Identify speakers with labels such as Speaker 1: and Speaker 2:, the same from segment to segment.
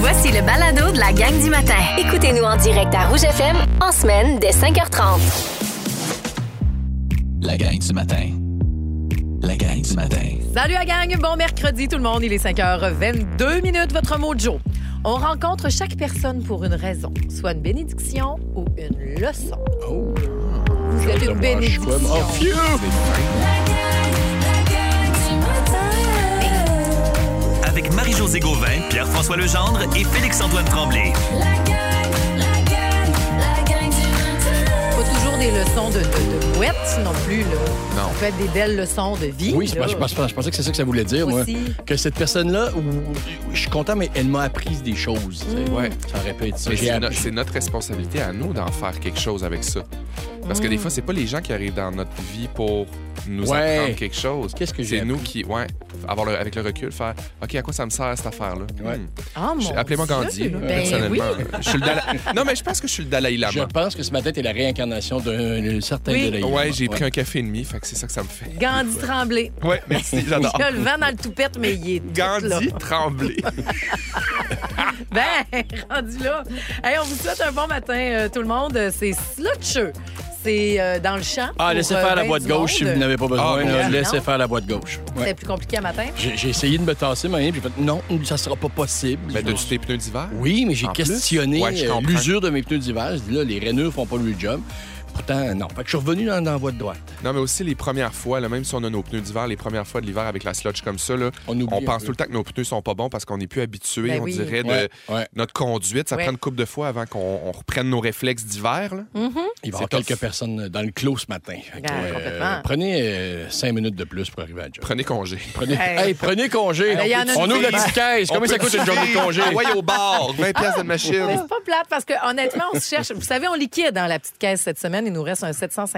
Speaker 1: Voici le balado de la gang du matin. Écoutez-nous en direct à Rouge FM en semaine dès 5h30.
Speaker 2: La gang du matin. La gang du matin.
Speaker 3: Salut la gang, bon mercredi tout le monde, il est 5h22 minutes, votre mot de jour. On rencontre chaque personne pour une raison, soit une bénédiction ou une leçon.
Speaker 4: Oh.
Speaker 3: Vous êtes une bénédiction.
Speaker 4: Oh, phew!
Speaker 5: avec Marie-Josée Gauvin, Pierre-François Legendre et Félix-Antoine Tremblay.
Speaker 3: Pas toujours des leçons de, de, de couettes non plus. Là.
Speaker 4: Non.
Speaker 3: Ça peut être des belles leçons de vie.
Speaker 4: Oui, je,
Speaker 3: là.
Speaker 4: pense- je pense- je pense- je pensais que c'est ça que ça voulait dire, moi.
Speaker 3: Aussi.
Speaker 4: Que cette personne-là, ou- je suis content, mais elle m'a appris des choses. tu
Speaker 3: Mm.
Speaker 4: sais.
Speaker 6: Ouais.
Speaker 4: Ça répète ça.
Speaker 6: Mais
Speaker 4: J'ai
Speaker 6: C'est no-
Speaker 4: appris.
Speaker 6: c'est notre responsabilité à nous d'en faire quelque chose avec ça. Parce que des fois, c'est pas les gens qui arrivent dans notre vie pour nous
Speaker 4: Mm. Ouais.
Speaker 6: apprendre quelque chose.
Speaker 4: Qu'est-ce que j'ai
Speaker 6: C'est nous qui, ouais, avoir le- avec le recul, faire OK, à quoi ça me sert cette affaire-là
Speaker 4: Ouais.
Speaker 6: Hmm.
Speaker 3: Ah, mon
Speaker 6: Je- Appelez-moi
Speaker 3: Dieu.
Speaker 6: Gandhi,
Speaker 4: euh,
Speaker 3: Ben oui.
Speaker 6: personnellement. Je suis le Dala- Non, mais je pense que je suis le Dalai
Speaker 4: Je
Speaker 6: Lama.
Speaker 4: pense que ce matin, t'es la réincarnation d'un d'un certain
Speaker 3: Oui.
Speaker 4: Dalai Lama.
Speaker 6: Ouais, j'ai pris un café et demi, fait que c'est ça que ça me fait.
Speaker 3: Gandhi Tremblay.
Speaker 6: Ouais, merci, j'adore.
Speaker 3: Je le vent dans le toupette, mais il est tout, là.
Speaker 6: Gandhi Tremblay.
Speaker 3: Ben, rendu là. Hey, on vous souhaite un bon matin, euh, tout le monde. C'est slotcheux. C'est euh, dans le champ.
Speaker 4: Ah,
Speaker 3: pour,
Speaker 4: laissez
Speaker 3: euh,
Speaker 4: faire la
Speaker 3: ben
Speaker 4: boîte
Speaker 3: du
Speaker 4: gauche si
Speaker 3: monde.
Speaker 4: vous n'avez pas besoin.
Speaker 6: Ah,
Speaker 4: là,
Speaker 3: oui.
Speaker 4: laissez
Speaker 3: Non.
Speaker 4: faire la boîte gauche. Ouais.
Speaker 3: C'était plus compliqué à matin.
Speaker 4: J'ai j'ai essayé de me tasser, mais j'ai fait non, ça sera pas possible.
Speaker 6: Ben, t'as-tu tes pneus d'hiver?
Speaker 4: Oui, mais j'ai
Speaker 6: En plus?
Speaker 4: questionné
Speaker 6: Ouais, je
Speaker 4: euh,
Speaker 6: comprends.
Speaker 4: l'usure de mes pneus d'hiver. Je dis là, les rainures font pas le job. Pourtant, non. Fait que je suis revenu dans, dans la voie de droite.
Speaker 6: Non, mais aussi les premières fois, là, même si on a nos pneus d'hiver, les premières fois de l'hiver avec la sludge comme ça, là,
Speaker 4: On
Speaker 6: on,
Speaker 4: oublie un
Speaker 6: pense
Speaker 4: peu.
Speaker 6: tout le temps que nos pneus sont pas bons parce qu'on n'est plus habitué,
Speaker 3: Ben
Speaker 6: on
Speaker 3: oui.
Speaker 6: dirait, de
Speaker 4: Ouais, ouais.
Speaker 6: notre conduite. Ça
Speaker 3: Ouais.
Speaker 6: prend une couple de fois avant qu'on on reprenne nos réflexes d'hiver. là.
Speaker 3: Mm-hmm.
Speaker 4: Il va y avoir
Speaker 6: C'est tough.
Speaker 4: quelques personnes dans le clos ce matin. Fait que,
Speaker 3: Ah, complètement.
Speaker 4: prenez euh, cinq minutes de plus pour arriver à la job.
Speaker 6: Prenez congé.
Speaker 4: Prenez,
Speaker 3: Hey.
Speaker 4: Hey, prenez congé.
Speaker 3: Ben, il y en a
Speaker 4: on
Speaker 3: une
Speaker 4: ouvre la
Speaker 3: fille.
Speaker 4: petite caisse. Combien ça coûte une journée de congé?
Speaker 6: ah Ouais, au bar, 20 pièces de
Speaker 3: Mais
Speaker 6: machine.
Speaker 3: c'est pas plate parce que honnêtement, on se cherche. Vous savez, on liquide dans la petite caisse cette semaine. Il nous reste un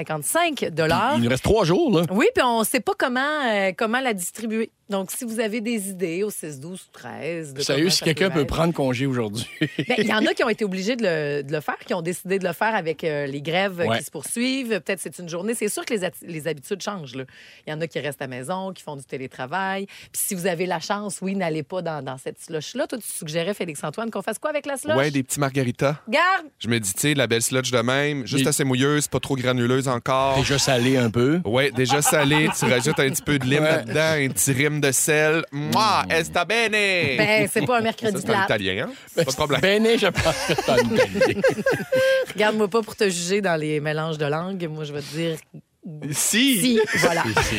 Speaker 3: 755 dollars.
Speaker 4: Il nous reste trois jours, là.
Speaker 3: Oui, puis on ne sait pas comment, euh, comment la distribuer. Donc, si vous avez des idées au 6, 12, 13. de
Speaker 4: Sérieux,
Speaker 3: comment
Speaker 4: si
Speaker 3: ça
Speaker 4: quelqu'un
Speaker 3: pourrait
Speaker 4: peut
Speaker 3: être.
Speaker 4: prendre congé aujourd'hui.
Speaker 3: Ben, Il y en a qui ont été obligés de le, de le faire, qui ont décidé de le faire avec euh, les grèves euh,
Speaker 4: Ouais.
Speaker 3: qui se poursuivent. Peut-être c'est une journée. C'est sûr que les, atti- les habitudes changent. là. Il y en a qui restent à maison, qui font du télétravail. Puis si vous avez la chance, oui, n'allez pas dans, dans cette slush-là. Toi, tu suggérais, Félix-Antoine, qu'on fasse quoi avec la slush?
Speaker 6: Ouais, des petits margaritas.
Speaker 3: Garde!
Speaker 6: Je me dis, tu sais, la belle sludge de même, juste
Speaker 4: Des-
Speaker 6: assez mouilleuse, pas trop granuleuse encore.
Speaker 4: Déjà salé un peu.
Speaker 6: Ouais, déjà salée, tu rajoutes un petit peu de lime
Speaker 4: Ouais. Mm.
Speaker 6: là-dedans, un petit rime de sel. Moi, esta bene!
Speaker 3: Ben, c'est pas un
Speaker 6: ça,
Speaker 3: mercredi
Speaker 6: c'est en
Speaker 3: plat.
Speaker 6: italien, hein? Pas de problème.
Speaker 4: Béné, je pense que t'as une belle idée.
Speaker 3: Regarde-moi pas pour te juger dans les mélanges de langues. Moi, je vais te dire
Speaker 6: Si!
Speaker 3: si. voilà.
Speaker 4: Ici.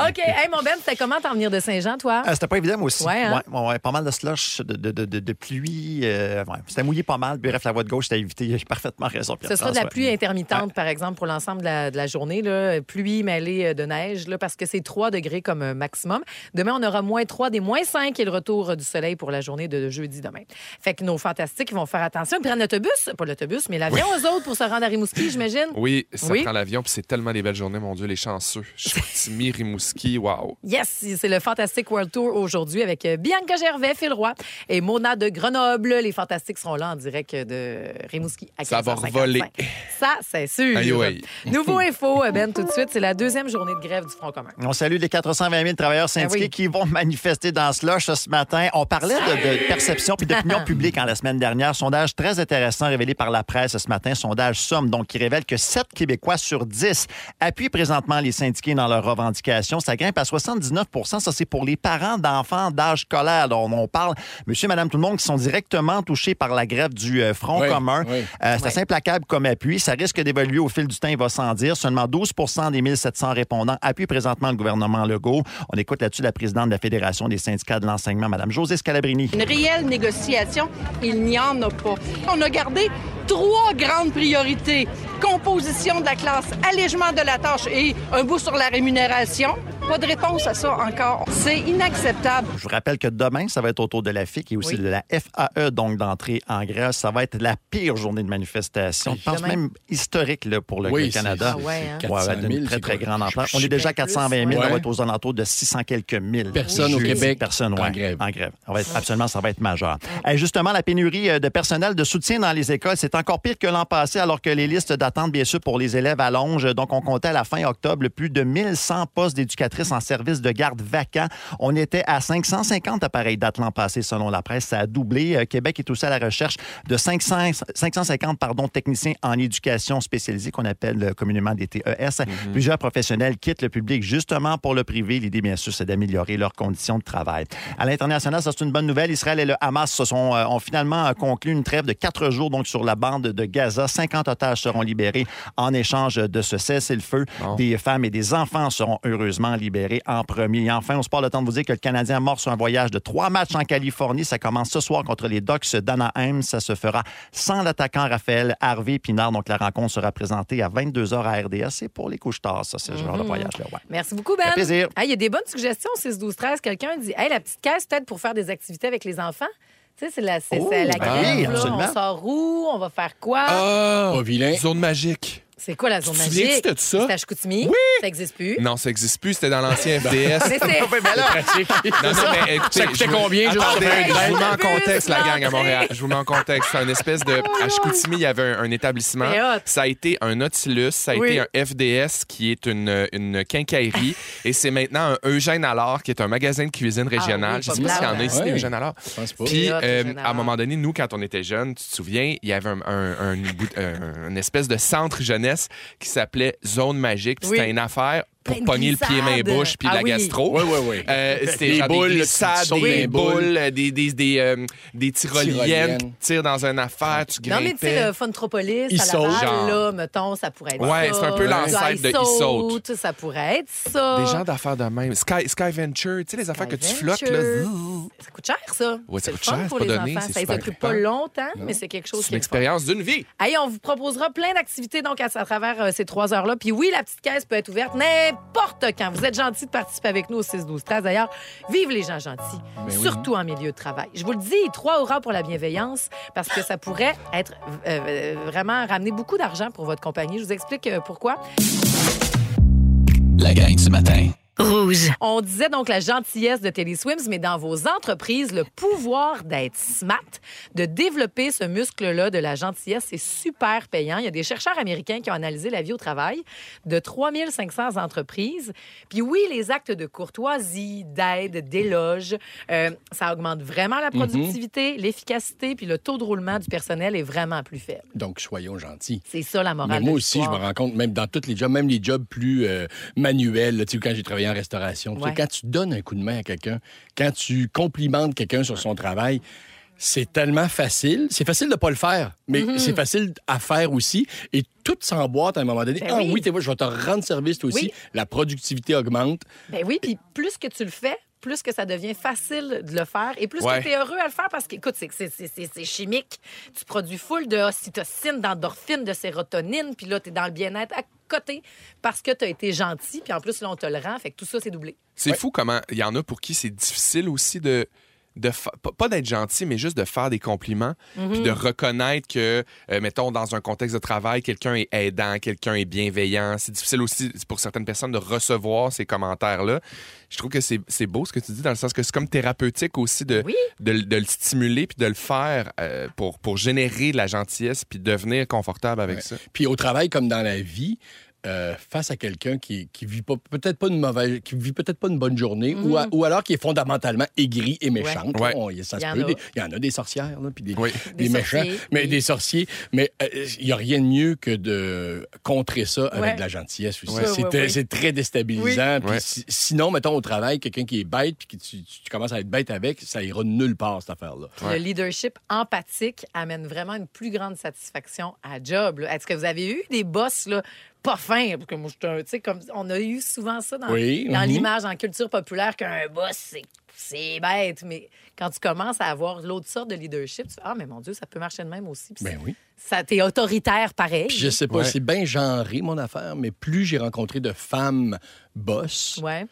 Speaker 3: OK. Hey, mon Ben, c'était comment t'en venir de Saint-Jean, toi?
Speaker 7: Ah, c'était pas évident, moi aussi.
Speaker 3: Ouais, hein?
Speaker 7: Ouais, ouais, ouais, pas mal de slush, de, de- de- de pluie. euh, ouais. C'était mouillé pas mal. Puis, bref, la voie de gauche, c'était évité. J'ai parfaitement raison.
Speaker 3: Ce sera de la
Speaker 7: Pierre-François.
Speaker 3: pluie intermittente, par exemple, pour l'ensemble de la, de la journée. Là. Pluie mêlée euh, de neige, là, parce que c'est 3 degrés comme euh, maximum. Demain, on aura moins 3 des moins 5 et le retour euh, du soleil pour la journée de jeudi demain. Fait que nos fantastiques ils vont faire attention. Ils prennent l'autobus, pas l'autobus, mais l'avion aux autres pour se rendre à Rimouski, j'imagine.
Speaker 6: Oui, ça
Speaker 3: Oui.
Speaker 6: prend l'avion, puis c'est tellement des belles journées, mon Dieu, les chanceux. Chicoutimi, Rimouski, wow.
Speaker 3: Yes, c'est le Fantastic World Tour aujourd'hui avec euh, Bianca Gervais, Phil Roy et Mona de Grenoble. Les Fantastiques seront là en direct euh, de Rimouski à
Speaker 6: Ça va
Speaker 3: 15h55.
Speaker 6: revoler. Ah,
Speaker 3: Ça, c'est sûr.
Speaker 6: Aïe, aïe.
Speaker 3: Nouveau info, euh, Ben, tout de suite, c'est la deuxième journée de grève du Front commun.
Speaker 7: On salue les 420 000 travailleurs syndiqués
Speaker 3: Ah oui.
Speaker 7: qui vont manifester dans ce loche ce matin. On parlait de, de perception puis d'opinion publique en la semaine dernière. Sondage très intéressant révélé par la presse ce matin. Sondage Somme, donc, qui révèle que 7 Québécois sur 10 appuient présentement les syndiqués dans leurs revendications. Ça grimpe à 79 Ça, c'est pour les parents d'enfants d'âge scolaire dont on parle. Monsieur, madame, tout le monde qui sont directement touchés par la grève du euh, Front
Speaker 4: Oui,
Speaker 7: commun.
Speaker 4: oui.
Speaker 7: Euh, c'est assez implacable comme appui. Ça risque d'évoluer au fil du temps, il va sans dire. Seulement 12 des 1700 répondants appuient présentement le gouvernement Legault. On écoute là-dessus la présidente de la Fédération des syndicats de l'enseignement, Mme Josée Scalabrini.
Speaker 8: Une réelle négociation, il n'y en a pas. On a gardé trois grandes priorités. Composition de la classe, allègement de la tâche et un bout sur la rémunération. Pas de réponse à ça encore. C'est inacceptable.
Speaker 7: Je vous rappelle que demain, ça va être autour de la FIC et aussi
Speaker 3: Oui.
Speaker 7: de la FAE, donc d'entrée en grève. Ça va être la pire journée de manifestation. Je pense
Speaker 3: Demain.
Speaker 7: même historique là, pour le
Speaker 4: Oui,
Speaker 7: Canada.
Speaker 4: c'est-
Speaker 3: Ah ouais, hein?
Speaker 4: c'est
Speaker 7: Ouais,
Speaker 4: 400 000,
Speaker 7: d'une très,
Speaker 4: c'est
Speaker 7: très
Speaker 4: quoi?
Speaker 7: grande
Speaker 4: Je-
Speaker 7: ampleur.
Speaker 4: je-
Speaker 7: On est déjà à
Speaker 3: Bien plus,
Speaker 7: 420 000, on
Speaker 4: ouais.
Speaker 7: va être aux alentours de 600 quelques mille.
Speaker 4: Personnes au
Speaker 7: Juste
Speaker 4: Québec
Speaker 7: Personnes,
Speaker 4: en
Speaker 7: ouais,
Speaker 4: grève.
Speaker 7: En grève. Ça va être- absolument, ça va être majeur. Et justement, la pénurie euh, de personnel de soutien dans les écoles, c'est encore pire que l'an passé, alors que les listes d'attente, bien sûr, pour les élèves allongent. Donc, on comptait à la fin octobre plus de 1100 postes d'éducatrices institutrices en service de garde vacant. On était à 550 appareils date l'an passé, selon la presse. Ça a doublé. Euh, Québec est aussi à la recherche de 500, 550 pardon, techniciens en éducation spécialisée, qu'on appelle euh, communément des TES.
Speaker 4: Mm-hmm.
Speaker 7: Plusieurs professionnels quittent le public justement pour le privé. L'idée, bien sûr, c'est d'améliorer leurs conditions de travail. À l'international, ça, c'est une bonne nouvelle. Israël et le Hamas se sont, euh, ont finalement euh, conclu une trêve de quatre jours donc sur la bande de Gaza. 50 otages seront libérés en échange de ce cessez-le-feu.
Speaker 6: Bon.
Speaker 7: Des femmes et des enfants seront heureusement libérés en premier. Et enfin, on se parle le temps de vous dire que le Canadien mort sur un voyage de trois matchs en Californie. Ça commence ce soir contre les Ducks d'Anaheim. Ça se fera sans l'attaquant Raphaël Harvey Pinard. Donc, la rencontre sera présentée à 22h à RDS. C'est pour les couches tard, ça, c'est ce genre de voyage-là. ouais.
Speaker 3: Merci beaucoup, Ben.
Speaker 7: Fait plaisir.
Speaker 3: Ah, Il y a des bonnes suggestions, 6, 12, 13. Quelqu'un dit Hey, la petite caisse, peut-être pour faire des activités avec les enfants. Tu sais, c'est la, c'est,
Speaker 7: Oh,
Speaker 3: c'est la
Speaker 7: ben
Speaker 3: grève,
Speaker 7: oui,
Speaker 3: là.
Speaker 7: absolument.
Speaker 3: On sort où On va faire quoi
Speaker 6: Ah!
Speaker 4: Pas vilain.
Speaker 6: Zone magique.
Speaker 3: C'est quoi la zone
Speaker 6: Tu te souviens-tu
Speaker 3: magique
Speaker 6: de ça?
Speaker 3: C'est à Chicoutimi.
Speaker 6: Oui!
Speaker 3: Ça n'existe plus.
Speaker 6: Non, ça n'existe plus. C'était dans l'ancien FDS.
Speaker 3: Mais c'est.
Speaker 7: Mais là,
Speaker 6: Non, non, mais écoutez,
Speaker 4: Ça coûtait
Speaker 6: je vous-
Speaker 4: combien, juste
Speaker 6: Attendez,
Speaker 4: pour faire un
Speaker 6: je vous
Speaker 3: drain?
Speaker 6: mets en contexte, la gang à
Speaker 3: L'entrée.
Speaker 6: Montréal. Je vous mets en contexte. C'est un espèce de. À Chicoutimi, il y avait un, un établissement.
Speaker 3: C'est hot.
Speaker 6: Ça a été un Nautilus, ça a
Speaker 3: Oui.
Speaker 6: été un FDS qui est une, une quincaillerie. et c'est maintenant un Eugène Allard qui est un magasin de cuisine régionale.
Speaker 3: oui,
Speaker 6: Je sais pas
Speaker 3: pas
Speaker 6: s'il y en a
Speaker 3: mal.
Speaker 6: ici, des
Speaker 4: Ouais.
Speaker 6: Eugène Allard.
Speaker 4: Je pense pas.
Speaker 6: Puis,
Speaker 3: C'est hot,
Speaker 6: euh,
Speaker 3: Eugène
Speaker 6: à un
Speaker 3: Allard.
Speaker 6: moment donné, nous, quand on était jeunes, tu te souviens, il y avait un, un, un- euh, un- un espèce de centre jeunesse qui s'appelait Zone Magique. Puis
Speaker 3: Oui.
Speaker 6: C'était une affaire pour
Speaker 3: Plein de
Speaker 6: pogner le pied, main,
Speaker 3: glissades.
Speaker 6: bouche, puis
Speaker 3: Ah
Speaker 6: la
Speaker 3: oui.
Speaker 6: gastro.
Speaker 4: Oui, oui, oui.
Speaker 6: Euh, c'était
Speaker 4: Des
Speaker 6: genre
Speaker 4: boules,
Speaker 6: des
Speaker 4: là,
Speaker 6: glissades,
Speaker 4: tu sautes
Speaker 6: des,
Speaker 4: des
Speaker 6: boules,
Speaker 4: boules.
Speaker 6: euh, des, des, des, euh, des tyroliennes,
Speaker 4: Tyroliennes.
Speaker 6: tu tires dans une affaire, tu grimpais.
Speaker 3: Non, mais tu sais, le Funtropolis,
Speaker 6: Ils
Speaker 3: à Laval,
Speaker 6: sautent, genre.
Speaker 3: là, mettons, ça pourrait être
Speaker 6: Ouais,
Speaker 3: ça.
Speaker 6: c'est un peu
Speaker 3: Du
Speaker 6: l'ancêtre de
Speaker 3: Ice
Speaker 6: Ils
Speaker 3: Out,
Speaker 6: sautent.
Speaker 3: Ça pourrait être ça.
Speaker 6: Des gens d'affaires de même. Sky, Sky Venture, tu sais, les affaires que tu flottes, là.
Speaker 3: Adventure.
Speaker 6: zzz.
Speaker 3: Ça coûte cher, ça.
Speaker 6: Ouais, ça
Speaker 3: C'est
Speaker 6: coûte
Speaker 3: le fun
Speaker 6: cher,
Speaker 3: pour
Speaker 6: c'est
Speaker 3: les
Speaker 6: pas donné,
Speaker 3: enfants.
Speaker 6: c'est
Speaker 3: Ça
Speaker 6: super
Speaker 3: ne coûte pas
Speaker 6: équipant.
Speaker 3: longtemps, mais c'est quelque chose
Speaker 6: C'est
Speaker 3: qui est
Speaker 6: une
Speaker 3: le fun.
Speaker 6: expérience d'une vie.
Speaker 3: Hey, on vous proposera plein d'activités donc à, à travers euh, ces trois heures-là. Puis oui, la petite caisse peut être ouverte n'importe quand. Vous êtes gentils de participer avec nous au 6 12 13 D'ailleurs, vive les gens gentils,
Speaker 6: Ben
Speaker 3: surtout en milieu de travail. Je vous le dis, trois horas pour la bienveillance parce que ça pourrait être euh, euh, vraiment ramener beaucoup d'argent pour votre compagnie. Je vous explique euh, pourquoi.
Speaker 2: La gang du matin.
Speaker 1: Rouge.
Speaker 3: On disait donc la gentillesse de Teleswims, mais dans vos entreprises, le pouvoir d'être smart, de développer ce muscle-là de la gentillesse, c'est super payant. Il y a des chercheurs américains qui ont analysé la vie au travail de 3500 entreprises. Puis oui, les actes de courtoisie, d'aide, d'éloge, euh, ça augmente vraiment
Speaker 4: Mhm.
Speaker 3: la productivité, l'efficacité, puis le taux de roulement du personnel est vraiment plus faible.
Speaker 4: Donc, soyons gentils.
Speaker 3: C'est ça la morale
Speaker 4: Mais
Speaker 3: de
Speaker 4: moi aussi, je me
Speaker 3: l'histoire.
Speaker 4: rends compte, même dans tous les jobs, même les jobs plus euh, manuels, là, tu sais, quand j'ai travaillé en restauration, tu sais,
Speaker 3: Ouais.
Speaker 4: quand tu donnes un coup de main à quelqu'un, quand tu complimentes quelqu'un sur son travail, c'est tellement facile. C'est facile de pas le faire, mais
Speaker 3: Mm-hmm.
Speaker 4: c'est facile à faire aussi. Et tout s'emboîte à un moment donné.
Speaker 3: Ben
Speaker 4: ah
Speaker 3: oui.
Speaker 4: oui, t'es moi, je vais te rendre service toi aussi.
Speaker 3: Oui.
Speaker 4: La productivité augmente.
Speaker 3: Ben oui, puis plus que tu le fais, plus que ça devient facile de le faire et plus
Speaker 6: Ouais.
Speaker 3: que tu es heureux à le faire parce que, écoute, c'est- c'est- c'est c'est- c'est chimique. Tu produis full de ocytocine, d'endorphine, de sérotonine, puis là, tu es dans le bien-être à côté parce que tu as été gentil, puis en plus, là, on te le rend, fait que tout ça, c'est doublé.
Speaker 6: C'est fou comment il y en a pour qui c'est difficile aussi de. De fa- pas- pas d'être gentil, mais juste de faire des compliments, puis de reconnaître que, euh, mettons, dans un contexte de travail, quelqu'un est aidant, quelqu'un est bienveillant. C'est difficile aussi pour certaines personnes de recevoir ces commentaires-là. Je trouve que c'est c'est beau ce que tu dis, dans le sens que c'est comme thérapeutique aussi de,
Speaker 3: Oui.
Speaker 6: de, le- de le stimuler, puis de le faire euh, pour, pour générer de la gentillesse, puis devenir confortable avec ça.
Speaker 4: Puis au travail comme dans la vie, euh, face à quelqu'un qui, qui vit pas- peut-être pas une mauvaise, qui vit peut-être pas une bonne journée, ou, à- ou alors qui est fondamentalement aigri et méchante.
Speaker 6: Ouais.
Speaker 4: là, on- ça
Speaker 3: Mm. Il
Speaker 4: se
Speaker 3: y en
Speaker 4: peut,
Speaker 3: a.
Speaker 4: des- il y en a des sorcières, là, puis des,
Speaker 6: Oui.
Speaker 3: Des
Speaker 4: des méchants,
Speaker 3: sorciers,
Speaker 4: mais
Speaker 3: oui.
Speaker 4: des sorciers. Mais euh, il n'y a rien de mieux que de contrer ça
Speaker 3: Ouais.
Speaker 4: avec de la gentillesse aussi.
Speaker 3: Ouais.
Speaker 4: C'est
Speaker 3: Ouais,
Speaker 4: très-
Speaker 3: ouais.
Speaker 4: C'est très déstabilisant. puis
Speaker 6: Ouais.
Speaker 4: si- sinon, mettons au travail, quelqu'un qui est bête, puis que tu, tu- tu commences à être bête avec, ça ira nulle part, cette affaire-là.
Speaker 3: Puis Le leadership empathique amène vraiment une plus grande satisfaction à job. là. Est-ce que vous avez eu des boss là, pas fins? Parce que moi, je suis un- tu sais, comme on a eu souvent ça dans,
Speaker 4: Oui,
Speaker 3: dans
Speaker 4: mhm.
Speaker 3: l'image, en culture populaire, qu'un boss, c'est, c'est bête. Mais quand tu commences à avoir l'autre sorte de leadership, tu fais Ah, mais mon Dieu, ça peut marcher de même aussi. Puis
Speaker 4: Ben
Speaker 3: c'est-
Speaker 4: oui.
Speaker 3: ça, t'es autoritaire pareil.
Speaker 4: Puis je sais pas,
Speaker 6: Ouais.
Speaker 4: c'est bien genré, mon affaire, mais plus j'ai rencontré de femmes boss,
Speaker 3: Ouais.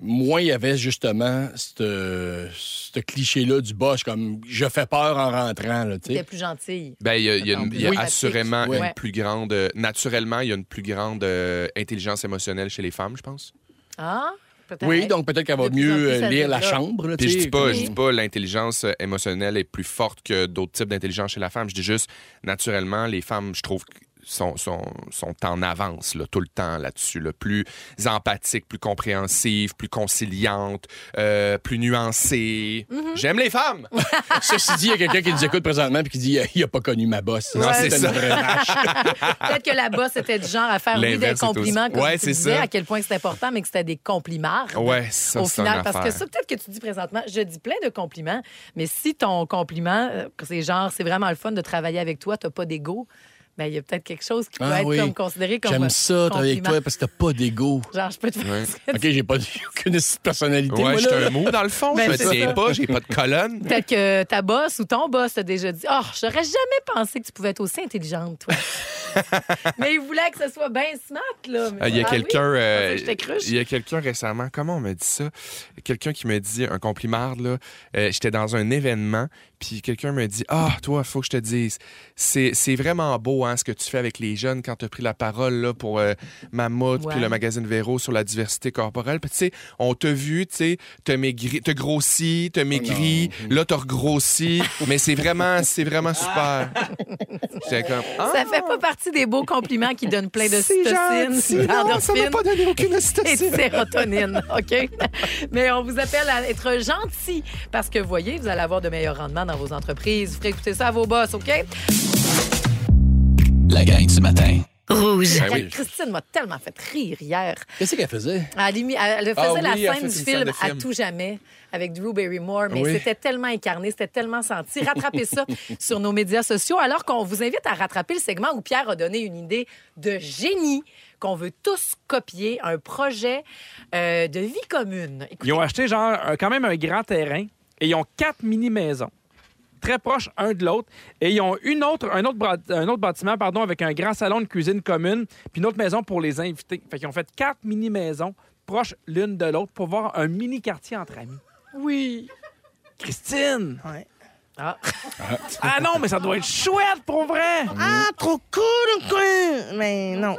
Speaker 4: moins il y avait justement ce ce cliché-là du boss, comme je fais peur en rentrant. Là, tu
Speaker 3: T'es
Speaker 4: sais.
Speaker 3: plus gentille.
Speaker 6: Ben, il y a, il y a une- il y a
Speaker 4: Oui.
Speaker 6: assurément
Speaker 4: Oui.
Speaker 6: une plus grande. euh, naturellement, il y a une plus grande euh, intelligence émotionnelle chez les femmes, je pense.
Speaker 3: Ah, peut-être.
Speaker 4: Oui, donc peut-être qu'elle va
Speaker 3: De plus en plus,
Speaker 4: mieux
Speaker 3: ça
Speaker 4: euh, lire la
Speaker 3: développe.
Speaker 4: chambre. Là,
Speaker 6: Puis je
Speaker 4: tu sais.
Speaker 6: dis pas, je dis pas l'intelligence euh, émotionnelle est plus forte que d'autres types d'intelligence chez la femme. Je dis juste naturellement, les femmes, je trouve, que sont, sont, sont en avance là, tout le temps là-dessus. là. Plus empathiques, plus compréhensives, plus conciliantes, euh, plus nuancées.
Speaker 3: Mm-hmm.
Speaker 6: J'aime les femmes!
Speaker 4: Ceci dit, il y a quelqu'un qui nous écoute présentement et qui dit il a pas connu ma bosse.
Speaker 6: Non, c'est
Speaker 4: C'était
Speaker 6: ça.
Speaker 4: une vraie vache.
Speaker 3: Peut-être que là-bas, c'était du genre à faire oui, des
Speaker 6: L'inverse est
Speaker 3: compliments,
Speaker 6: aussi-
Speaker 3: comme
Speaker 6: Ouais,
Speaker 3: tu
Speaker 6: c'est
Speaker 3: disais,
Speaker 6: ça.
Speaker 3: à quel point c'est important, mais que c'était des compliments.
Speaker 6: Ouais, ça,
Speaker 3: au
Speaker 6: c'est
Speaker 3: final,
Speaker 6: une
Speaker 3: parce que
Speaker 6: affaire.
Speaker 3: ça, peut-être que tu dis présentement, je dis plein de compliments, mais si ton compliment, euh, c'est genre, c'est vraiment le fun de travailler avec toi, t'as pas d'ego, ben il y a peut-être quelque chose qui peut
Speaker 4: Ah
Speaker 3: être
Speaker 4: oui.
Speaker 3: comme considéré comme
Speaker 4: J'aime
Speaker 3: euh,
Speaker 4: ça, travailler avec
Speaker 3: compliment.
Speaker 4: toi, parce que t'as pas d'ego.
Speaker 3: Genre, je peux te faire
Speaker 6: Ouais.
Speaker 4: OK, j'ai pas aucune personnalité. moi,
Speaker 6: Ouais,
Speaker 4: là.
Speaker 6: je suis un mot dans le fond.
Speaker 3: Ben,
Speaker 6: je me
Speaker 3: c'est ça.
Speaker 6: tiens pas, j'ai pas de colonne.
Speaker 3: Peut-être que ta boss ou ton boss t'a déjà dit Oh, j'aurais jamais pensé que tu pouvais être aussi intelligente, toi. mais il voulait que ce soit bien smart, là.
Speaker 6: Euh, Il y a
Speaker 3: Ah oui,
Speaker 6: quelqu'un euh,
Speaker 3: je pensais que j'étais cruche.
Speaker 6: il y a quelqu'un récemment, comment on me dit ça? Quelqu'un qui me dit, un compliment, là, euh, j'étais dans un événement, puis quelqu'un me dit, ah, toi, faut que je te dise, c'est c'est vraiment beau hein, ce que tu fais avec les jeunes quand tu as pris la parole là, pour euh, Mammouth,
Speaker 3: Ouais.
Speaker 6: puis le magazine Véro sur la diversité corporelle. Puis tu sais, on t'a vu, tu sais, t'as maigri- t'as grossi, t'as maigri, là, t'as regrossi, mais c'est vraiment, c'est vraiment super. J'étais comme, ah,
Speaker 3: Ça fait pas partie des beaux compliments qui donnent plein de
Speaker 6: c'est
Speaker 3: cytocine,
Speaker 6: gentil, non, ça m'a
Speaker 3: d'endorphine
Speaker 6: pas donné aucune
Speaker 3: et de
Speaker 6: ocytocine.
Speaker 3: sérotonine, OK? Mais on vous appelle à être gentil parce que, voyez, vous allez avoir de meilleurs rendements dans vos entreprises. Vous ferez écouter ça à vos boss, OK?
Speaker 6: Ben
Speaker 2: La gang du matin.
Speaker 1: Rouge.
Speaker 6: Ben oui.
Speaker 3: Christine m'a tellement fait rire hier.
Speaker 4: Qu'est-ce qu'elle faisait?
Speaker 3: Elle, émi- elle- elle faisait
Speaker 6: Ah oui,
Speaker 3: la
Speaker 6: elle fait
Speaker 3: scène
Speaker 6: une
Speaker 3: du
Speaker 6: scène
Speaker 3: film,
Speaker 6: de film.
Speaker 3: à tout jamais avec Drew Barrymore, mais
Speaker 6: Oui.
Speaker 3: c'était tellement incarné, c'était tellement senti. Rattrapez ça sur nos médias sociaux, alors qu'on vous invite à rattraper le segment où Pierre a donné une idée de génie qu'on veut tous copier, un projet euh, de vie commune. Écoutez,
Speaker 9: Ils ont acheté genre un- quand même un grand terrain et ils ont quatre mini-maisons très proches un de l'autre et ils ont une autre un autre bra- un autre bâtiment pardon avec un grand salon de cuisine commune puis une autre maison pour les invités. Fait qu'ils ont fait quatre mini-maisons proches l'une de l'autre pour voir un mini quartier entre amis. Oui. Christine.
Speaker 3: Ah.
Speaker 9: Ah non, mais ça doit être chouette pour vrai.
Speaker 10: Ah, trop cool, le coin! Mais non.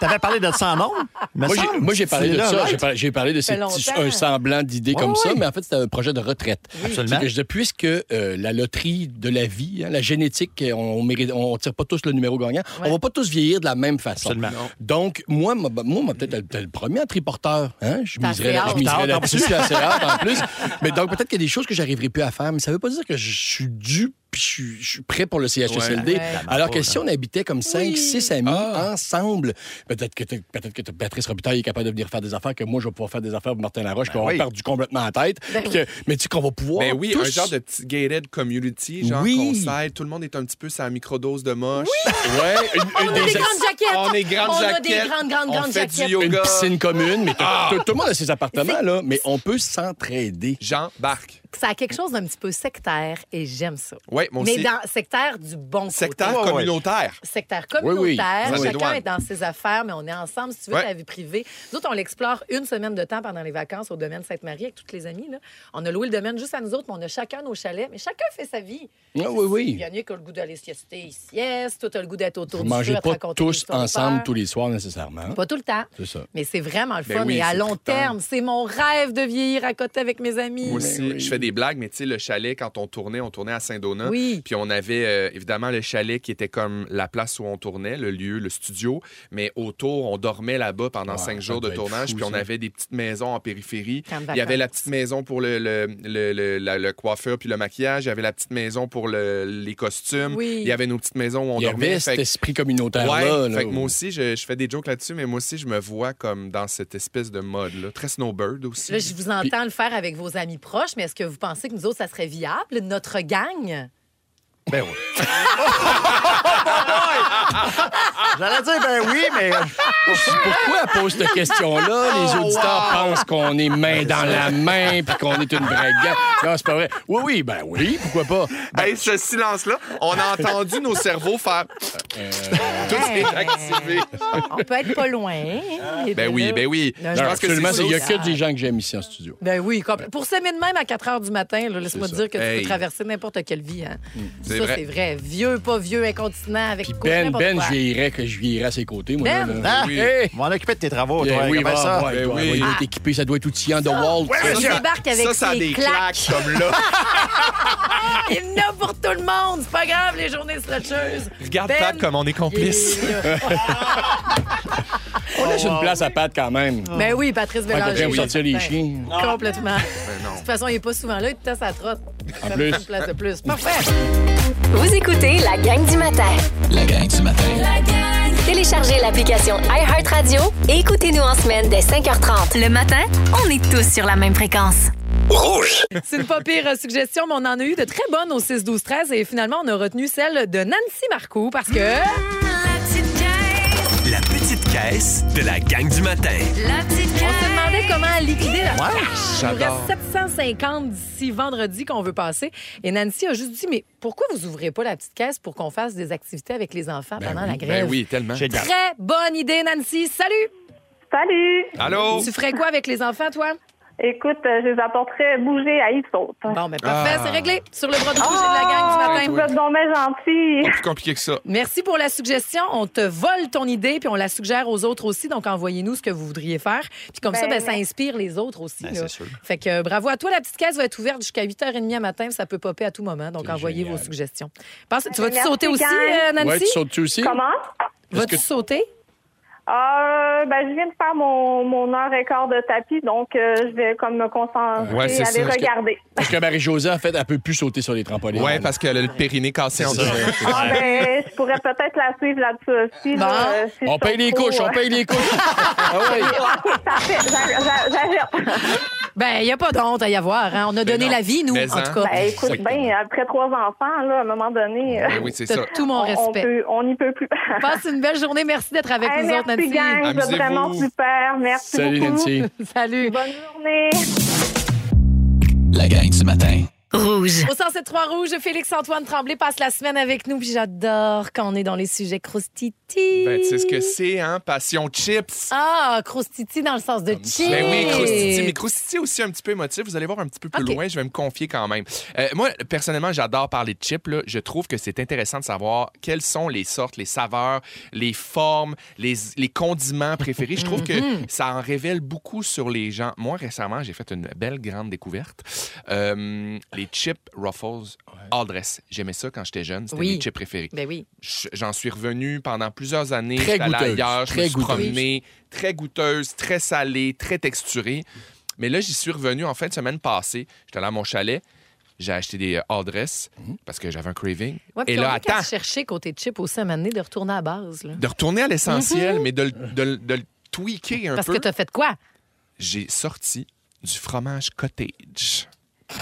Speaker 7: T'avais parlé de ça en nombre?
Speaker 4: Moi, j'ai- Moi, j'ai parlé de ça. J'ai par- J'ai parlé de ces
Speaker 3: fait
Speaker 4: petits-
Speaker 3: longtemps.
Speaker 4: un semblant d'idées comme
Speaker 7: Ouais,
Speaker 4: ça,
Speaker 7: ouais.
Speaker 4: mais en fait, c'était un projet de retraite.
Speaker 7: Absolument.
Speaker 4: C'est que je dis, puisque euh, la loterie de la vie, hein, la génétique, on ne on tire pas tous le numéro gagnant, on va pas tous vieillir de la même façon.
Speaker 7: Absolument.
Speaker 4: Donc, moi, ma- moi, moi, peut-être le- le premier triporteur. Hein? Je
Speaker 3: T'as assez
Speaker 4: miserais
Speaker 3: hâte.
Speaker 4: je miserais
Speaker 7: T'as hâte en
Speaker 4: là-dessus, je suis assez hâte en plus. Mais donc, peut-être qu'il y a des choses que j'arriverai plus à faire, mais ça veut pas dire que je suis dû puis je suis- je suis prêt pour le CHSLD.
Speaker 3: Ouais.
Speaker 4: Alors que si on habitait comme 5, 6 amis ensemble, peut-être que, t'es- peut-être que t'es- Patrice Robitaille est capable de venir faire des affaires que moi, je vais pouvoir faire des affaires pour Martin Laroche, qu'on va
Speaker 7: oui.
Speaker 4: perdre du complètement la tête. puis que- mais tu sais qu'on va pouvoir.
Speaker 6: Ben oui,
Speaker 4: tous-
Speaker 6: un genre de petit gated community, genre
Speaker 4: Oui.
Speaker 6: qu'on s'aide, tout le monde est un petit peu sa microdose de moche.
Speaker 4: Ouais, une, une
Speaker 3: on a des
Speaker 4: des-
Speaker 3: grandes jaquettes.
Speaker 6: On est grandes
Speaker 3: On a
Speaker 6: jaquettes.
Speaker 3: des grandes, grandes,
Speaker 6: On
Speaker 3: grandes
Speaker 6: fait
Speaker 3: jaquettes.
Speaker 6: du yoga.
Speaker 4: une piscine commune, mais tout-
Speaker 6: Ah!
Speaker 4: tout, tout le monde a ses appartements, là, mais on peut s'entraider.
Speaker 6: Jean Barc.
Speaker 3: Ça a quelque chose d'un petit peu sectaire et j'aime ça.
Speaker 6: Oui, mon
Speaker 3: mais dans sectaire du bon côté.
Speaker 6: secteur communautaire.
Speaker 3: secteur
Speaker 4: Oui, oui.
Speaker 3: communautaire.
Speaker 6: Ça, c'est
Speaker 3: Chacun
Speaker 6: douane.
Speaker 3: est dans ses affaires, mais on est ensemble. Si tu veux
Speaker 6: Ouais.
Speaker 3: ta vie privée, nous autres, on l'explore une semaine de temps pendant les vacances au domaine Sainte-Marie avec toutes les amies. Là. On a loué le domaine juste à nous autres, mais on a chacun nos chalets. Mais chacun fait sa vie.
Speaker 4: Ah, oui, oui.
Speaker 3: Il y en a qui ont le goût d'aller siester, ils siestent. Toi, t'as le goût d'être autour
Speaker 4: Vous
Speaker 3: du
Speaker 4: mangez
Speaker 3: feu, à te
Speaker 4: pas
Speaker 3: raconter
Speaker 4: tous ensemble tous les soirs nécessairement.
Speaker 3: Pas tout le temps.
Speaker 4: C'est ça.
Speaker 3: Mais c'est vraiment le
Speaker 6: Ben
Speaker 3: fun.
Speaker 6: oui,
Speaker 3: et à
Speaker 6: c'est
Speaker 3: long
Speaker 6: trippant.
Speaker 3: terme, c'est mon rêve de vieillir à côté avec mes amis.
Speaker 6: Moi aussi, je fais des blagues, mais tu sais, le chalet, quand on tournait, on tournait à Saint-Donat.
Speaker 3: Oui.
Speaker 6: Puis on avait euh, évidemment le chalet qui était comme la place où on tournait, le lieu, le studio. Mais autour, on dormait là-bas pendant
Speaker 4: Ouais,
Speaker 6: cinq
Speaker 4: ça
Speaker 6: jours de
Speaker 4: doit être
Speaker 6: tournage.
Speaker 4: fou,
Speaker 6: puis on
Speaker 4: ça.
Speaker 6: avait des petites maisons en périphérie.
Speaker 3: Camp de
Speaker 6: Il y avait
Speaker 3: vacances.
Speaker 6: la petite maison pour le, le, le- le- la- le coiffeur puis le maquillage. Il y avait la petite maison pour le- les costumes.
Speaker 3: Oui.
Speaker 6: Il y avait nos petites maisons où on
Speaker 4: Il y
Speaker 6: dormait.
Speaker 4: avait
Speaker 6: Fait
Speaker 4: cet
Speaker 6: que-
Speaker 4: esprit communautaire-là.
Speaker 6: Ouais,
Speaker 4: là,
Speaker 6: fait que
Speaker 4: où-
Speaker 6: moi aussi, je, je fais des jokes là-dessus, mais moi aussi, je me vois comme dans cette espèce de mode-là. Très snowbird aussi.
Speaker 3: Là, je vous entends le faire avec vos amis proches, mais est-ce que vous pensez que nous autres, ça serait viable, notre gang?
Speaker 7: Ben oui. J'allais dire ben oui, mais
Speaker 4: Pourquoi elle Ben, pose cette question-là? Les
Speaker 6: Ah,
Speaker 4: auditeurs pensent qu'on est main dans la main puis qu'on est une vraie gang. Non, c'est pas vrai. Oui, oui, ben oui, pourquoi pas?
Speaker 6: Hey, Ben, ce silence-là, on a entendu nos cerveaux faire. Tout s'est activé.
Speaker 3: On peut être pas loin. hein, Et de
Speaker 6: Ben oui,
Speaker 3: là-
Speaker 6: ben oui.
Speaker 3: Non,
Speaker 6: Je
Speaker 4: Non,
Speaker 6: pense que
Speaker 4: absolument,
Speaker 6: c'est
Speaker 4: il y a
Speaker 3: ça.
Speaker 4: que des gens que j'aime ici en studio.
Speaker 3: Ben oui, compl- pour s'aimer de même à 4 h du matin, là, laisse-moi
Speaker 4: C'est
Speaker 3: te
Speaker 4: ça.
Speaker 3: dire que tu
Speaker 6: Hey. Mm,
Speaker 3: peux traverser n'importe quelle vie. hein.
Speaker 6: C'est
Speaker 3: ça,
Speaker 6: vrai.
Speaker 3: c'est vrai. Vieux, pas vieux, incontinent, avec
Speaker 4: Puis
Speaker 3: quoi,
Speaker 4: Ben,
Speaker 3: n'importe
Speaker 4: Ben,
Speaker 3: quoi.
Speaker 4: je vieillirais que je vieillirais à ses côtés, moi.
Speaker 3: Ben?
Speaker 4: là, là.
Speaker 7: Hein?
Speaker 6: Oui.
Speaker 7: On va en occuper de tes travaux,
Speaker 4: Ben
Speaker 7: toi.
Speaker 4: oui,
Speaker 7: comment
Speaker 4: ben,
Speaker 7: ça?
Speaker 4: ouais,
Speaker 6: Ben
Speaker 4: ouais,
Speaker 6: oui.
Speaker 4: ouais, Il doit être équipé, ça doit être outillant de wall.
Speaker 6: Ouais,
Speaker 3: Il
Speaker 6: ça-
Speaker 3: débarque avec
Speaker 6: ça, ça a
Speaker 3: ses
Speaker 6: des
Speaker 3: claques.
Speaker 6: claques comme là.
Speaker 3: Ah, Il y en a pour tout le monde. C'est pas grave, les journées stretcheuses.
Speaker 6: Regarde
Speaker 3: Ben,
Speaker 6: Pat comme on est complice.
Speaker 3: il est là.
Speaker 4: On laisse une place à Pat quand même. Pas
Speaker 3: Ben oui, Patrice
Speaker 4: qu'on
Speaker 3: Bélanger.
Speaker 4: vienne sortir les
Speaker 3: Ben,
Speaker 4: chiens.
Speaker 3: Complètement.
Speaker 6: Ben
Speaker 3: De toute façon, il n'est pas souvent là. Il te tasse à la trotte. Ça me
Speaker 4: plus.
Speaker 3: fait une place de plus. Parfait.
Speaker 1: Vous écoutez la gang du matin.
Speaker 2: La gang du matin.
Speaker 1: Téléchargez l'application iHeartRadio et écoutez-nous en semaine dès 5h30. Le matin, on est tous sur la même fréquence.
Speaker 3: C'est une pas pire euh, suggestion, mais on en a eu de très bonnes au 6-12-13 et finalement, on a retenu celle de Nancy Marcoux parce que...
Speaker 5: La petite caisse de la gang du matin.
Speaker 3: On se demandait comment liquider la cash. Il nous
Speaker 6: J'adore.
Speaker 3: reste 750 d'ici vendredi qu'on veut passer. Et Nancy a juste dit, mais pourquoi vous ouvrez pas la petite caisse pour qu'on fasse des activités avec les enfants pendant la grève?
Speaker 6: Ben oui, tellement.
Speaker 7: Génial.
Speaker 3: Très bonne idée, Nancy. Salut!
Speaker 11: Salut!
Speaker 6: Allô?
Speaker 3: Tu ferais quoi avec les enfants, toi?
Speaker 11: Écoute, euh, je les apporterai bouger à Ipsaute.
Speaker 3: Bon, mais parfait,
Speaker 6: Ah.
Speaker 3: c'est réglé. Sur le bras de rouge et de la gang du
Speaker 11: Vous
Speaker 3: matin.
Speaker 11: êtes donc bien gentils.
Speaker 6: Plus compliqué que ça.
Speaker 3: Merci pour la suggestion. On te vole ton idée, puis on la suggère aux autres aussi. Donc, envoyez-nous ce que vous voudriez faire. Puis comme ça,
Speaker 11: Ben,
Speaker 3: ben, ça inspire les autres aussi.
Speaker 6: Ben,
Speaker 3: là.
Speaker 6: c'est sûr.
Speaker 3: Fait que euh, bravo à toi. La petite caisse va être ouverte jusqu'à 8h30 à matin. Ça peut popper à tout moment. Donc, envoyez
Speaker 4: génial.
Speaker 3: vos suggestions. Pense- tu vas-tu
Speaker 11: Ben, merci,
Speaker 3: sauter aussi,
Speaker 11: gang.
Speaker 3: euh,
Speaker 4: Ouais,
Speaker 3: Nancy?
Speaker 4: tu sautes-tu aussi?
Speaker 11: Comment?
Speaker 3: Vas-tu sauter?
Speaker 11: Euh, ben, je viens de faire mon, mon heure et quart de tapis, donc euh, je vais comme me concentrer
Speaker 6: Ouais,
Speaker 11: et
Speaker 6: c'est
Speaker 11: aller
Speaker 6: ça, parce que-
Speaker 11: regarder.
Speaker 4: Parce que Marie-Josée, en fait, elle peut plus sauter sur les trampolines.
Speaker 6: Ouais, parce qu'elle a le périnée cassé en deux.
Speaker 11: Ah, ben, je pourrais peut-être la suivre là-dessus aussi.
Speaker 3: Bon.
Speaker 11: là, euh, si
Speaker 4: On
Speaker 11: je
Speaker 4: paye
Speaker 11: saute
Speaker 4: les
Speaker 11: trop,
Speaker 4: couches, on
Speaker 3: hein.
Speaker 11: euh,
Speaker 4: paye les couches. Ah ouais.
Speaker 11: Parfait, j'a- j'a- j'achète.
Speaker 3: Ben, il n'y a pas d'honte à y avoir. hein. On a donné
Speaker 6: Ben non.
Speaker 3: la vie, nous,
Speaker 6: Mais hein.
Speaker 3: en
Speaker 6: en.
Speaker 3: tout cas.
Speaker 11: Ben, écoute, ben, après trois enfants, là, à un moment donné, euh,
Speaker 6: Ben oui, c'est
Speaker 3: T'as
Speaker 6: ça.
Speaker 3: tout mon
Speaker 11: on, on
Speaker 3: respect.
Speaker 11: peut, on n'y peut plus.
Speaker 3: Passe une belle journée. Merci d'être avec
Speaker 11: Hey,
Speaker 3: nous autres,
Speaker 11: merci,
Speaker 3: Nancy.
Speaker 11: gang. Vous êtes
Speaker 6: Amusez-vous.
Speaker 11: vraiment super. Merci
Speaker 4: Salut,
Speaker 11: beaucoup.
Speaker 4: Nancy.
Speaker 3: Salut.
Speaker 11: Bonne journée.
Speaker 2: La gang du matin.
Speaker 3: Au 107 3 Rouge, Félix-Antoine Tremblay passe la semaine avec nous. Puis j'adore quand on est dans les sujets croustiti.
Speaker 6: Ben, tu sais ce que c'est, hein? Passion chips.
Speaker 3: Ah, croustiti dans le sens de chips.
Speaker 6: Ben oui, croustillé. Mais croustillé aussi un petit peu émotif. Vous allez voir un petit peu plus
Speaker 3: Ok.
Speaker 6: loin. Je vais me confier quand même. Euh, moi, personnellement, j'adore parler de chips. là. Je trouve que c'est intéressant de savoir quelles sont les sortes, les saveurs, les formes, les, les condiments préférés. Je trouve que
Speaker 3: Mhm.
Speaker 6: ça en révèle beaucoup sur les gens. Moi, récemment, j'ai fait une belle grande découverte. Euh, les chips Ruffles All Dress. J'aimais ça quand j'étais jeune. C'était
Speaker 3: Oui.
Speaker 6: mes chips préférés.
Speaker 3: Ben oui.
Speaker 6: Je- j'en suis revenu pendant plusieurs années.
Speaker 4: Très
Speaker 6: J'étais allé
Speaker 4: goûteuse,
Speaker 6: ailleurs, je
Speaker 4: très
Speaker 6: me suis
Speaker 4: goûteuse.
Speaker 6: promené, très goûteuse, très salée, très texturée. Mais là, j'y suis revenu en fin de semaine passée. J'étais allé à mon chalet, j'ai acheté des euh, all dress
Speaker 4: Mhm.
Speaker 6: parce que j'avais un craving.
Speaker 3: Ouais, puis
Speaker 6: Et
Speaker 3: on
Speaker 6: là,
Speaker 3: a qu'à
Speaker 6: attends,
Speaker 3: se chercher côté chips aussi à un moment donné, de retourner à la base. Là.
Speaker 6: de retourner à l'essentiel, mais de, le- de le- de le tweaker un
Speaker 3: Mhm. Parce
Speaker 6: peu.
Speaker 3: que t'as fait quoi?
Speaker 6: J'ai sorti du fromage cottage.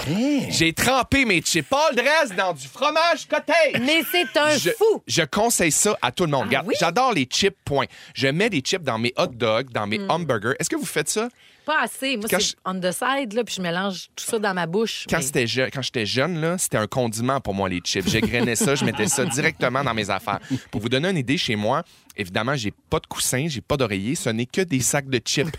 Speaker 4: Hein?
Speaker 6: J'ai trempé mes chips all dress dans du fromage cottage.
Speaker 3: Mais c'est un
Speaker 6: je,
Speaker 3: fou!
Speaker 6: je conseille ça à tout le monde.
Speaker 3: Ah
Speaker 6: Regarde,
Speaker 3: oui?
Speaker 6: j'adore les chips, point. Je mets des chips dans mes hot dogs, dans mes
Speaker 3: Hmm.
Speaker 6: hamburgers. Est-ce que vous faites ça?
Speaker 3: Pas assez. Moi,
Speaker 6: Quand
Speaker 3: c'est on the side, là, puis je mélange tout ça dans ma bouche.
Speaker 6: Quand
Speaker 3: mais-
Speaker 6: c'était je- quand j'étais jeune, là, c'était un condiment pour moi, les chips. J'égrenais ça, je mettais ça directement dans mes affaires. Pour vous donner une idée, chez moi, évidemment, j'ai pas de coussin, j'ai pas d'oreiller, ce n'est que des sacs de chips.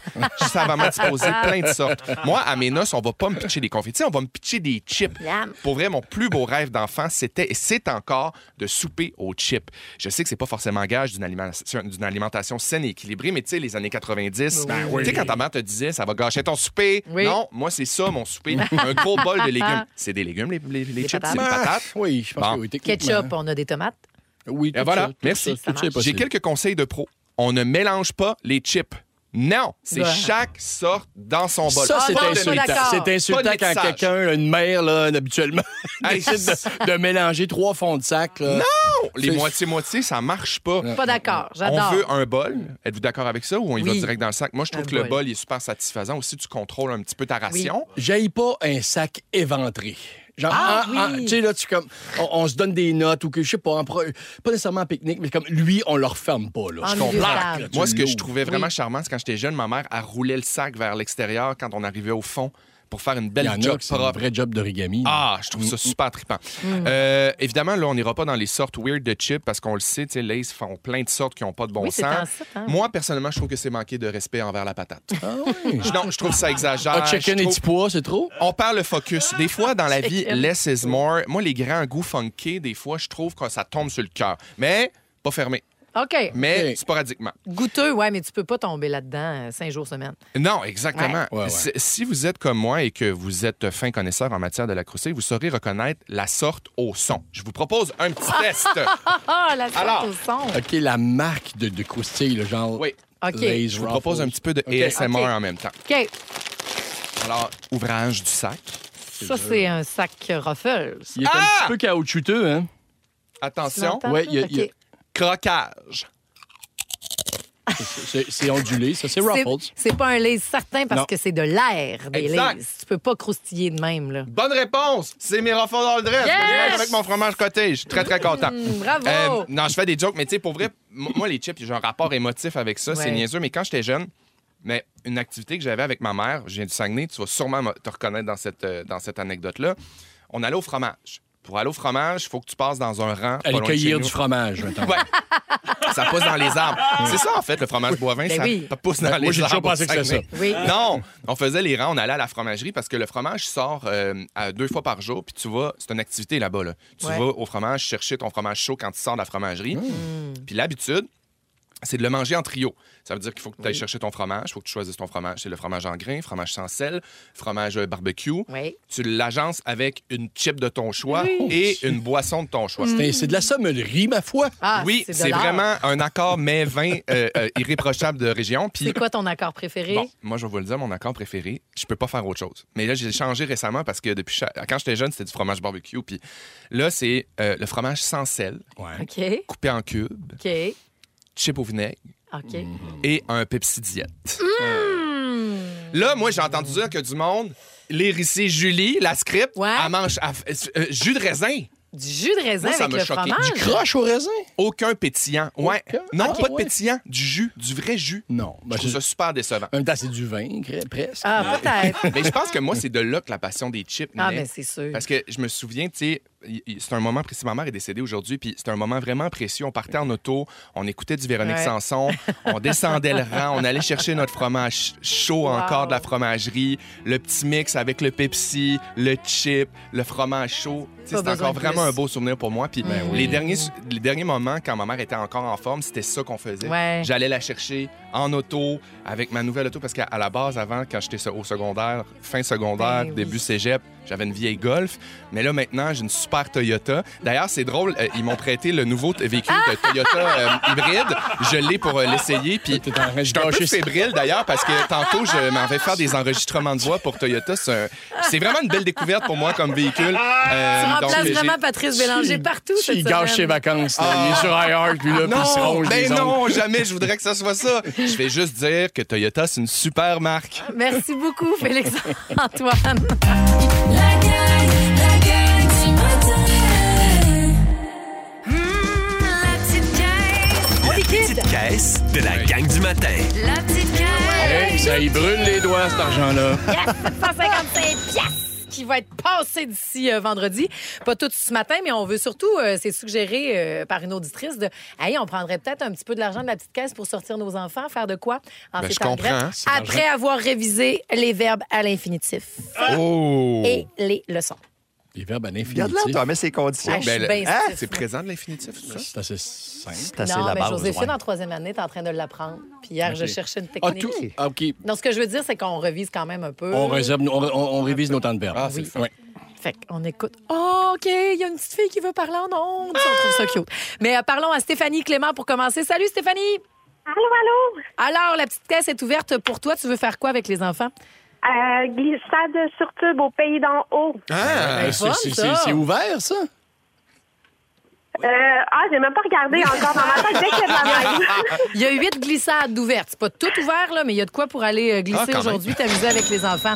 Speaker 6: Je savamment disposé de plein de sortes. Moi, à mes noces, on va pas me pitcher des confettis, on va me pitcher des chips.
Speaker 3: Yum.
Speaker 6: Pour vrai, mon plus beau rêve d'enfant, c'était et c'est encore de souper aux chips. Je sais que c'est pas forcément gage d'une alimentation, d'une alimentation saine et équilibrée, mais tu sais, les années 90, tu sais, quand ta mère te disait ça va gâcher ton souper,
Speaker 3: Oui.
Speaker 6: non, moi, c'est ça, mon souper. Un gros bol de légumes. C'est des légumes, les, les- les chips,
Speaker 3: patates.
Speaker 6: c'est des patates.
Speaker 4: Oui, je pense
Speaker 6: Bon.
Speaker 4: que oui, techniquement.
Speaker 3: Ketchup, on a des tomates.
Speaker 4: Oui, tout
Speaker 6: Et voilà,
Speaker 4: ça, tout
Speaker 6: merci.
Speaker 4: ça, tout ça est
Speaker 6: J'ai
Speaker 4: possible.
Speaker 6: quelques conseils de pro. On ne mélange pas les chips. Non, c'est
Speaker 3: Ouais.
Speaker 6: chaque sorte dans son bol.
Speaker 4: Ça, c'est
Speaker 3: Ah, bon, je suis
Speaker 4: insultant.
Speaker 3: d'accord.
Speaker 4: C'est insultant
Speaker 6: Pas de
Speaker 4: quand
Speaker 6: mixage.
Speaker 4: quelqu'un, là, une mère, là, habituellement,
Speaker 6: Hey,
Speaker 4: décide de, de mélanger trois fonds de sac. Là.
Speaker 6: Les
Speaker 4: C'est-
Speaker 6: moitiés-moitiés, ça marche pas.
Speaker 3: Pas d'accord. J'adore.
Speaker 6: On veut un bol. Êtes-vous d'accord avec ça ou on y va
Speaker 3: Oui.
Speaker 6: direct dans le sac? Moi, je trouve
Speaker 3: Un
Speaker 6: que le
Speaker 3: bol.
Speaker 6: bol il est super satisfaisant. Aussi, tu contrôles un petit peu ta ration.
Speaker 4: J'aille pas un sac éventré. Genre,
Speaker 3: Ah,
Speaker 4: en- en-
Speaker 3: oui.
Speaker 4: tu sais, là, tu comme, on, on se donne des notes ou que, je sais pas, en pro- pas nécessairement en pique-nique, mais comme, lui, on le referme pas, là.
Speaker 3: En
Speaker 4: Je
Speaker 3: milieu de
Speaker 4: comprends,
Speaker 3: table.
Speaker 4: là, tu
Speaker 6: Moi, ce que je
Speaker 4: l'ouvres.
Speaker 6: trouvais vraiment charmant, c'est quand j'étais jeune, ma mère, elle roulait le sac vers l'extérieur quand on arrivait au fond. pour faire
Speaker 4: Il
Speaker 6: une
Speaker 4: y
Speaker 6: belle
Speaker 4: en a
Speaker 6: job
Speaker 4: que c'est un
Speaker 6: propre.
Speaker 4: vrai job d'origami.
Speaker 6: Ah, je trouve ça super trippant.
Speaker 4: Mm.
Speaker 6: Euh, évidemment, là, on n'ira pas dans les sortes weird de chips parce qu'on le sait, tu sais, là, ils font plein de sortes qui n'ont pas de bon
Speaker 3: Oui, c'est
Speaker 6: sens.
Speaker 3: en sorte, hein.
Speaker 6: Moi, personnellement, je trouve que c'est manquer de respect envers la patate.
Speaker 4: oui.
Speaker 6: Je- Non, je trouve ça exagère.
Speaker 3: Ah,
Speaker 4: Hot chicken
Speaker 6: Je
Speaker 4: et
Speaker 6: trouve-
Speaker 4: petits pois, c'est trop?
Speaker 6: On perd le focus. Des fois, dans la vie,
Speaker 4: Chicken.
Speaker 6: less is more. Moi, les grands goûts funky, des fois, je trouve que ça tombe sur le cœur. Mais pas fermé.
Speaker 3: OK.
Speaker 6: Mais sporadiquement.
Speaker 3: Goûteux, ouais, mais tu peux pas tomber là-dedans euh, cinq jours semaine.
Speaker 6: Non, exactement.
Speaker 3: Ouais. Ouais, ouais.
Speaker 6: Si- Si vous êtes comme moi et que vous êtes fin connaisseur en matière de la croustille, vous saurez reconnaître la sorte au son. Je vous propose un petit test.
Speaker 3: Ah, la sorte
Speaker 6: Alors,
Speaker 3: au son.
Speaker 4: Euh, OK, la marque de, de croustille, le genre.
Speaker 6: Oui.
Speaker 3: OK.
Speaker 6: Je vous propose un petit peu de
Speaker 4: OK.
Speaker 6: ASMR
Speaker 3: OK.
Speaker 6: en même temps.
Speaker 3: OK.
Speaker 6: Alors, ouvrage du sac.
Speaker 3: Ça, c'est un sac ruffles.
Speaker 4: Il est
Speaker 6: Ah!
Speaker 4: un petit peu caoutchouteux, hein?
Speaker 3: Tu
Speaker 6: Attention.
Speaker 3: l'entends, Ouais, ça? il y a- il y a- OK.
Speaker 6: Croquage.
Speaker 4: C'est c'est ondulé, ça, c'est
Speaker 3: C'est-
Speaker 4: Ruffles.
Speaker 3: C'est pas un lace certain parce
Speaker 4: Non.
Speaker 3: que c'est de l'air des
Speaker 6: Exact.
Speaker 3: laces. Tu peux pas croustiller de même, là.
Speaker 6: Bonne réponse. C'est mes refondants dans le dress.
Speaker 3: Yes! Mm,
Speaker 6: Je dirais Avec mon fromage cottage. Je suis très, très content. Euh,
Speaker 3: bravo!
Speaker 6: non, je fais des jokes, mais tu sais, pour vrai, m- moi, les chips, j'ai un rapport émotif avec ça.
Speaker 3: Ouais.
Speaker 6: C'est niaiseux, mais quand j'étais jeune, mais une activité que j'avais avec ma mère, je viens du Saguenay, tu vas sûrement me- te reconnaître dans cette, euh, dans cette anecdote-là. On allait au fromage. Pour aller au fromage, il faut que tu passes dans un rang. pas
Speaker 4: Aller
Speaker 6: loin de chez
Speaker 4: cueillir
Speaker 6: nous.
Speaker 4: du fromage, maintenant.
Speaker 6: Ouais. ça pousse dans les arbres. C'est ça, en fait, le fromage boivin,
Speaker 3: Ben
Speaker 6: ça
Speaker 3: oui.
Speaker 6: pousse
Speaker 4: Ben,
Speaker 6: dans les arbres.
Speaker 4: moi, j'ai toujours
Speaker 6: au
Speaker 4: pensé que c'était
Speaker 6: Saguenay.
Speaker 3: ça. Oui.
Speaker 6: Non, on faisait les rangs, on allait à la fromagerie parce que le fromage sort euh, à deux fois par jour. Puis tu vas, c'est une activité là-bas. là. Tu
Speaker 3: Ouais.
Speaker 6: vas au fromage chercher ton fromage chaud quand tu sors de la fromagerie. Puis l'habitude, c'est de le manger en trio. Ça veut dire qu'il faut que tu ailles chercher ton fromage, il faut que tu choisisses ton fromage. C'est le fromage en grains, fromage sans sel, fromage euh, barbecue.
Speaker 3: Oui.
Speaker 6: Tu l'agences avec une chip de ton choix et une boisson de ton choix.
Speaker 3: Mm.
Speaker 4: C'est- C'est de la sommellerie, ma foi.
Speaker 3: Ah,
Speaker 6: Oui,
Speaker 3: de
Speaker 6: c'est
Speaker 3: l'art.
Speaker 6: vraiment un accord mais vin euh, euh, irréprochable de région. Puis
Speaker 3: C'est quoi ton accord préféré?
Speaker 6: Bon, moi, je vais vous le dire, mon accord préféré, je peux pas faire autre chose. Mais là, j'ai changé récemment parce que depuis cha- quand j'étais jeune, c'était du fromage barbecue. Puis là, c'est euh, le fromage sans sel,
Speaker 3: OK.
Speaker 6: coupé en cubes,
Speaker 3: OK.
Speaker 6: chip au vinaigre
Speaker 3: OK.
Speaker 6: et un Pepsi
Speaker 3: Mmh!
Speaker 6: diète. Euh. Là, moi, j'ai entendu dire que du monde, l'hérissée Julie, la script,
Speaker 3: Ouais.
Speaker 6: elle mange elle f- euh, jus de raisin.
Speaker 3: Du jus de raisin
Speaker 6: Moi, ça
Speaker 3: avec
Speaker 6: m'a
Speaker 3: le
Speaker 6: choqué.
Speaker 3: fromage?
Speaker 6: Du
Speaker 4: Croche au raisin?
Speaker 6: Aucun pétillant. Ouais.
Speaker 4: Aucun?
Speaker 6: Non,
Speaker 4: Ok,
Speaker 6: pas de
Speaker 4: ouais.
Speaker 6: pétillant, du jus, du vrai jus.
Speaker 4: Non. ben,
Speaker 6: Je trouve
Speaker 4: c'est-
Speaker 6: ça super décevant.
Speaker 4: En même temps, c'est du vin, cre- presque.
Speaker 3: Ah, peut-être.
Speaker 6: Mais je pense que moi, c'est de là que la passion des chips
Speaker 3: ah,
Speaker 6: naît.
Speaker 3: mais c'est sûr.
Speaker 6: Parce que je me souviens, tu sais, y- y- c'est un moment précis. Ma mère est décédée aujourd'hui, puis c'était un moment vraiment précieux. On partait en auto, on écoutait du Véronique
Speaker 3: Ouais.
Speaker 6: Sanson, on descendait le rang, on allait chercher notre fromage chaud
Speaker 3: Wow.
Speaker 6: encore de la fromagerie, le petit mix avec le Pepsi, le chip, le fromage chaud. Tu sais,
Speaker 3: Pas
Speaker 6: C'est
Speaker 3: besoin
Speaker 6: encore
Speaker 3: de
Speaker 6: vraiment
Speaker 3: plus.
Speaker 6: un beau souvenir pour moi. Puis les, derniers, les derniers moments, quand ma mère était encore en forme, c'était ça qu'on faisait.
Speaker 3: Ouais.
Speaker 6: J'allais la chercher en auto, avec ma nouvelle auto, parce qu'à à la base, avant, quand j'étais au secondaire, fin secondaire,
Speaker 3: Ben oui.
Speaker 6: début cégep, j'avais une vieille Golf. Mais là, maintenant, j'ai une super Toyota. D'ailleurs, c'est drôle, euh, ils m'ont prêté le nouveau t- véhicule de Toyota euh, hybride. Je l'ai pour euh, l'essayer. Puis,
Speaker 4: T'es en train de
Speaker 6: je suis un peu
Speaker 4: gâcher ça.
Speaker 6: fébrile, d'ailleurs, parce que tantôt, je m'en vais faire des enregistrements de voix pour Toyota. C'est un- c'est vraiment une belle découverte pour moi comme véhicule. Euh,
Speaker 3: tu
Speaker 6: donc,
Speaker 3: remplaces
Speaker 6: j'ai-
Speaker 3: vraiment Patrice Bélanger
Speaker 4: Tu-
Speaker 3: partout
Speaker 4: tu
Speaker 3: cette
Speaker 4: y gâches
Speaker 3: semaine. Ah.
Speaker 4: ses vacances. là. Il est sur iHeart, puis là, puis il se
Speaker 6: Non,
Speaker 4: ronge les
Speaker 6: ben
Speaker 4: ongles.
Speaker 6: non, jamais je voudrais que ça soit ça. Je vais juste dire que Toyota, c'est une super marque.
Speaker 3: Merci beaucoup, Félix-Antoine.
Speaker 1: La gang, la gang du matin. la petite caisse,
Speaker 5: La petite caisse de la gang du matin.
Speaker 1: la petite caisse.
Speaker 4: Hey, Eh, ça y brûle les doigts, cet argent-là.
Speaker 3: Yes, 155 piastres qui va être passé d'ici euh, vendredi. Pas tout ce matin, mais on veut surtout, euh, c'est suggéré euh, par une auditrice, de, hey, on prendrait peut-être un petit peu de l'argent de la petite caisse pour sortir nos enfants, faire de quoi en
Speaker 6: Ben,
Speaker 3: ces
Speaker 6: je
Speaker 3: temps de
Speaker 6: comprends,
Speaker 3: grève,
Speaker 6: hein, c'est
Speaker 3: après avoir révisé les verbes à l'infinitif
Speaker 6: Oh!
Speaker 3: Ah, et les leçons.
Speaker 4: Les verbes à l'infinitif.
Speaker 7: Regarde-là, toi, mais ses conditions.
Speaker 3: Ah, je suis
Speaker 6: Ben,
Speaker 3: bien
Speaker 7: hein,
Speaker 3: stiff.
Speaker 6: C'est présent de l'infinitif, ça?
Speaker 4: C'est assez simple.
Speaker 7: C'est assez
Speaker 3: Non,
Speaker 7: la
Speaker 3: mais
Speaker 7: base.
Speaker 3: Joséphine,
Speaker 7: ouais.
Speaker 3: en troisième année, t'es en train de l'apprendre. Puis hier, je
Speaker 4: Ok.
Speaker 3: cherchais une
Speaker 4: Ah,
Speaker 3: technique.
Speaker 4: tout? Ah, OK.
Speaker 3: Donc, ce que je veux dire, c'est qu'on revise quand même un peu.
Speaker 4: On, réserve, on, on- on révise nos temps de verbes.
Speaker 6: Ah, c'est le fun.
Speaker 4: Ouais. Euh,
Speaker 3: Fait qu'on écoute. Oh, OK, il y a une petite fille qui veut parler en ondes. Ça, On trouve ça cute. Mais euh, parlons à Stéphanie Clément pour commencer. Salut, Stéphanie.
Speaker 11: Allô, allô?
Speaker 3: Alors, la petite caisse est ouverte pour toi. Tu veux faire quoi avec les enfants?
Speaker 11: Euh, glissade sur tube au pays d'en haut.
Speaker 6: Ah!
Speaker 4: Euh,
Speaker 3: fun,
Speaker 4: c'est- c'est-
Speaker 3: ça.
Speaker 4: c'est- C'est ouvert, ça?
Speaker 11: Euh, ah, j'ai même pas regardé encore dans ma tête dès qu'il y a de la neige.
Speaker 3: Il y a huit glissades ouvertes. C'est pas tout ouvert, là, mais il y a de quoi pour aller euh,
Speaker 6: Ah,
Speaker 3: glisser
Speaker 6: quand
Speaker 3: aujourd'hui, t'amuser avec les enfants.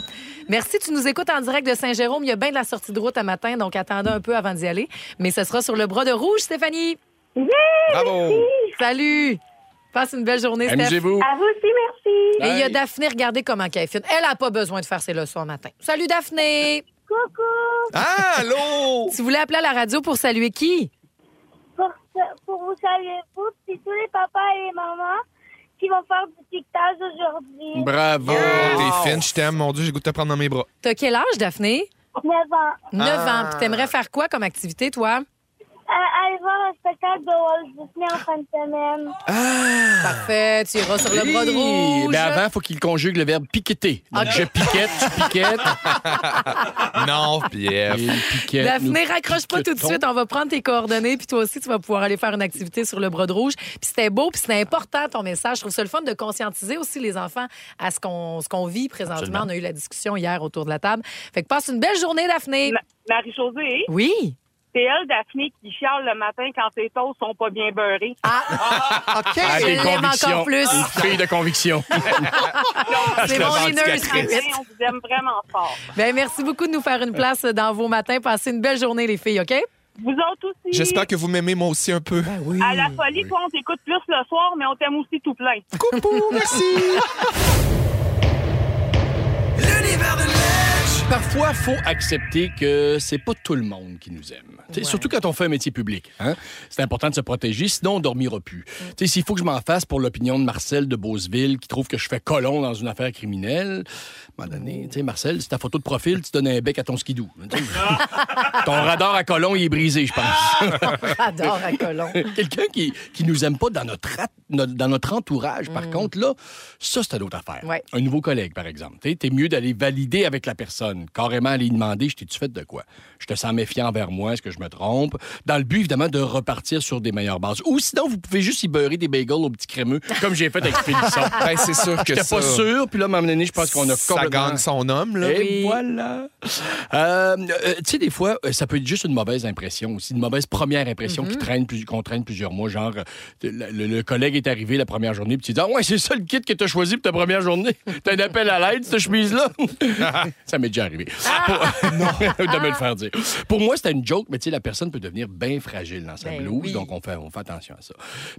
Speaker 3: Merci, tu nous écoutes en direct de Saint-Jérôme. Il y a bien de la sortie de route à matin, donc attendez un peu avant d'y aller. Mais ce sera sur le bras de rouge, Stéphanie.
Speaker 11: Yeah!
Speaker 6: Bravo!
Speaker 3: Salut! Passe une belle journée, Steph.
Speaker 4: Amusez-vous.
Speaker 11: À vous aussi, merci.
Speaker 3: Et il y a Daphné, regardez comment elle est fine. Elle n'a pas besoin de faire ses leçons le matin. Salut, Daphné!
Speaker 11: Coucou.
Speaker 6: Ah, allô!
Speaker 3: Tu voulais appeler à la radio pour saluer qui?
Speaker 11: Pour, ce- pour vous saluer, vous, puis tous les papas et les mamans qui vont faire du tic-tac aujourd'hui.
Speaker 4: Bravo.
Speaker 6: T'es fine, je t'aime, mon Dieu, j'ai le goût de te prendre dans mes bras.
Speaker 3: T'as quel âge, Daphné?
Speaker 11: 9 ans.
Speaker 3: 9 ans.
Speaker 4: Ah.
Speaker 3: Puis t'aimerais faire quoi comme activité, toi?
Speaker 11: Euh, allez voir un spectacle de Walt Disney en fin de semaine.
Speaker 3: Parfait. Tu iras sur le bras de
Speaker 4: Oui,
Speaker 3: rouge. Ah.
Speaker 4: Mais avant, il faut qu'il conjugue le verbe piqueter. Donc,
Speaker 3: Ok.
Speaker 4: je piquette, tu piquettes.
Speaker 6: Non, Pierre.
Speaker 4: il piquette,
Speaker 3: Daphné,
Speaker 4: nous
Speaker 3: raccroche pas tout de
Speaker 4: piquetons.
Speaker 3: suite. On va prendre tes coordonnées, puis toi aussi, tu vas pouvoir aller faire une activité sur le bras de rouge. Puis c'était beau, puis c'était important ton message. Je trouve ça le fun de conscientiser aussi les enfants à ce qu'on ce qu'on vit présentement. On a eu la discussion hier autour de la table. Fait que passe une belle journée, Daphné.
Speaker 12: Ma- Marie-Josée,
Speaker 3: Oui.
Speaker 12: c'est elle, Daphné, qui chiale le matin quand ses toasts sont pas bien beurrés.
Speaker 7: OK.
Speaker 4: Ah,
Speaker 3: Je
Speaker 4: des
Speaker 3: l'aime
Speaker 4: convictions.
Speaker 3: encore plus.
Speaker 4: Une fille de conviction.
Speaker 3: C'est mon inner spirit.
Speaker 12: On vous aime vraiment fort.
Speaker 3: Ben, merci beaucoup de nous faire une place dans vos matins. Passez une belle journée, les filles, OK?
Speaker 12: Vous autres aussi.
Speaker 6: J'espère que vous m'aimez moi aussi un peu.
Speaker 12: À la folie, toi, on t'écoute plus le soir, mais on t'aime aussi tout plein.
Speaker 4: Parfois, faut accepter que c'est pas tout le monde qui nous aime. T'sais, Surtout quand on fait un métier public. Hein? C'est important de se protéger, sinon on dormira plus. T'sais, S'il faut que je m'en fasse pour l'opinion de Marcel de Beauceville, qui trouve que je fais colon dans une affaire criminelle, à un moment donné, t'sais, Marcel, c'est ta photo de profil, tu donnes un bec à ton skidou. T'sais, ton radar à colon, il est brisé, je pense.
Speaker 3: J'adore à Colomb.
Speaker 4: Quelqu'un qui, qui nous aime pas dans notre, at- no- dans notre entourage, par contre, là, ça, c'est une autre affaire.
Speaker 3: Ouais.
Speaker 4: Un nouveau collègue, par exemple. T'es t'es mieux d'aller valider avec la personne, carrément aller demander Je t'ai-tu fait de quoi Je te sens méfiant envers moi, est-ce que je me trompe Dans le but, évidemment, de repartir sur des meilleures bases. Ou sinon, vous pouvez juste y beurrer des bagels au petit crémeux, comme j'ai fait avec Félisson.
Speaker 6: Ben, c'est sûr que
Speaker 4: J'étais
Speaker 6: ça.
Speaker 4: pas sûr, puis là, à un moment donné, je pense qu'on a
Speaker 6: Ça
Speaker 4: complètement...
Speaker 6: gagne son homme, là.
Speaker 4: Et voilà. Euh, euh, tu sais, des fois, euh, ça peut être juste une mauvaise impression aussi, une mauvaise première impression
Speaker 3: Mhm.
Speaker 4: qui traîne plus- qu'on traîne plusieurs mois. Genre, euh, le, le- le collègue est arrivé la première journée, puis tu dis Ah, ouais, c'est ça le kit que t'as choisi pour ta première journée. T'as un appel à l'aide, cette chemise-là. ça m'est déjà arrivé.
Speaker 3: Ah!
Speaker 4: Pour- de me le faire dire. Pour moi, c'était une joke, mais tu sais, la personne peut devenir bien fragile dans sa
Speaker 3: Ben
Speaker 4: blouse,
Speaker 3: oui.
Speaker 4: donc on fait, on fait attention à ça.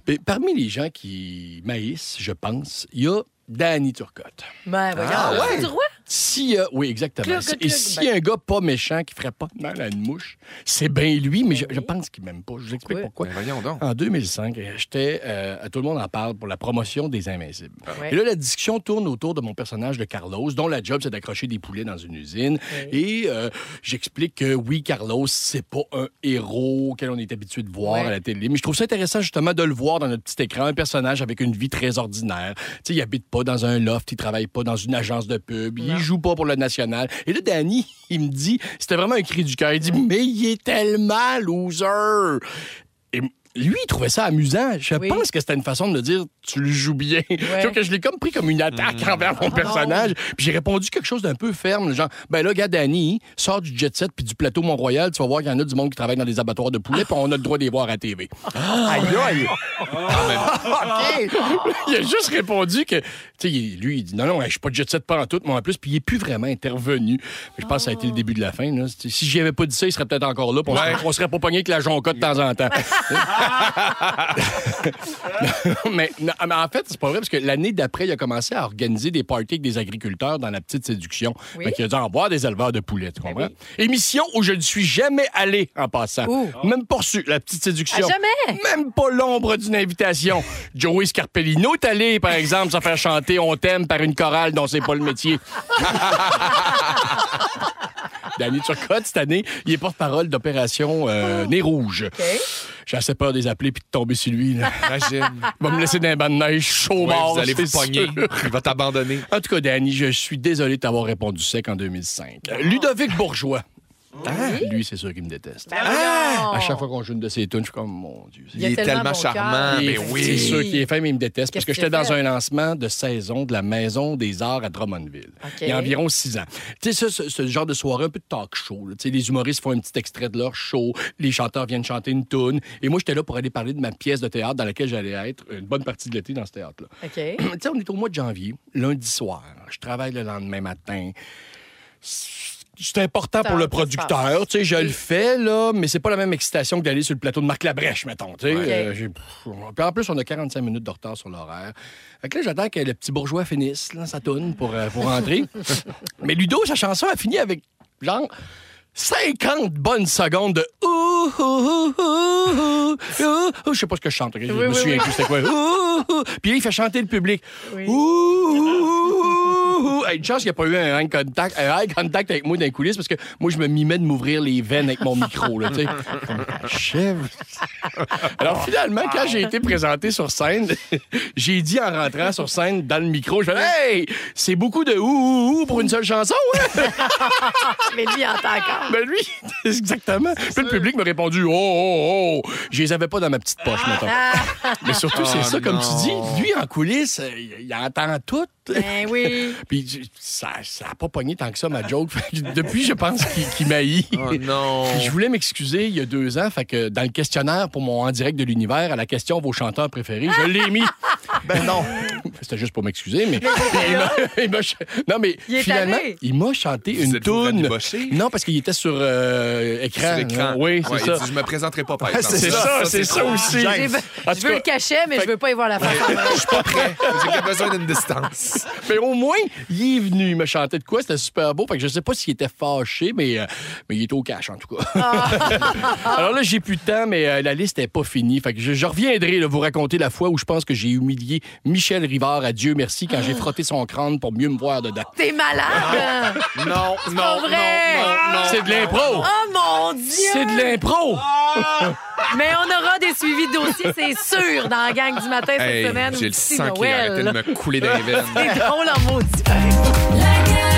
Speaker 4: Puis, parmi les gens qui maïssent, je pense, il y a Danny Turcotte.
Speaker 3: Ben, voyons.
Speaker 6: Ah ouais?
Speaker 3: Du roi?
Speaker 4: Si, euh, oui, exactement.
Speaker 3: Clug, clug,
Speaker 4: Et si
Speaker 3: ben.
Speaker 4: un gars pas méchant qui ferait pas de mal à une mouche, c'est bien lui, mais je, je pense qu'il m'aime pas. Je vous explique pourquoi.
Speaker 6: Ben, voyons donc.
Speaker 4: En 2005, j'étais, euh, à tout le monde en parle, pour la promotion des Invincibles.
Speaker 3: Ouais.
Speaker 4: Et là, la discussion tourne autour de mon personnage de Carlos, dont la job, c'est d'accrocher des poulets dans une usine. Et euh, j'explique que oui, Carlos, c'est pas un héros auquel on est habitué de voir
Speaker 3: Ouais.
Speaker 4: à la télé. Mais je trouve ça intéressant, justement, de le voir dans notre petit écran, un personnage avec une vie très ordinaire. Tu sais, il habite pas dans un loft, il travaille pas dans une agence de pub, il joue pas pour le national. Et là, Danny, il me dit, c'était vraiment un cri du cœur, il dit, mais il est tellement loser! Et lui, il trouvait ça amusant. Je
Speaker 3: Oui.
Speaker 4: pense que c'était une façon de le dire tu le joues bien. Sauf que je l'ai comme pris comme une attaque envers mon personnage. Puis j'ai répondu quelque chose d'un peu ferme, genre ben là, gars, Danny, sors du jet set puis du plateau Mont-Royal, tu vas voir qu'il y en a du monde qui travaille dans des abattoirs de poulets, puis on a le droit de les voir à la TV.
Speaker 7: Aïe, aïe.
Speaker 6: Ah.
Speaker 4: il a juste répondu que, tu sais, il- lui, il dit non, non, je suis pas de jet set pas en tout, moi en plus, puis il est plus vraiment intervenu. Mais Je pense que ça a été le début de la fin. là. C'est- Si j'y avais pas dit ça, il serait peut-être encore là, puis on, serait- on serait pas pogné avec la jonca de temps en temps. mais, non, ah, mais en fait, c'est pas vrai, parce que l'année d'après, il a commencé à organiser des parties avec des agriculteurs dans la petite séduction.
Speaker 3: Oui. Ben
Speaker 4: Fait qu'il a dû en voir des éleveurs de poulets, tu comprends? Émission où je ne suis jamais allé en passant. Oh.
Speaker 3: Ouh.
Speaker 4: Même pas reçu, la petite séduction.
Speaker 3: À Ah, jamais!
Speaker 4: Même pas l'ombre d'une invitation. Joey Scarpellino est allé, par exemple, se faire chanter On t'aime par une chorale dont c'est pas le métier. Danny Turcotte, cette année, il est porte-parole d'opération
Speaker 3: Ah.
Speaker 4: euh, Nez Rouge. J'ai assez peur de les appeler puis de tomber sur lui. là.
Speaker 6: Imagine.
Speaker 4: Il va me laisser d'un banc de neige chaud
Speaker 6: Ouais,
Speaker 4: mort.
Speaker 6: vous allez vous
Speaker 4: c'est
Speaker 6: pogner.
Speaker 4: sûr.
Speaker 6: Il va t'abandonner.
Speaker 4: En tout cas, Danny, je suis désolé de t'avoir répondu sec en 2005. Euh, Ludovic Bourgeois. Ah, lui, c'est sûr qu'il me déteste. Ah!
Speaker 3: voyons.
Speaker 4: à chaque fois qu'on joue une de ses tunes, je suis comme, mon Dieu. c'est-
Speaker 3: Il
Speaker 6: Il,
Speaker 3: y a
Speaker 6: est
Speaker 3: tellement
Speaker 6: tellement
Speaker 3: bon
Speaker 6: charmant.
Speaker 3: cœur.
Speaker 6: Mais
Speaker 4: Et C'est
Speaker 6: Ah, ben oui.
Speaker 4: sûr qu'il est fin, mais il me déteste
Speaker 3: Qu'est-ce
Speaker 4: parce que
Speaker 3: que
Speaker 4: j'étais
Speaker 3: tu as
Speaker 4: dans un lancement de saison de la Maison des Arts à Drummondville.
Speaker 3: OK.
Speaker 4: Il y a environ six ans. Tu sais, ça, ce, ce genre de soirée un peu de talk show. là. Tu sais, les humoristes font un petit extrait de leur show, les chanteurs viennent chanter une tune. Et moi, j'étais là pour aller parler de ma pièce de théâtre dans laquelle j'allais être une bonne partie de l'été dans ce théâtre-là.
Speaker 3: OK.
Speaker 4: Tu sais, on est au mois de janvier, lundi soir. Je travaille le lendemain matin. c'est important pour le producteur, tu sais, je le fais, là, mais c'est pas la même excitation que d'aller sur le plateau de Marc Labrèche, mettons, tu sais.
Speaker 13: Ouais.
Speaker 4: Euh, j'ai- pff, puis en plus, on a 45 minutes de retard sur l'horaire. Fait que là, j'attends que le petit bourgeois finisse, là, sa tourne pour, euh, pour rentrer. mais Ludo, sa chanson a fini avec, genre, 50 bonnes secondes de « Ouh, ouh, ouh, ouh, ouh, ouh. Je sais pas ce que je chante, ok? je
Speaker 13: Oui,
Speaker 4: me
Speaker 13: oui,
Speaker 4: souviens
Speaker 13: oui.
Speaker 4: plus c'était quoi. Ouh, ouh. Puis là, il fait chanter le public. Ouh, ouh, ouh. Hey, une chance qu'il n'y a pas eu un eye contact, un eye contact avec moi dans les coulisses parce que moi, je me mimais de m'ouvrir les veines avec mon micro. Là, tu sais. Comme, Achève. Alors finalement, quand j'ai été présenté sur scène, j'ai dit en rentrant sur scène dans le micro, je fais Hey, c'est beaucoup de ouh, ouh, ouh pour une seule chanson. hein?
Speaker 3: Mais lui, il entend encore.
Speaker 4: Ben lui, exactement. Puis le public m'a répondu Oh, oh, oh. Je les avais pas dans ma petite poche, mettons. Mais surtout, c'est
Speaker 13: Ah,
Speaker 4: ça, comme tu
Speaker 13: non.
Speaker 4: dis, lui, en coulisses, euh, il, il entend tout.
Speaker 3: Ben oui.
Speaker 4: Puis tu- ça n'a pas pogné tant que ça, ma joke. Fait que Depuis, je pense qu'il qu'il m'haït.
Speaker 6: Oh, non.
Speaker 4: Je voulais m'excuser il y a deux ans. Fait que dans le questionnaire pour mon En direct de l'univers, à la question vos chanteurs préférés, je l'ai mis. Ben non. C'était juste pour m'excuser, mais. mais il m'a- il m'a ch- non, mais
Speaker 13: Il est
Speaker 4: finalement,
Speaker 13: allé.
Speaker 4: il m'a chanté une toune. Non, parce qu'il était sur euh, écran.
Speaker 6: Sur écran.
Speaker 4: Oui,
Speaker 6: Ouais,
Speaker 4: c'est
Speaker 6: il
Speaker 4: ça.
Speaker 6: dit, Je me présenterai pas, par
Speaker 4: Ouais,
Speaker 6: exemple.
Speaker 4: c'est ça, c'est ça
Speaker 6: trop
Speaker 4: aussi.
Speaker 6: gênant.
Speaker 4: J'ai-
Speaker 6: En
Speaker 3: Je
Speaker 6: tout
Speaker 3: veux
Speaker 6: cas,
Speaker 3: le cachet, mais je veux pas y voir la face.
Speaker 6: Je suis pas prêt. J'ai besoin d'une distance.
Speaker 4: Mais au moins, il est venu, il me chantait de quoi, c'était super beau. Fait que je sais pas s'il était fâché, mais, euh, mais il était au cash en tout cas.
Speaker 3: Ah.
Speaker 4: Alors là, j'ai plus de temps, mais euh, la liste n'est pas finie. Fait que je, je reviendrai là, vous raconter la fois où je pense que j'ai humilié Michel Rivard à Dieu merci quand j'ai frotté son crâne pour mieux me voir dedans.
Speaker 3: T'es malade!
Speaker 6: Non,
Speaker 3: C'est pas vrai!
Speaker 4: C'est de l'impro!
Speaker 3: Oh mon Dieu!
Speaker 4: C'est de l'impro!
Speaker 3: Mais on aura des suivis de dossiers, c'est sûr, dans la gang du matin cette
Speaker 6: Hey,
Speaker 3: semaine.
Speaker 6: j'ai le
Speaker 3: Petit
Speaker 6: sang qui a
Speaker 3: Noël,
Speaker 6: arrêté de
Speaker 3: là.
Speaker 6: me couler dans les veines.
Speaker 3: C'est drôle en maudit. pareil.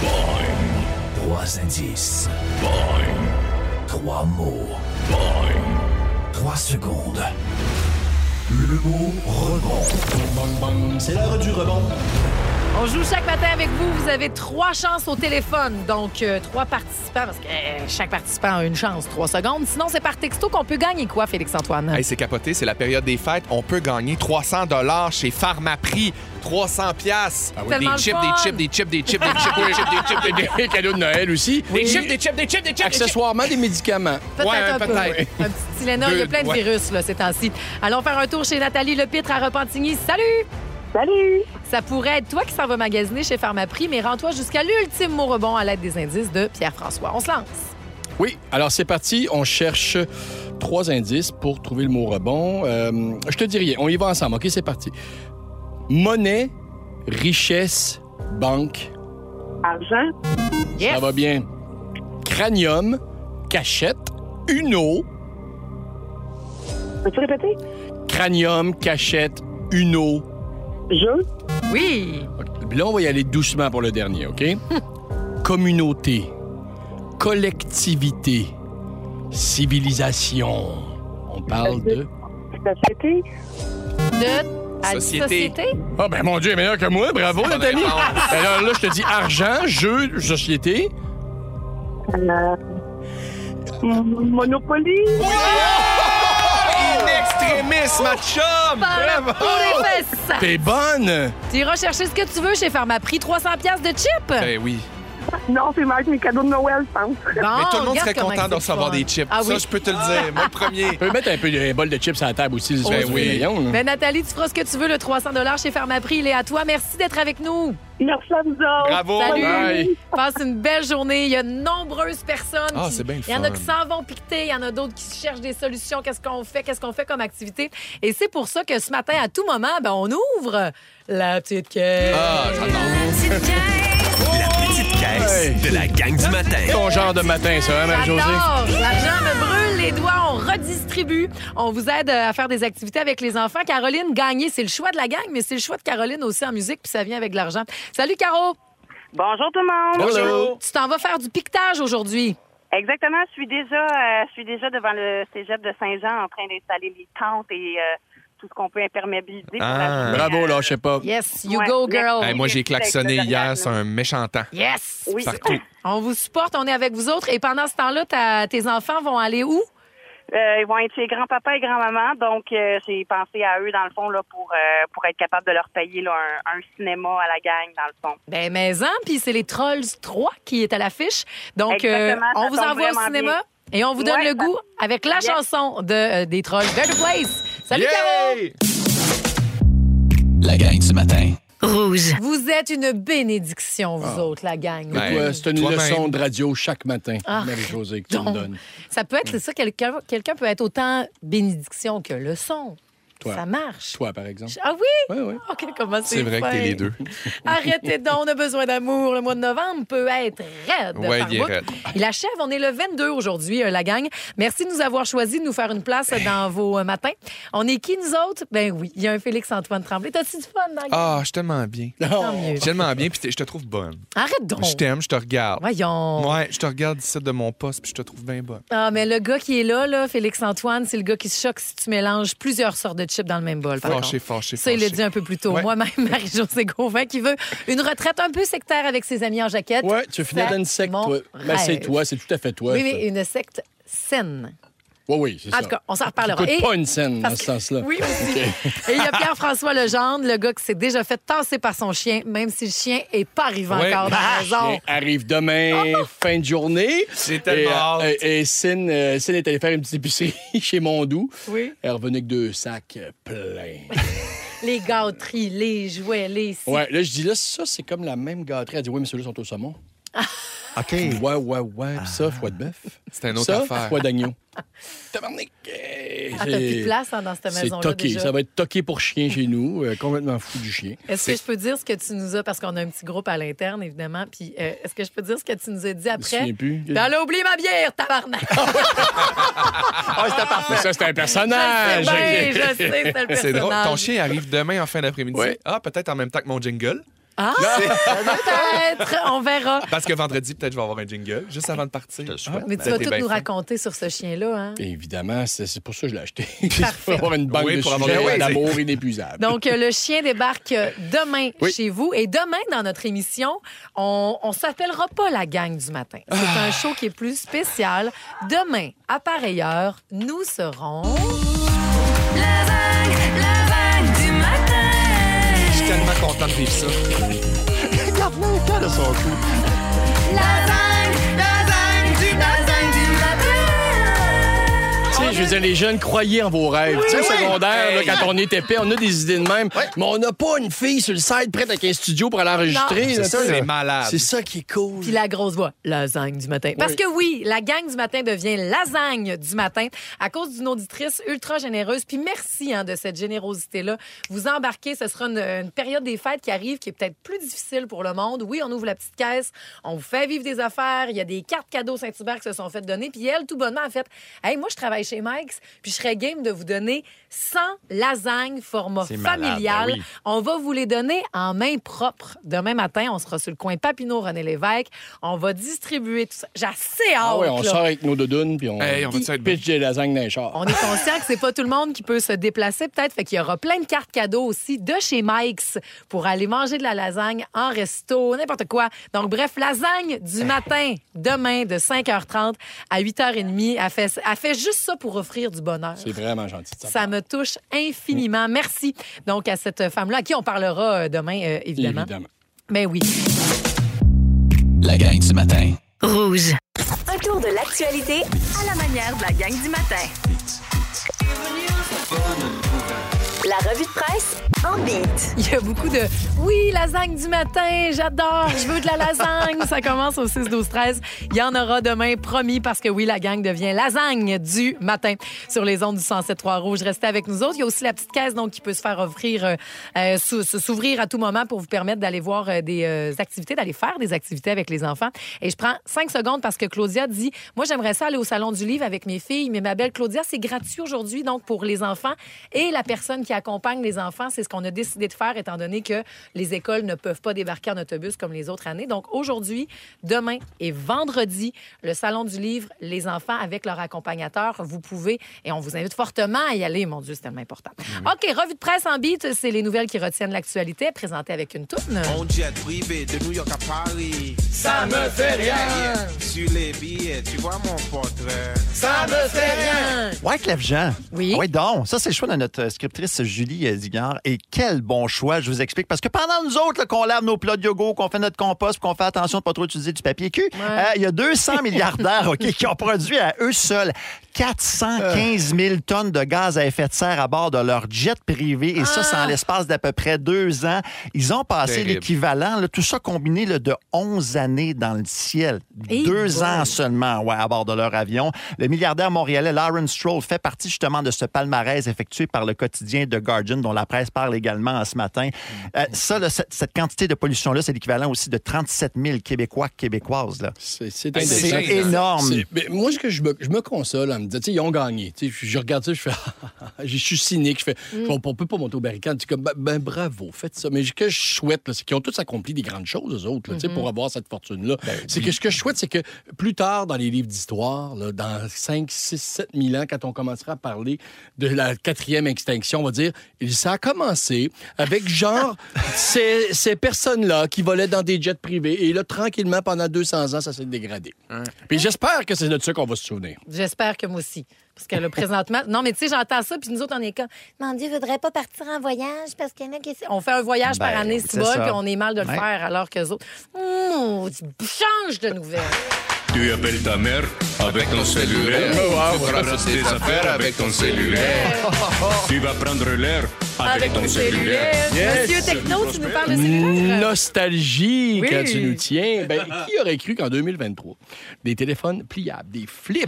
Speaker 13: Boing. Trois indices. Boing. Trois mots. Boing. Trois secondes. Le mot rebond. C'est l'heure du rebond.
Speaker 3: On joue chaque matin avec vous. Vous avez trois chances au téléphone. Donc, euh, trois participants, parce que euh, chaque participant a une chance, trois secondes. Sinon, c'est par texto qu'on peut gagner quoi, Félix-Antoine?
Speaker 6: Hey, c'est capoté, c'est la période des fêtes. On peut gagner 300 dollars chez Pharmaprix. 300 pièces.
Speaker 4: Ah oui.
Speaker 6: Des
Speaker 4: Tellement
Speaker 6: chips,
Speaker 4: le fun.
Speaker 6: des chips, des chips, des chips, des chips, des chips, des chips, des chips.
Speaker 4: Des cadeaux de Noël aussi.
Speaker 6: Des chips, des chips, des chips, des chips.
Speaker 4: Accessoirement, des médicaments.
Speaker 3: Peut-être un peu.
Speaker 4: peut-être.
Speaker 3: Un petit Tylenol, il y a
Speaker 4: Deux,
Speaker 3: plein de
Speaker 4: ouais.
Speaker 3: virus là, ces temps-ci. Allons faire un tour chez Nathalie Lepitre à Repentigny. Salut! Salut! Ça pourrait être toi qui s'en va magasiner chez Pharmaprix, mais rends-toi jusqu'à l'ultime mot rebond à l'aide des indices de Pierre-François. On se lance.
Speaker 4: Oui, alors c'est parti. On cherche trois indices pour trouver le mot rebond. Euh, je te dis rien. On y va ensemble. OK, c'est parti. Monnaie, richesse, banque.
Speaker 12: Argent.
Speaker 4: Ça va bien. Cranium, cachette, uno.
Speaker 12: Peux-tu répéter?
Speaker 4: Cranium, cachette, uno.
Speaker 12: Jeu.
Speaker 3: Oui.
Speaker 4: Là, on va y aller doucement pour le dernier, OK? Communauté, collectivité, civilisation. On parle de...
Speaker 12: Société.
Speaker 3: De... à-
Speaker 4: Société. Ah, ben mon Dieu, elle est meilleure que moi. Bravo,
Speaker 13: C'est la bonne
Speaker 4: Nathalie.
Speaker 13: réponse.
Speaker 4: Alors là, je te dis argent, jeu, société.
Speaker 12: Euh, m- Monopoly.
Speaker 6: In extremis, ma chum!
Speaker 3: Par la
Speaker 6: Bravo!
Speaker 3: peau des fesses.
Speaker 4: T'es bonne!
Speaker 3: Tu iras chercher ce que tu veux chez Pharmaprix. 300 pièces de chips!
Speaker 6: Ben oui.
Speaker 12: Non, c'est mal mes cadeaux de Noël, je pense.
Speaker 6: Mais tout le monde
Speaker 3: Ah, regarde
Speaker 6: serait
Speaker 3: comment
Speaker 6: content
Speaker 3: c'est
Speaker 6: de recevoir
Speaker 3: fun.
Speaker 6: des chips.
Speaker 3: Ah
Speaker 6: Ça,
Speaker 3: oui. Oh,
Speaker 6: je peux te le dire. Moi, le premier.
Speaker 4: Tu peux mettre un peu de bol de chips à la table aussi, sur
Speaker 6: Ben
Speaker 4: du
Speaker 6: oui.
Speaker 4: rayon, là.
Speaker 3: Ben, Nathalie, tu feras ce que tu veux. Le 300 chez Pharmaprix, il est à toi. Merci d'être avec nous.
Speaker 12: Merci à vous autres.
Speaker 6: Bravo.
Speaker 3: Salut.
Speaker 6: Bye.
Speaker 3: Passe une belle journée. Il y a de nombreuses personnes.
Speaker 6: Ah,
Speaker 3: qui-
Speaker 6: c'est bien le
Speaker 3: Il y en a
Speaker 6: fun.
Speaker 3: qui s'en vont piqueter. Il y en a d'autres qui cherchent des solutions. Qu'est-ce qu'on fait? Qu'est-ce qu'on fait comme activité? Et c'est pour ça que ce matin, à tout moment, ben, on ouvre la petite caisse.
Speaker 6: Ah,
Speaker 13: j'adore.
Speaker 5: La petite caisse de la gang du matin.
Speaker 4: Ton genre de matin, ça, hein, Marie-Josée?
Speaker 3: J'adore! Oh, L'argent me brûle les doigts, on redistribue. On vous aide euh, à faire des activités avec les enfants. Caroline, gagner, c'est le choix de la gang, mais c'est le choix de Caroline aussi en musique, puis ça vient avec de l'argent. Salut, Caro!
Speaker 12: Bonjour tout le monde.
Speaker 3: Tu t'en vas faire du piquetage aujourd'hui.
Speaker 12: Exactement, je suis déjà, euh, je suis déjà devant le cégep de Saint-Jean en train d'installer les tentes et euh, tout ce qu'on peut imperméabiliser. pour la Euh,
Speaker 6: Ah.
Speaker 12: journée.
Speaker 4: Bravo, là, je sais pas.
Speaker 3: Yes, you
Speaker 12: Ouais,
Speaker 3: go,
Speaker 12: merci.
Speaker 3: girl!
Speaker 6: Hey, moi, j'ai klaxonné hier sur un méchant temps.
Speaker 3: Yes!
Speaker 12: Oui.
Speaker 6: Partout.
Speaker 3: On vous supporte, on est avec vous autres. Et pendant ce temps-là, ta- tes enfants vont aller où?
Speaker 12: Euh, ils vont être chez grand-papa et grand-maman, donc euh, j'ai pensé à eux, dans le fond, là, pour, euh, pour être capable de leur payer là, un, un cinéma à la gang, dans le fond.
Speaker 3: Ben, maison, puis c'est les Trolls 3 qui est à l'affiche. Donc, euh,
Speaker 12: Exactement,
Speaker 3: on
Speaker 12: ça
Speaker 3: vous
Speaker 12: tombe
Speaker 3: envoie au
Speaker 12: vraiment
Speaker 3: cinéma et on vous donne
Speaker 12: Ouais,
Speaker 3: le
Speaker 12: ça-
Speaker 3: goût avec la
Speaker 12: Yes.
Speaker 3: chanson de, euh, des Trolls Better Place. Salut, Caro!
Speaker 2: La gang du matin.
Speaker 3: Rouge. Vous êtes une bénédiction, vous
Speaker 4: Ah.
Speaker 3: autres, la gang.
Speaker 4: Mais toi, c'est une
Speaker 3: Toi-même.
Speaker 4: leçon de radio chaque matin,
Speaker 3: Ah.
Speaker 4: Marie-Josée, que tu me
Speaker 3: Donc,
Speaker 4: donnes.
Speaker 3: Ça peut être, c'est ça, quelqu'un quelqu'un peut être autant bénédiction que leçon.
Speaker 4: Toi.
Speaker 3: Ça marche.
Speaker 4: Toi, par exemple.
Speaker 3: Ah oui?
Speaker 4: Oui, oui.
Speaker 3: OK, comment c'est
Speaker 4: C'est vrai que t'es
Speaker 3: fin.
Speaker 4: les deux.
Speaker 3: Arrêtez donc, on a besoin d'amour. Le mois de novembre peut être raide.
Speaker 4: Ouais,
Speaker 3: par
Speaker 4: il est
Speaker 3: bout.
Speaker 4: raide.
Speaker 3: Il achève, on est le 22 aujourd'hui, euh, la gang. Merci de nous avoir choisi de nous faire une place
Speaker 4: Ben.
Speaker 3: dans vos euh, matins. On est qui, nous autres? Ben oui, il y a un Félix-Antoine Tremblay. T'as-tu du fun dans la gang?
Speaker 6: Ah, je suis tellement bien.
Speaker 3: Tant mieux.
Speaker 6: Je suis tellement bien, puis t'es- je te trouve bonne.
Speaker 4: Ah,
Speaker 3: Arrête donc.
Speaker 6: Je t'aime, je te regarde.
Speaker 3: Oh. Voyons.
Speaker 6: Ouais, je te regarde ici de mon poste, puis je te trouve bien bonne.
Speaker 3: Ah, mais le gars qui est là, là Félix-Antoine, c'est le gars qui se choque si tu mélanges plusieurs sortes de chips dans le même bol. par
Speaker 6: Fâché,
Speaker 3: contre.
Speaker 6: fâché,
Speaker 3: Ça, il l'a
Speaker 6: fâché.
Speaker 3: dit un peu plus tôt.
Speaker 6: Ouais.
Speaker 3: Moi-même, Marie-Josée Gauvin, qui veut une retraite un peu sectaire avec ses amis en jaquette.
Speaker 4: Ouais, tu finis
Speaker 3: Ça,
Speaker 4: dans une secte,
Speaker 3: mon
Speaker 4: toi. Ben, c'est
Speaker 3: rêve.
Speaker 4: toi, c'est tout à fait toi.
Speaker 3: Oui,
Speaker 4: ça.
Speaker 3: mais une secte saine.
Speaker 4: Oui, oui, c'est
Speaker 3: En
Speaker 4: ça.
Speaker 3: tout cas, on s'en reparlera.
Speaker 4: T'écoutes
Speaker 3: Et-
Speaker 4: pas une scène dans
Speaker 3: parce
Speaker 4: ce
Speaker 3: que-
Speaker 4: sens-là.
Speaker 3: Oui,
Speaker 4: aussi.
Speaker 3: Et il y a Pierre-François Legendre, le gars qui s'est déjà fait tasser par son chien, même si le chien est pas arrivé encore dans la maison.
Speaker 4: Ah, arrive demain,
Speaker 3: Oh!
Speaker 4: fin de journée.
Speaker 6: C'est
Speaker 4: Et,
Speaker 6: tellement hâte.
Speaker 4: euh, et Cine, euh, Cine est allée faire une petite épicerie chez Mondou.
Speaker 3: Oui.
Speaker 4: Elle revenait avec deux sacs euh, pleins.
Speaker 3: Les gâteries, les jouets, les...
Speaker 4: Ouais, là, je dis, là, ça, c'est comme la même gâterie. Elle dit, oui, mais ceux-là sont au saumon.
Speaker 7: OK.
Speaker 4: Ouais, ouais, ouais. Puis ça, foie de bœuf.
Speaker 6: C'est Ah. une autre
Speaker 4: ça,
Speaker 6: affaire.
Speaker 4: foie d'agneau. euh,
Speaker 3: Ah, t'as plus de place hein, dans cette
Speaker 4: C'est
Speaker 3: maison-là
Speaker 4: toqué.
Speaker 3: déjà.
Speaker 4: Ça va être toqué pour chien chez nous. euh, complètement fou du chien.
Speaker 3: Est-ce que je peux dire ce que tu nous as, parce qu'on a un petit groupe à l'interne, évidemment, puis euh, est-ce que je peux dire ce que tu nous as dit
Speaker 4: me
Speaker 3: après?
Speaker 4: souviens plus.
Speaker 3: Ben, elle a oublié ma bière, tabarnak!
Speaker 4: Ah, c'était parfait. Ça, c'était un
Speaker 3: Je
Speaker 4: personnage.
Speaker 3: sais bien, je sais, c'était le
Speaker 6: C'est
Speaker 3: personnage.
Speaker 6: drôle. Ton chien arrive demain en fin d'après-midi. Ah, peut-être en même temps que mon jingle.
Speaker 3: Ah, peut-être, on verra.
Speaker 6: Parce que vendredi, peut-être, je vais avoir un jingle juste avant de partir. Ah,
Speaker 3: Mais tu
Speaker 6: ben,
Speaker 3: vas
Speaker 6: t'es
Speaker 3: tout
Speaker 6: bien
Speaker 3: nous
Speaker 6: fin.
Speaker 3: raconter sur ce chien-là, hein?
Speaker 4: Évidemment, c'est c'est pour ça que je l'ai acheté. pour avoir une banque
Speaker 6: Oui,
Speaker 4: de
Speaker 6: pour avoir-
Speaker 4: sujets
Speaker 6: Oui,
Speaker 4: d'amour
Speaker 6: c'est-
Speaker 4: inépuisable.
Speaker 3: Donc, euh, le chien débarque euh, demain chez vous. Et demain, dans notre émission, on ne s'appellera pas la gang du matin. C'est un show qui est plus spécial. Demain, à pareille heure, nous serons...
Speaker 6: Je suis tellement content de vivre ça.
Speaker 7: Regarde-le, quand de son coup.
Speaker 4: Tu sais, je veux dire, les jeunes croyaient en vos rêves. tu sais, au
Speaker 13: oui.
Speaker 4: secondaire, là,
Speaker 13: Hey.
Speaker 4: quand on est épais, on a des idées de même. Mais on n'a pas une fille sur le site prête avec un studio pour aller enregistrer.
Speaker 3: Non.
Speaker 4: là,
Speaker 3: C'est ça,
Speaker 4: tu sais,
Speaker 6: c'est
Speaker 4: là.
Speaker 6: malade.
Speaker 4: C'est ça qui est cool.
Speaker 3: Puis la grosse voix, lasagne du matin. Parce
Speaker 4: Oui.
Speaker 3: que oui, la gang du matin devient lasagne du matin à cause d'une auditrice ultra généreuse. Puis merci hein, de cette générosité-là. Vous embarquez, ce sera une, une période des fêtes qui arrive qui est peut-être plus difficile pour le monde. Oui, on ouvre la petite caisse, on vous fait vivre des affaires. Il y a des cartes cadeaux Saint-Hubert qui se sont faites donner. Puis elle, tout bonnement, a fait Hey, moi, je travaille chez Mike's, puis je serais game de vous donner 100 lasagnes format
Speaker 14: C'est malade,
Speaker 3: familial.
Speaker 14: ben oui.
Speaker 3: On va vous les donner en main propre. Demain matin, on sera sur le coin Papineau, René Lévesque. On va distribuer tout ça. J'ai assez hâte.
Speaker 4: Ah ouais, on
Speaker 3: là.
Speaker 4: sort avec nos doudounes puis on,
Speaker 6: Hey, on va-tu être
Speaker 4: pitch des lasagnes dans les chars.
Speaker 3: On est conscient que c'est pas tout le monde qui peut se déplacer, peut-être. Fait qu'il y aura plein de cartes cadeaux aussi de chez Mike's pour aller manger de la lasagne en resto, n'importe quoi. Donc, bref, lasagne du matin, demain, de 5h30 à 8h30. Elle fait, elle fait juste ça pour offrir du bonheur.
Speaker 4: C'est vraiment gentil. de ta
Speaker 3: Ça me touche infiniment. Merci donc à cette femme-là, à qui on parlera euh, demain, euh, évidemment.
Speaker 4: Évidemment.
Speaker 3: Ben oui.
Speaker 2: La gang du matin.
Speaker 1: Rouge. Un tour de l'actualité à la manière de la gang du matin. La revue de presse en beat.
Speaker 3: Il y a beaucoup de oui, lasagne du matin, j'adore, je veux de la lasagne. Ça commence au 6 12 13. Il y en aura demain promis parce que oui, la gang devient lasagne du matin sur les ondes du 1073 rouge. Restez avec nous autres. Il y a aussi la petite caisse donc qui peut se faire offrir euh, euh, sou- se- s'ouvrir à tout moment pour vous permettre d'aller voir euh, des euh, activités, d'aller faire des activités avec les enfants. Et je prends cinq secondes parce que Claudia dit moi j'aimerais ça aller au salon du livre avec mes filles, mais ma belle Claudia, c'est gratuit aujourd'hui donc pour les enfants et la personne qui accompagnent les enfants. C'est ce qu'on a décidé de faire, étant donné que les écoles ne peuvent pas débarquer en autobus comme les autres années. Donc, aujourd'hui, demain et vendredi, le Salon du livre, les enfants avec leur accompagnateur, vous pouvez, et on vous invite fortement à y aller. Mon Dieu, c'est tellement important. OK, revue de presse en beat, c'est les nouvelles qui retiennent l'actualité, présentées avec une toune.
Speaker 14: Mon jet privé de New York à Paris.
Speaker 3: Ça me fait rien.
Speaker 14: Sur les billets, tu vois mon portrait.
Speaker 3: Ça me fait rien.
Speaker 7: Ouais, Clef Jean.
Speaker 3: Oui.
Speaker 7: Oui, Ah donc, ça, c'est le choix de notre euh, scriptrice Julie euh, Digard. Et quel bon choix, je vous explique. Parce que pendant nous autres, là, qu'on lave nos plats de yogourt, qu'on fait notre compost, qu'on fait attention de pas trop utiliser du papier cul, euh, il y a 200 milliardaires OK, qui ont produit à eux seuls 415 000 tonnes de gaz à effet de serre à bord de leur jet privé. Et ça, c'est en l'espace d'à peu près deux ans. Ils ont passé
Speaker 6: Terrible.
Speaker 7: l'équivalent, là, tout ça combiné là, de 11 années dans le ciel.
Speaker 6: Et
Speaker 7: deux
Speaker 6: voilà.
Speaker 7: ans seulement ouais, à bord de leur avion. Le milliardaire montréalais Lawrence Stroll fait partie justement de ce palmarès effectué par le quotidien The Guardian, dont la presse parle également en ce matin.
Speaker 6: Mm-hmm.
Speaker 7: Euh, ça, là, cette, cette quantité de pollution-là, c'est l'équivalent aussi de 37 000 Québécois, Québécoises. là.
Speaker 4: C'est indécent.
Speaker 7: C'est énorme.
Speaker 4: C'est- mais moi, ce que je me, je me console en me disant, tu sais, ils ont gagné. Tu sais, je je regarde ça, je fais, je suis cynique. Je fais,
Speaker 6: Mm.
Speaker 4: on, on peut pas monter aux barricades. C'est comme, ben, ben, bravo, faites ça. Mais ce que je souhaite, là, c'est qu'ils ont tous accompli des grandes choses, eux autres, là, tu sais,
Speaker 7: Mm-hmm.
Speaker 6: Mhm.
Speaker 4: pour avoir cette fortune-là. c'est que ce que je souhaite, c'est que plus tard, dans les livres d'histoire, là, dans 5, 6, 7 000 ans, quand on commencera à parler de la quatrième extinction, on va dire, ça a commencé avec genre ces, ces personnes-là qui volaient dans des jets privés. Et là, tranquillement, pendant 200 ans, ça s'est dégradé. Puis j'espère que c'est de ça qu'on va se souvenir.
Speaker 3: J'espère que moi aussi. Parce que le présentement. Non, mais tu sais, j'entends ça, puis nous autres, on est comme.
Speaker 15: Mon Dieu, voudrais pas partir en voyage parce qu'il y en a qui.
Speaker 3: On fait un voyage
Speaker 15: Ben,
Speaker 3: par année, si
Speaker 15: c'est
Speaker 3: bol,
Speaker 15: ça.
Speaker 3: puis on est mal de le
Speaker 15: Ouais.
Speaker 3: faire, alors que autres. Hum, tu change de nouvelles.
Speaker 16: Tu appelles ta mère avec ton cellulaire.
Speaker 6: Wow.
Speaker 16: Oh, Tu ramasses tes affaires avec ton cellulaire.
Speaker 12: Oh,
Speaker 16: Tu vas prendre l'air avec ton cellulaire.
Speaker 3: Monsieur Techno, tu nous parles de
Speaker 4: Mm. Nostalgie
Speaker 3: Oui.
Speaker 4: quand tu nous tiens. Ben, qui aurait cru qu'en 2023, des téléphones pliables, des flips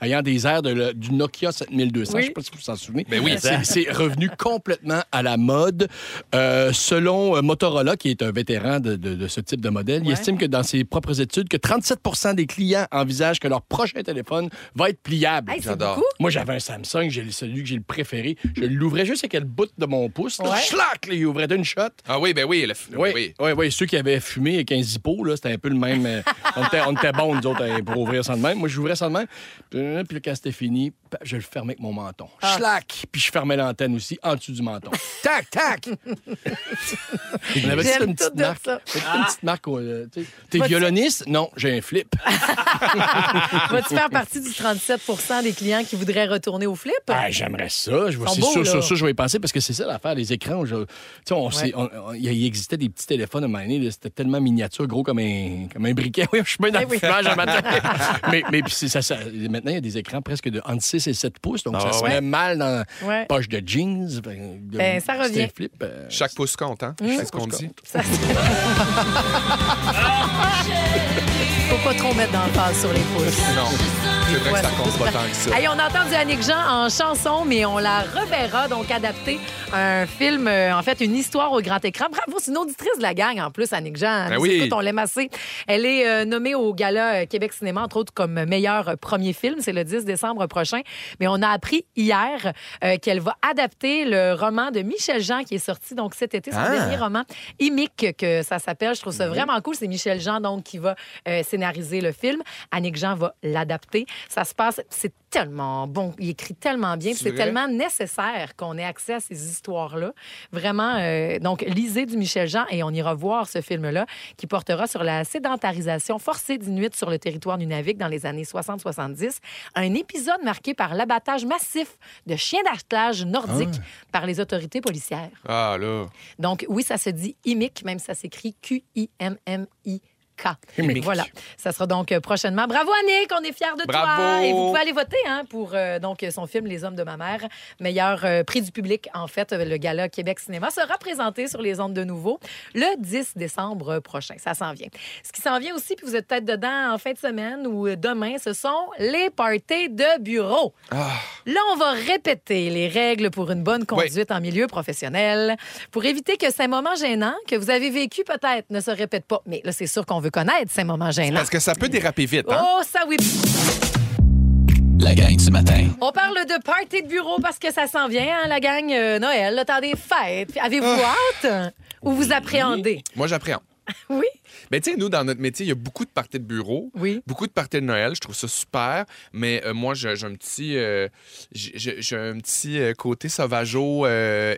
Speaker 4: ayant des airs de le- du Nokia 7200,
Speaker 6: Oui.
Speaker 4: je ne sais pas si vous vous en souvenez,
Speaker 6: Ben oui.
Speaker 4: c'est c'est revenu complètement à la mode. Euh, selon euh, Motorola, qui est un vétéran de, de- de ce type de modèle, il
Speaker 6: Ouais.
Speaker 4: estime que dans ses propres études, que 37 des clients envisagent que leur prochain téléphone va être pliable.
Speaker 6: Hey, c'est J'adore. beaucoup.
Speaker 4: Moi, j'avais un Samsung, j'ai celui que j'ai le préféré. Je l'ouvrais juste avec le bout de mon pouce. là.
Speaker 6: Ouais.
Speaker 4: Schlac, là, il ouvrait d'une shot.
Speaker 6: Ah oui, ben oui. le f-
Speaker 4: Oui,
Speaker 6: oui.
Speaker 4: oui, oui, ceux qui avaient fumé avec un zippo, là, c'était un peu le même. euh, on, était, on était bons, nous autres, euh, pour ouvrir ça de même. Moi, j'ouvrais ça de même. Puis là, puis là, quand c'était fini, pa- je le fermais avec mon menton.
Speaker 3: Ah.
Speaker 4: Schlac! Puis je fermais l'antenne aussi, en dessous du menton. tac, tac! On avait
Speaker 3: J'aime
Speaker 4: une petite
Speaker 3: tout de
Speaker 4: marque.
Speaker 3: ça.
Speaker 4: C'était une petite marque. euh, tu sais. T'es
Speaker 3: Vas-tu-
Speaker 4: violoniste? Non, j'ai un flip.
Speaker 3: Vas-tu faire partie du 37 des clients qui voudraient retourner au flip?
Speaker 4: Ah, j'aimerais ça. Je vois,
Speaker 3: Ils sont
Speaker 4: c'est
Speaker 3: beaux,
Speaker 4: sûr,
Speaker 3: là.
Speaker 4: sûr, sûr, je vais y penser parce que c'est ça l'affaire, les écrans. je- tu sais, on s'est-
Speaker 3: Ouais.
Speaker 4: on- on- il y existait des petits téléphones à un moment donné, là, c'était tellement miniature, gros comme un, comme un briquet. Oui, je suis bien dans
Speaker 3: Eh
Speaker 4: le
Speaker 3: oui.
Speaker 4: fumage un matin. mais mais puis c'est ça, ça- maintenant, il y a des écrans presque de entre 6 et 7 pouces, donc ça
Speaker 6: Ah
Speaker 4: se
Speaker 6: ouais.
Speaker 4: met mal dans
Speaker 3: Ouais.
Speaker 4: la poche de jeans. Ben, de-
Speaker 3: Ben, ça
Speaker 4: c'est
Speaker 3: revient.
Speaker 4: un flip, euh,
Speaker 6: Chaque pouce compte, hein?
Speaker 4: Chaque
Speaker 6: C'est ce qu'on
Speaker 4: pouce
Speaker 6: dit.
Speaker 3: Faut pas trop mettre d'emphase sur les pouces.
Speaker 6: Non, je vrai que ça compte pas tant que ça.
Speaker 3: Hey, on entend du Annick Jean en chanson, mais on la reverra donc adapter un film, euh, en fait, une histoire au grand écran. Bravo, c'est une auditrice de la gang en plus, Annick Jean. Elle
Speaker 15: Ben
Speaker 3: nous
Speaker 15: oui.
Speaker 3: écoute, on l'aime assez. Elle est euh, nommée au Gala euh, Québec Cinéma, entre autres, comme meilleur euh, premier film. C'est le 10 décembre prochain. Mais on a appris hier euh, qu'elle va adapter le roman de Michel Jean qui est sorti donc cet été, son
Speaker 15: Ah.
Speaker 3: dernier roman, Imique, que ça s'appelle. Je trouve ça vraiment cool. C'est Michel Jean donc qui va euh, scénariser le film. Annick Jean va l'adapter. Ça se passe, c'est tellement bon. Il écrit tellement bien. puis
Speaker 15: C'est
Speaker 3: C'est
Speaker 15: vrai?
Speaker 3: tellement nécessaire qu'on ait accès à ces histoires-là. Vraiment, euh, donc, lisez du Michel Jean et on ira voir ce film-là qui portera sur la sédentarisation forcée d'Inuits sur le territoire Nunavik dans les années 60-70. Un épisode marqué par l'abattage massif de chiens d'attelage nordiques par les autorités policières.
Speaker 6: Ah là.
Speaker 3: Donc, oui, ça se dit IMIC, même ça s'écrit Q-I-M-M-I-K.
Speaker 6: Imic.
Speaker 3: Voilà. Ça sera donc euh, prochainement. Bravo, Annick, on est fiers de toi.
Speaker 15: Bravo.
Speaker 3: Et vous pouvez aller voter hein, pour euh, donc, son film Les Hommes de ma mère, meilleur euh, prix du public. En fait, euh, le gala Québec Cinéma sera présenté sur les ondes de nouveau le 10 décembre prochain. Ça s'en vient. Ce qui s'en vient aussi, puis vous êtes peut-être dedans en fin de semaine ou euh, demain, ce sont les parties de bureau.
Speaker 14: Ah.
Speaker 3: Là, on va répéter les règles pour une bonne conduite en milieu professionnel, pour éviter que ces moments gênants que vous avez vécu peut-être ne se répètent pas. Mais là, c'est sûr qu'on veut connaître ces moments gênants.
Speaker 6: Parce que ça peut déraper vite, hein?
Speaker 3: Oh, ça oui.
Speaker 2: La gang du matin.
Speaker 3: On parle de party de bureau parce que ça s'en vient, hein, la gang euh, Noël, le temps des fêtes. Puis Avez-vous hâte ou vous appréhendez?
Speaker 6: Moi, j'appréhende.
Speaker 3: Oui.
Speaker 6: Mais Ben, tu sais, nous, dans notre métier, il y a beaucoup de parties de bureau,
Speaker 3: oui.
Speaker 6: beaucoup de parties de Noël. Je trouve ça super. Mais euh, moi, j'ai j'ai un petit, euh, j'ai- j'ai j'ai un petit euh, côté sauvageau, euh,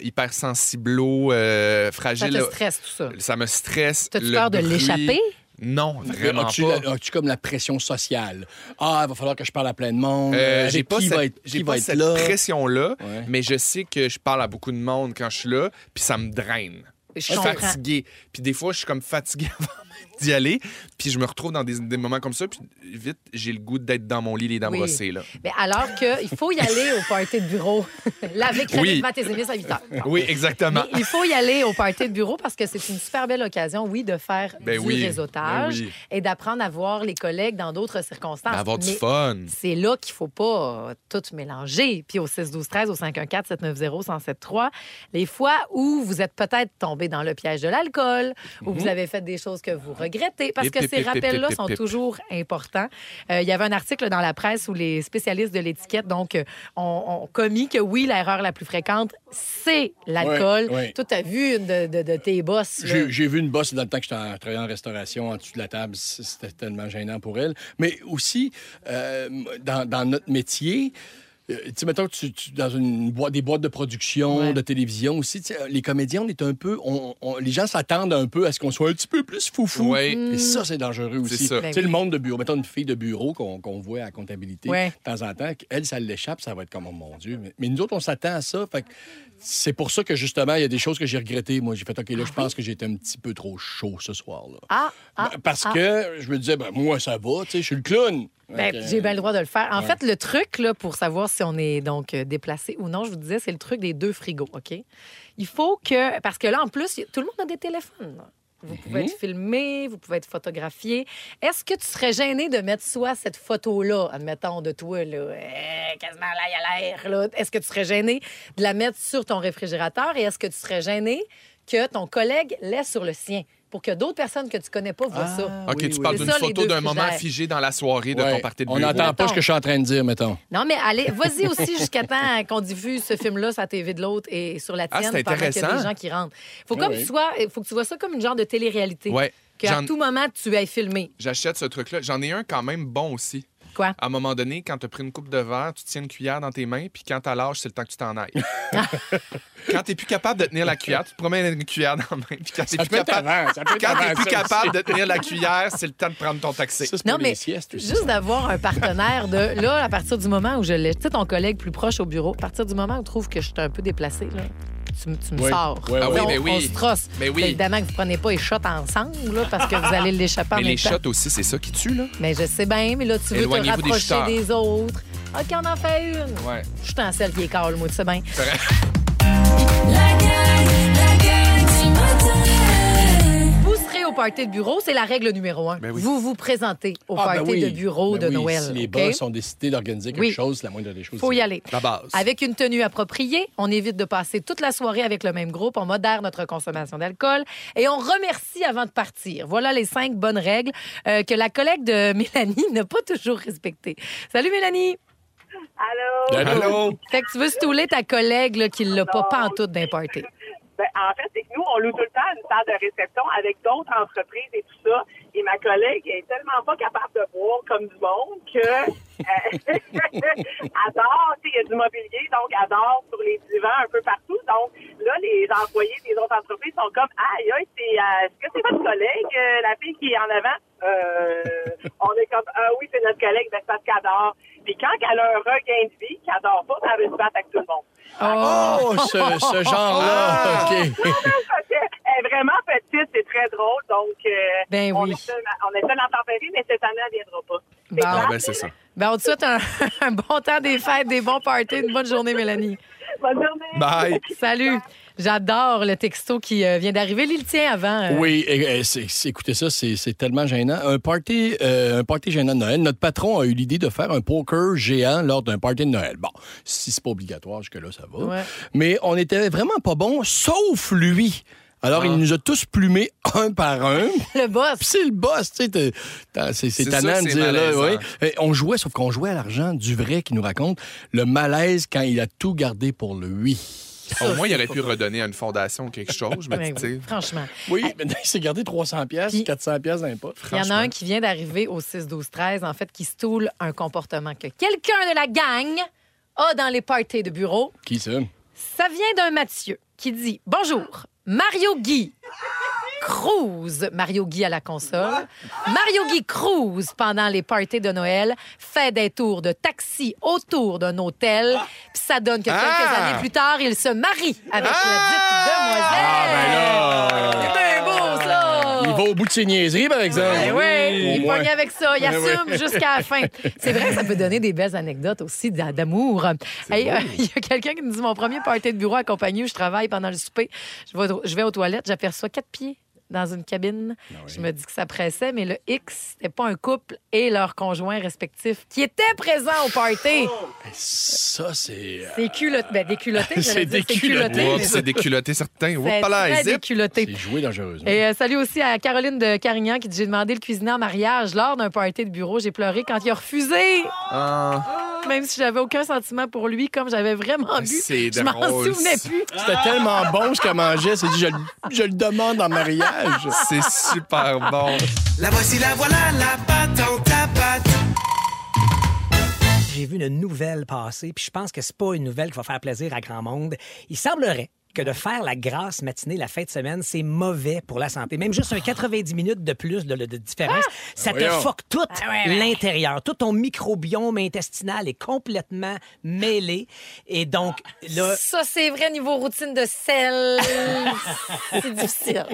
Speaker 6: hypersensiblo, euh,
Speaker 3: Ça
Speaker 6: fragile.
Speaker 3: te stresse, tout ça.
Speaker 6: Ça me stresse.
Speaker 3: T'as-tu
Speaker 6: le
Speaker 3: peur de
Speaker 6: bruit.
Speaker 3: l'échapper?
Speaker 6: Non, vraiment
Speaker 4: As-tu
Speaker 6: pas.
Speaker 4: la- as-tu comme la pression sociale? Ah, il va falloir que je parle à plein de monde.
Speaker 6: Euh,
Speaker 4: Avec
Speaker 6: j'ai pas
Speaker 4: qui
Speaker 6: cette,
Speaker 4: va être,
Speaker 6: j'ai
Speaker 4: qui
Speaker 6: pas
Speaker 4: va être
Speaker 6: cette
Speaker 4: là?
Speaker 6: pression-là, mais je sais que je parle à beaucoup de monde quand je suis là, puis ça me draine.
Speaker 3: Je
Speaker 6: Je suis
Speaker 3: comprends.
Speaker 6: fatigué. Puis des fois, je suis comme fatigué avant même d'y aller, puis je me retrouve dans des, des moments comme ça, puis vite, j'ai le goût d'être dans mon lit, les dents
Speaker 3: Oui.
Speaker 6: brossées. Là.
Speaker 3: Mais alors qu'il faut y aller au party de bureau. Laver
Speaker 6: Oui.
Speaker 3: Véronique Matézinis à 8 heures.
Speaker 6: Oui, exactement.
Speaker 3: Il faut y aller au party de bureau parce que c'est une super belle occasion, oui, de faire
Speaker 6: Ben
Speaker 3: du
Speaker 6: oui,
Speaker 3: réseautage
Speaker 6: ben oui.
Speaker 3: et d'apprendre à voir les collègues dans d'autres circonstances.
Speaker 6: D'avoir du
Speaker 3: Mais
Speaker 6: fun.
Speaker 3: C'est là qu'il faut pas euh, tout mélanger. Puis au 6-12-13, au 514-790-1073, les fois où vous êtes peut-être tombé dans le piège de l'alcool, où vous avez fait des choses que vous regrettez, parce
Speaker 17: Hip,
Speaker 3: que
Speaker 17: hip,
Speaker 3: ces
Speaker 17: hip, hip,
Speaker 3: rappels-là
Speaker 17: hip,
Speaker 3: sont
Speaker 17: hip.
Speaker 3: toujours toujours important. Euh, il y avait un article dans la presse où les spécialistes de l'étiquette donc euh, ont, ont commis que oui, l'erreur la plus fréquente, c'est l'alcool.
Speaker 4: Ouais, ouais.
Speaker 3: Toi, t'as vu une de, de- de tes boss. là.
Speaker 4: J'ai j'ai vu une bosse dans le temps que j'étais en- travaillant en restauration en dessous de la table. C- C'était tellement gênant pour elle. Mais aussi, euh, dans, dans notre métier, euh, tu sais, mettons, que tu, tu- dans une boîte, des boîtes de production, de télévision aussi, tu sais, les comédiens, on est un peu. on- on- les gens s'attendent un peu à ce qu'on soit un petit peu plus foufou.
Speaker 6: Ouais.
Speaker 3: Mm.
Speaker 4: Et ça, c'est dangereux
Speaker 6: C'est
Speaker 4: aussi. Tu
Speaker 6: ça. Ben
Speaker 4: sais,
Speaker 6: oui.
Speaker 4: le monde de bureau, mettons une fille de bureau qu'on qu'on voit à la comptabilité
Speaker 6: Ouais.
Speaker 4: de temps en temps, elle, ça l'échappe, ça va être comme, oh mon Dieu. Mais, mais nous autres, on s'attend à ça. Fait que c'est pour ça que justement, il y a des choses que j'ai regrettées. Moi, j'ai fait, OK, là, je pense que j'étais un petit peu trop chaud ce soir. là.
Speaker 3: Ah, ah,
Speaker 4: Ben, Parce
Speaker 3: ah.
Speaker 4: que je me disais, ben, moi, ça va, tu sais, je suis le clown.
Speaker 3: Ben,
Speaker 4: Fait que-
Speaker 3: J'ai bien le droit de le faire. En
Speaker 4: ouais.
Speaker 3: fait, le truc là, pour savoir si on est donc euh, déplacé ou non, je vous disais, c'est le truc des deux frigos, OK? Il faut que... Parce que là, en plus, y- tout le monde a des téléphones. là. Vous pouvez
Speaker 17: Mhm.
Speaker 6: Mm-hmm.
Speaker 3: être filmé, vous pouvez être photographié. Est-ce que tu serais gêné de mettre soit cette photo-là, admettons, de toi, là, euh, quasiment là, il y a l'air, là. Est-ce que tu serais gêné de la mettre sur ton réfrigérateur et est-ce que tu serais gêné que ton collègue l'ait sur le sien pour que d'autres personnes que tu connais pas voient ça?
Speaker 6: Ah, OK,
Speaker 3: Oui,
Speaker 6: tu
Speaker 3: oui.
Speaker 6: parles
Speaker 3: C'est
Speaker 6: d'une
Speaker 3: ça, les
Speaker 6: photo
Speaker 3: deux
Speaker 6: d'un moment
Speaker 3: frigidaires.
Speaker 6: figé dans la soirée de
Speaker 4: Ouais.
Speaker 6: ton party de
Speaker 4: on
Speaker 6: bureau.
Speaker 4: n'entend pas
Speaker 3: Mettons.
Speaker 4: ce que je suis en train de dire, mettons.
Speaker 3: Non, mais allez, vas-y aussi jusqu'à temps qu'on diffuse ce film-là sur la TV de l'autre et sur la
Speaker 4: Ah,
Speaker 3: tienne
Speaker 4: c'est
Speaker 3: pendant qu'il y a des
Speaker 4: intéressant.
Speaker 3: gens qui rentrent. Faut
Speaker 6: Oui,
Speaker 3: comme
Speaker 6: oui.
Speaker 3: tu sois- faut que tu vois ça comme une genre de télé-réalité.
Speaker 6: Ouais.
Speaker 3: Qu'à
Speaker 6: J'en-
Speaker 3: tout moment, tu ailles filmer.
Speaker 6: J'achète ce truc-là. J'en ai un quand même bon aussi.
Speaker 3: Quoi?
Speaker 6: À un moment donné, quand tu as pris une coupe de verre, tu tiens une cuillère dans tes mains, puis quand t'as l'âge, c'est le temps que tu t'en ailles. quand t'es plus capable de tenir la cuillère, tu te promènes une cuillère dans la main, puis quand t'es
Speaker 4: Ça
Speaker 6: plus
Speaker 4: peut être
Speaker 6: capable,
Speaker 4: avant, ça peut être
Speaker 6: quand t'es
Speaker 4: avant,
Speaker 6: plus
Speaker 4: ça
Speaker 6: capable
Speaker 4: aussi.
Speaker 6: de tenir la cuillère, c'est le temps de prendre ton taxi.
Speaker 3: non, mais juste d'avoir un partenaire de là, à partir du moment où je l'ai, tu sais, ton collègue plus proche au bureau, à partir du moment où tu trouves que je suis un peu déplacée, là, tu, me- tu me
Speaker 6: Oui.
Speaker 3: sors.
Speaker 6: Ouais,
Speaker 3: Là,
Speaker 6: ouais,
Speaker 3: on,
Speaker 6: mais Ah oui.
Speaker 3: on se trosse.
Speaker 6: Mais oui.
Speaker 3: Là, Évidemment que vous prenez pas les shots ensemble, là, parce que vous allez l'échapper en
Speaker 6: Mais
Speaker 3: même
Speaker 6: les
Speaker 3: temps.
Speaker 6: shots aussi, c'est ça qui tue, là.
Speaker 3: Mais je sais bien, mais là, tu veux te
Speaker 6: Éloignez-vous des
Speaker 3: rapprocher
Speaker 6: shooters.
Speaker 3: des, autres. OK, on en fait une.
Speaker 6: Ouais.
Speaker 3: Je suis en celle qui est calme, moi, tu sais bien.
Speaker 6: C'est vrai.
Speaker 3: Vous serez au party de bureau, c'est la règle numéro un.
Speaker 4: Ben oui.
Speaker 3: Vous vous présentez au
Speaker 4: Ah,
Speaker 3: party
Speaker 4: ben oui.
Speaker 3: de bureau
Speaker 4: Ben
Speaker 3: de
Speaker 4: oui,
Speaker 3: Noël.
Speaker 4: Si les
Speaker 3: OK?
Speaker 4: boss ont décidé d'organiser quelque
Speaker 3: Oui.
Speaker 4: chose, c'est la moindre des choses.
Speaker 3: Faut y
Speaker 4: c'est-
Speaker 3: aller. Avec une tenue appropriée, on évite de passer toute la soirée avec le même groupe, on modère notre consommation d'alcool et on remercie avant de partir. Voilà les cinq bonnes règles euh, que la collègue de Mélanie n'a pas toujours respectées. Salut Mélanie!
Speaker 18: Allô?
Speaker 3: Fait que tu veux stouler ta collègue là, qui l'a pas pantoute d'un party.
Speaker 18: Ben, en fait, c'est que nous, on loue tout le temps une salle de réception avec d'autres entreprises et tout ça. Et ma collègue est tellement pas capable de boire comme du monde que euh, adore, tu sais, il y a du mobilier, donc adore sur les divans un peu partout. Donc là, les employés des autres entreprises sont comme Aïe, aïe, c'est euh, est-ce que c'est votre collègue, euh, la fille qui est en avant? Euh, on est comme Ah oui, c'est notre collègue, ben c'est parce qu'elle adore. Puis quand elle a un regain de vie, qu'elle adore pas, elle veut se battre avec tout le monde.
Speaker 4: Oh, ce, ce genre-là.
Speaker 3: Ah!
Speaker 4: OK.
Speaker 18: Elle est vraiment petite, c'est très drôle. Donc, euh,
Speaker 3: Ben
Speaker 18: on
Speaker 3: oui.
Speaker 18: essaie on essaie d'en tempérer, mais cette année, elle ne viendra pas.
Speaker 3: Bon.
Speaker 18: grave,
Speaker 6: Ah, c'est ça.
Speaker 3: Ben, on te souhaite un, un bon temps des fêtes, des bons parties, une bonne journée, Mélanie.
Speaker 18: Bonne journée.
Speaker 6: Bye.
Speaker 3: Salut. J'adore le texto qui euh, vient d'arriver. Il le tien avant. euh.
Speaker 4: Oui, et- et c'est- c'est- écoutez ça, c'est c'est tellement gênant. Un party, euh, un party gênant de Noël. Notre patron a eu l'idée de faire un poker géant lors d'un party de Noël. Bon, si c'est pas obligatoire jusque là, ça va.
Speaker 13: Ouais.
Speaker 4: Mais on était vraiment pas bon, sauf lui. Alors,
Speaker 3: Ah.
Speaker 4: il nous a tous plumés un par un.
Speaker 3: Le boss.
Speaker 4: Puis c'est le boss, tu sais. t'es- t'as- C'est c'est
Speaker 6: C'est sûr
Speaker 4: tannant
Speaker 6: que
Speaker 4: de
Speaker 6: c'est
Speaker 4: dire, là,
Speaker 6: malaisant.
Speaker 4: oui. Et on jouait, sauf qu'on jouait à l'argent du vrai qui nous raconte le malaise quand il a tout gardé pour lui.
Speaker 6: Au moins, il aurait pu redonner à une fondation ou quelque chose, je me
Speaker 3: Ben
Speaker 6: dis, tu sais.
Speaker 3: Franchement.
Speaker 4: Oui, maintenant, il s'est gardé 300 pièces, 400 pièces dans les poches.
Speaker 3: Il y en a un qui vient d'arriver au 6-12-13, en fait, qui stoule un comportement que quelqu'un de la gang a dans les parties de bureau.
Speaker 4: Qui ça?
Speaker 3: Ça vient d'un Mathieu qui dit Bonjour, Mario Guy. Cruise, Mario Guy à la console. Mario Guy cruise pendant les parties de Noël, fait des tours de taxi autour d'un hôtel, puis ça donne que quelques
Speaker 13: Ah!
Speaker 3: années plus tard, il se marie avec
Speaker 4: Ah, ben
Speaker 6: Ah, ben
Speaker 3: la dite demoiselle. C'est bien beau, ça!
Speaker 4: Il va au bout de ses niaiseries, par exemple.
Speaker 3: Eh oui, Oh. il
Speaker 4: Au moins.
Speaker 3: pogne avec ça, il
Speaker 4: Eh oui.
Speaker 3: assume jusqu'à la fin. C'est vrai que ça peut donner des belles anecdotes aussi d'a- d'amour. Hey, euh, Il y a quelqu'un qui me dit mon premier party de bureau à compagnie où je travaille pendant le souper. Je vais, au- je vais aux toilettes, j'aperçois quatre pieds dans une cabine. Je me dis que ça pressait, mais le X, c'était pas un couple et leur conjoint respectif qui étaient présents au party.
Speaker 4: Ça, c'est. euh,
Speaker 3: C'est culot... ben, des culottés,
Speaker 6: C'est
Speaker 3: j'allais dire, c'est culotté.
Speaker 6: déculotté. C'est déculotté, certains.
Speaker 3: C'est très déculotté.
Speaker 4: C'est joué dangereusement.
Speaker 3: Et euh, salut aussi à Caroline de Carignan qui dit J'ai demandé le cuisinier en mariage lors d'un party de bureau. J'ai pleuré quand il a refusé.
Speaker 6: Ah,
Speaker 3: Même si j'avais aucun sentiment pour lui, comme j'avais vraiment bu,
Speaker 4: Ah, C'est
Speaker 3: je m'en
Speaker 4: drôle.
Speaker 3: souvenais plus.
Speaker 4: C'était tellement bon ce qu'elle mangeait. C'est dit, je, le- je le demande en mariage.
Speaker 6: C'est super bon.
Speaker 14: La voici, la voilà, la patte en tapate.
Speaker 17: J'ai vu une nouvelle passer, puis je pense que c'est pas une nouvelle qui va faire plaisir à grand monde. Il semblerait que de faire la grasse matinée la fin de semaine, c'est mauvais pour la santé. Même juste
Speaker 11: Ah.
Speaker 17: un 90 minutes de plus de, de- de différence,
Speaker 18: Ah!
Speaker 17: ça te
Speaker 13: Voyons.
Speaker 17: fuck tout
Speaker 13: ouais.
Speaker 17: l'intérieur. Tout ton microbiome intestinal est complètement mêlé. Et donc,
Speaker 18: Ah,
Speaker 17: là...
Speaker 3: Ça, c'est vrai niveau routine de sel. c'est difficile.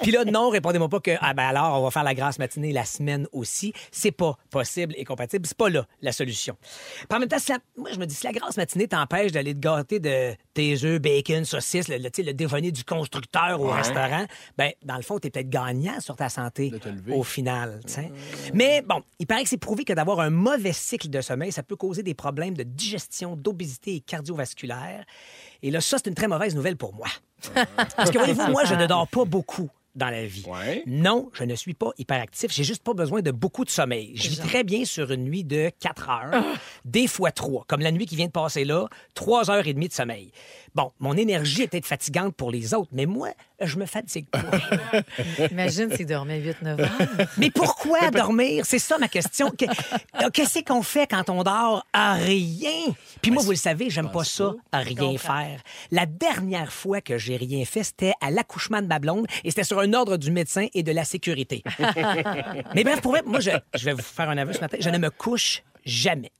Speaker 17: Puis là, non, répondez-moi pas que, ah ben alors, on va faire la grasse matinée la semaine aussi. C'est pas possible et compatible. C'est pas là la solution. Puis en même temps, si la- moi, je me dis, si la grasse matinée t'empêche d'aller te gâter de tes œufs, bacon, saucisses, le, le, tu sais, le déjeuner du constructeur au
Speaker 13: Ouais.
Speaker 17: restaurant, ben dans le fond, t'es peut-être gagnant sur ta santé au final. tu sais. Mais bon, il paraît que c'est prouvé que d'avoir un mauvais cycle de sommeil, ça peut causer des problèmes de digestion, d'obésité et cardiovasculaire. Et là, ça, c'est une très mauvaise nouvelle pour moi. Parce que voyez-vous, moi, je ne dors pas beaucoup dans la vie. Non, je ne suis pas hyperactif. J'ai juste pas besoin de beaucoup de sommeil. Je vis très bien sur une nuit de 4 heures, des fois 3, comme la nuit qui vient de passer là, 3 heures et demie de sommeil. Bon, mon énergie est peut-être fatigante pour les autres, mais moi, je me fatigue pas.
Speaker 3: Imagine s'il dormait 8-9 ans.
Speaker 17: Mais pourquoi dormir? C'est ça ma question. Que- euh, Qu'est-ce qu'on fait quand on dort? À rien. Puis moi, vous le savez, j'aime pas euh, ça, à rien faire. La dernière fois que j'ai rien fait, c'était à l'accouchement de ma blonde et c'était sur un ordre du médecin et de la sécurité. Mais bref, pour vrai, moi, je, je vais vous faire un aveu ce matin. Je ne me couche jamais.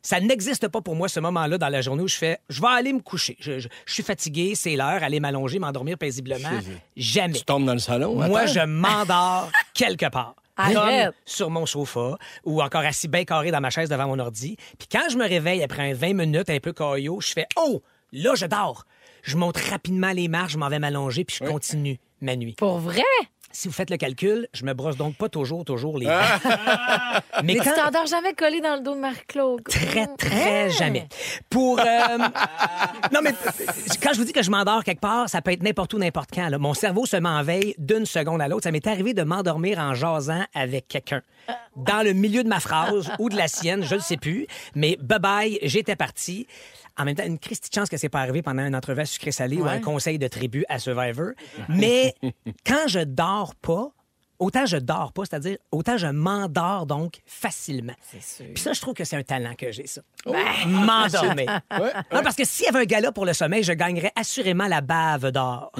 Speaker 17: Ça n'existe pas pour moi ce moment-là dans la journée où je fais je vais aller me coucher. Je, je- je suis fatigué, c'est l'heure, aller m'allonger, m'endormir paisiblement. Jamais.
Speaker 4: Tu tombes dans le salon.
Speaker 17: Moi,
Speaker 4: attends.
Speaker 17: je m'endors quelque part.
Speaker 3: Arrête.
Speaker 17: Comme sur mon sofa ou encore assis bien carré dans ma chaise devant mon ordi. Puis quand je me réveille après un 20 minutes un peu caillot, je fais Oh, là, je dors. Je monte rapidement les marches, je m'en vais m'allonger, puis je continue ma nuit.
Speaker 3: Pour vrai?
Speaker 17: Si vous faites le calcul, je me brosse donc pas toujours, toujours les
Speaker 3: Mais,
Speaker 17: Mais
Speaker 3: tu
Speaker 17: quand...
Speaker 3: t'endors jamais collé dans le dos de Hein? Marc-Claude.
Speaker 17: Très, très jamais. Pour. euh, non, mais quand je vous dis que je m'endors quelque part, ça peut être n'importe où, n'importe quand. là. Mon cerveau se m'enveille d'une seconde à l'autre. Ça m'est arrivé de m'endormir en jasant avec quelqu'un. Dans le milieu de ma phrase ou de la sienne, je ne sais plus. Mais bye bye, j'étais parti. En même temps, une christie de chance que c'est pas arrivé pendant une entrevue à sucré-salé ou
Speaker 13: Ouais.
Speaker 17: un conseil de tribu à Survivor. Mais quand je dors pas, autant je dors pas, c'est-à-dire autant je m'endors donc facilement. Puis ça, je trouve que c'est un talent que j'ai, ça. Ben, M'endormir.
Speaker 13: Oh! Ah! Ouais, ouais.
Speaker 17: Non, parce que s'il y avait un gala pour le sommeil, je gagnerais assurément la bave d'or.